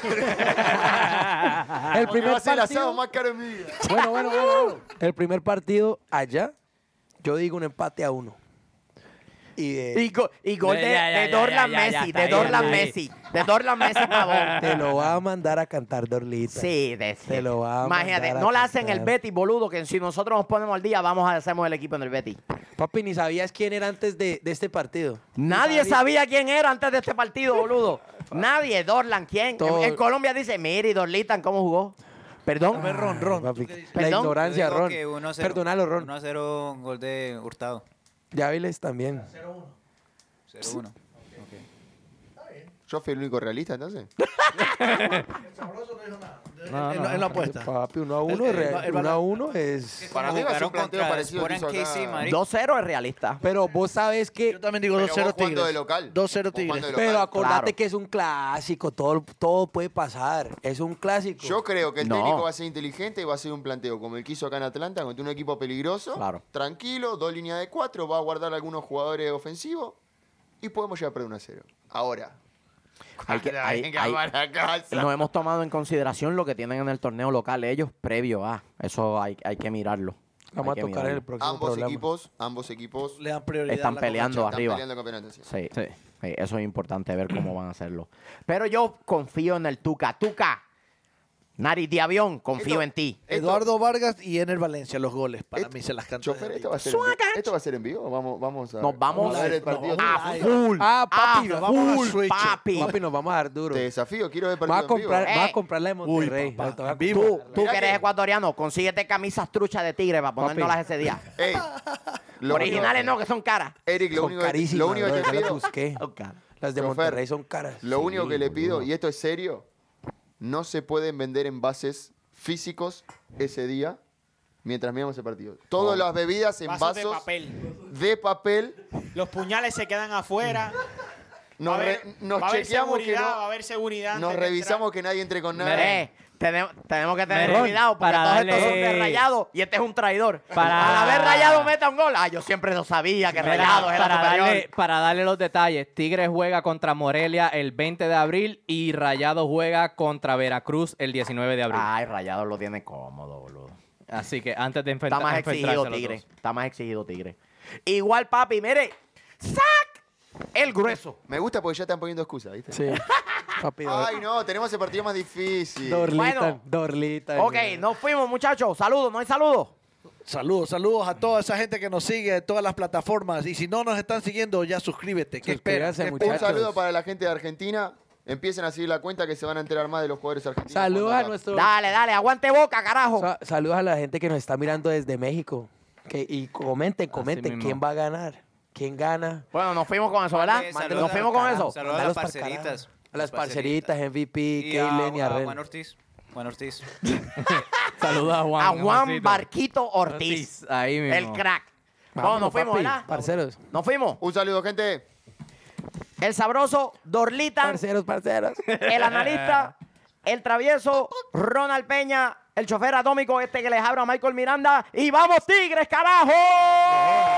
Speaker 4: El
Speaker 2: Porque
Speaker 4: primer
Speaker 2: va a ser el
Speaker 4: partido-
Speaker 2: asado más caro en mi vida.
Speaker 4: Bueno, bueno, bueno, bueno. El primer partido allá, yo digo un empate a uno. Y de-
Speaker 1: Y, go- y gol
Speaker 3: Ya,
Speaker 1: de,
Speaker 3: ya, ya,
Speaker 1: de
Speaker 3: ya,
Speaker 1: Dorlan
Speaker 3: ya, ya,
Speaker 1: Messi,
Speaker 3: está
Speaker 1: de
Speaker 3: ahí,
Speaker 1: Dorlan
Speaker 3: está ahí.
Speaker 1: Messi, de Dorlan Messi pavón.
Speaker 4: te lo va a mandar a cantar Dorlita.
Speaker 1: Sí, de sí.
Speaker 4: Te lo va a
Speaker 1: Imagínate,
Speaker 4: mandar a
Speaker 1: no la hacen el
Speaker 4: cantar.
Speaker 1: Betty, boludo, que si nosotros nos ponemos al día, vamos a hacemos el equipo en el Betty.
Speaker 4: Papi, ni sabías quién era antes de, de este partido.
Speaker 1: Nadie sabía quién era antes de este partido, boludo. Nadie, Dorlan, ¿quién? En-
Speaker 4: Todo-
Speaker 1: En, Colombia dice, mire, Dorlitan, ¿cómo jugó? Perdón.
Speaker 6: Dame ron, ron.
Speaker 4: Papi,
Speaker 6: ¿Tú qué dices?
Speaker 4: la
Speaker 1: Perdón.
Speaker 4: ignorancia, Ron. Perdónalo, Ron.
Speaker 5: 1 a 0, gol de Hurtado.
Speaker 4: Ya Viles también.
Speaker 5: 0 1.
Speaker 2: Yo fui el único realista entonces.
Speaker 3: No,
Speaker 6: en,
Speaker 3: no,
Speaker 6: en la apuesta.
Speaker 4: Papi, uno a uno,
Speaker 6: El- el-
Speaker 4: re-
Speaker 6: el-
Speaker 4: uno a uno es...
Speaker 2: Para mí va a ser un planteo parecido al que
Speaker 5: Sporting
Speaker 2: hizo acá.
Speaker 5: KC, Madrid.
Speaker 1: 2-0 es realista.
Speaker 4: Pero vos sabés que...
Speaker 6: Yo también digo
Speaker 2: Pero
Speaker 6: 2-0
Speaker 2: vos jugando
Speaker 6: Tigres.
Speaker 2: de local.
Speaker 6: 2-0
Speaker 2: Vos jugando
Speaker 6: Tigres.
Speaker 2: de local.
Speaker 4: Pero acordate
Speaker 1: Claro.
Speaker 4: que es un clásico, todo, todo puede pasar. Es un clásico.
Speaker 2: Yo creo que el
Speaker 1: No.
Speaker 2: técnico va a ser inteligente y va a hacer un planteo como el que hizo acá en Atlanta contra un equipo peligroso,
Speaker 1: Claro.
Speaker 2: tranquilo, dos líneas de cuatro, va a guardar algunos jugadores ofensivos y podemos llegar a perder 1 a 0. Ahora.
Speaker 1: Hay que-
Speaker 2: Ahora,
Speaker 1: hay-
Speaker 2: venga,
Speaker 1: hay-
Speaker 2: para casa.
Speaker 1: No hemos tomado en consideración lo que tienen en el torneo local ellos previo a. Eso hay, hay que mirarlo.
Speaker 4: Vamos
Speaker 1: Hay
Speaker 4: a
Speaker 1: que
Speaker 4: tocar en el
Speaker 1: mirarlo.
Speaker 4: próximo
Speaker 2: ambos
Speaker 4: programa.
Speaker 2: equipos, ambos equipos
Speaker 6: Le dan prioridad.
Speaker 1: Están
Speaker 6: a la Copa
Speaker 1: peleando
Speaker 6: Champions.
Speaker 2: están
Speaker 1: arriba.
Speaker 2: peleando el campeonato. sí.
Speaker 1: Sí.
Speaker 3: Sí.
Speaker 1: Sí, Eso es importante ver cómo van a hacerlo. Pero yo confío en el Tuca. Tuca, nariz de avión, confío
Speaker 2: Esto-
Speaker 1: en ti.
Speaker 2: Esto-
Speaker 6: Eduardo Vargas y Ener Valencia, los goles. Para
Speaker 2: esto-
Speaker 6: mí se las canta.
Speaker 2: Chofer,
Speaker 6: de
Speaker 2: esto va a ser, en, vi- esto va a ser en vivo. Vamos, vamos a,
Speaker 1: Nos vamos
Speaker 2: a ver el partido.
Speaker 1: a
Speaker 6: live.
Speaker 1: full.
Speaker 4: Ah, papi,
Speaker 1: a
Speaker 4: nos
Speaker 6: vamos a
Speaker 1: full,
Speaker 6: Switch.
Speaker 1: papi.
Speaker 4: Papi, nos vamos a dar duro.
Speaker 2: Te desafío, quiero ver el
Speaker 4: Va
Speaker 2: partido
Speaker 4: a comprar,
Speaker 2: en vivo.
Speaker 1: vivo.
Speaker 4: va
Speaker 1: Ey.
Speaker 4: a comprar la de Monterrey.
Speaker 6: papá,
Speaker 4: No, te va a
Speaker 6: en vivo.
Speaker 1: Tú, tú
Speaker 2: Mirá
Speaker 1: que eres
Speaker 2: que-
Speaker 1: ecuatoriano, consíguete camisas truchas de tigre para ponérnoslas ese día.
Speaker 2: Ey, lo
Speaker 1: Originales
Speaker 2: único-
Speaker 1: no, que son caras.
Speaker 2: Eric, lo
Speaker 4: Son
Speaker 2: único, que-
Speaker 4: carísimas,
Speaker 2: lo único
Speaker 4: brother,
Speaker 2: que
Speaker 4: ya
Speaker 2: te
Speaker 4: las
Speaker 2: pido,
Speaker 4: busqué.
Speaker 1: Son caras.
Speaker 4: Las de
Speaker 2: Chofer.
Speaker 4: Monterrey son caras.
Speaker 2: Lo único que le pido,
Speaker 4: boludo.
Speaker 2: y esto es serio, no se pueden vender envases físicos ese día mientras miramos el partido. Todas las bebidas en
Speaker 7: Vasos
Speaker 2: vasos,
Speaker 7: de papel.
Speaker 2: de papel.
Speaker 7: Los puñales se quedan afuera.
Speaker 2: Nos,
Speaker 7: va a haber-
Speaker 2: re- nos
Speaker 7: va a haber
Speaker 2: chequeamos que
Speaker 7: seguridad, va a
Speaker 2: no,
Speaker 7: haber seguridad. antes
Speaker 2: nos
Speaker 7: de
Speaker 2: revisamos que nadie entre con nada.
Speaker 1: Eh, tenemos, tenemos que tener
Speaker 3: Merón,
Speaker 1: cuidado porque
Speaker 3: para
Speaker 1: todos estos son de
Speaker 3: darle-
Speaker 1: rayado y este es un traidor.
Speaker 3: Para-
Speaker 1: Al haber rayado meta un gol. Ah, yo siempre lo sabía que rayado era
Speaker 3: para,
Speaker 1: superior.
Speaker 3: darle, para darle los detalles, Tigres juega contra Morelia el 20 de abril y Rayado juega contra Veracruz el 19 de abril.
Speaker 1: Ay, rayado lo tiene cómodo, boludo.
Speaker 3: Así que antes de enfrenta-
Speaker 1: Está más
Speaker 3: enfrentarse
Speaker 1: exigido
Speaker 3: a los
Speaker 1: Tigre.
Speaker 3: dos.
Speaker 1: Está más exigido Tigre. Igual, papi, mire. ¡Sac! El grueso.
Speaker 2: Me gusta porque ya están poniendo excusas, ¿viste?
Speaker 4: Sí. Papi, dor-
Speaker 2: Ay, no, tenemos el partido más difícil.
Speaker 4: Dorlita,
Speaker 1: Bueno.
Speaker 4: Dorlita.
Speaker 1: Ok, nos fuimos, muchachos. Saludos, no hay saludos.
Speaker 6: Saludos, saludos a toda esa gente que nos sigue de todas las plataformas. Y si no nos están siguiendo, ya suscríbete. ¿Qué esperas?
Speaker 4: Suscríbanse,
Speaker 6: ¿Qué
Speaker 4: muchachos.
Speaker 2: Un
Speaker 6: esperas?
Speaker 2: saludo para la gente de Argentina. Empiecen a seguir la cuenta que se van a enterar más de los jugadores argentinos.
Speaker 4: Saludos a
Speaker 2: Cuando-
Speaker 4: nuestro.
Speaker 1: Dale, dale, aguante boca, carajo.
Speaker 4: sa- saludos a la gente que nos está mirando desde México. Que, y comenten, comenten
Speaker 3: mismo.
Speaker 4: quién va a ganar. ¿Quién gana.
Speaker 1: bueno, nos fuimos con eso, ¿verdad?
Speaker 5: Mande saludos
Speaker 1: Nos
Speaker 5: a-
Speaker 1: fuimos con
Speaker 5: carajo,
Speaker 1: eso.
Speaker 5: Saludos a
Speaker 4: Mandalos
Speaker 5: las
Speaker 4: pa'l
Speaker 5: parceritas.
Speaker 4: carajo. A las parceritas, MVP,
Speaker 5: Y a-
Speaker 4: Kaylen y a
Speaker 5: a
Speaker 4: Ren.
Speaker 5: Juan Ortiz. Juan Ortiz.
Speaker 3: Saludos a Juan.
Speaker 1: A Juan
Speaker 3: Juancito.
Speaker 1: Barquito Ortiz.
Speaker 3: Ahí mismo.
Speaker 1: El crack. Vamos,
Speaker 4: Vámonos,
Speaker 1: nos fuimos,
Speaker 4: papi,
Speaker 1: ¿verdad?
Speaker 4: Parceros.
Speaker 1: Nos fuimos.
Speaker 2: Un saludo, gente.
Speaker 1: El sabroso Dorlita,
Speaker 4: Parceros, parceros.
Speaker 1: el analista, el travieso Ronald Peña, el chofer atómico este que les abra a Michael Miranda. ¡Y vamos, Tigres, carajo!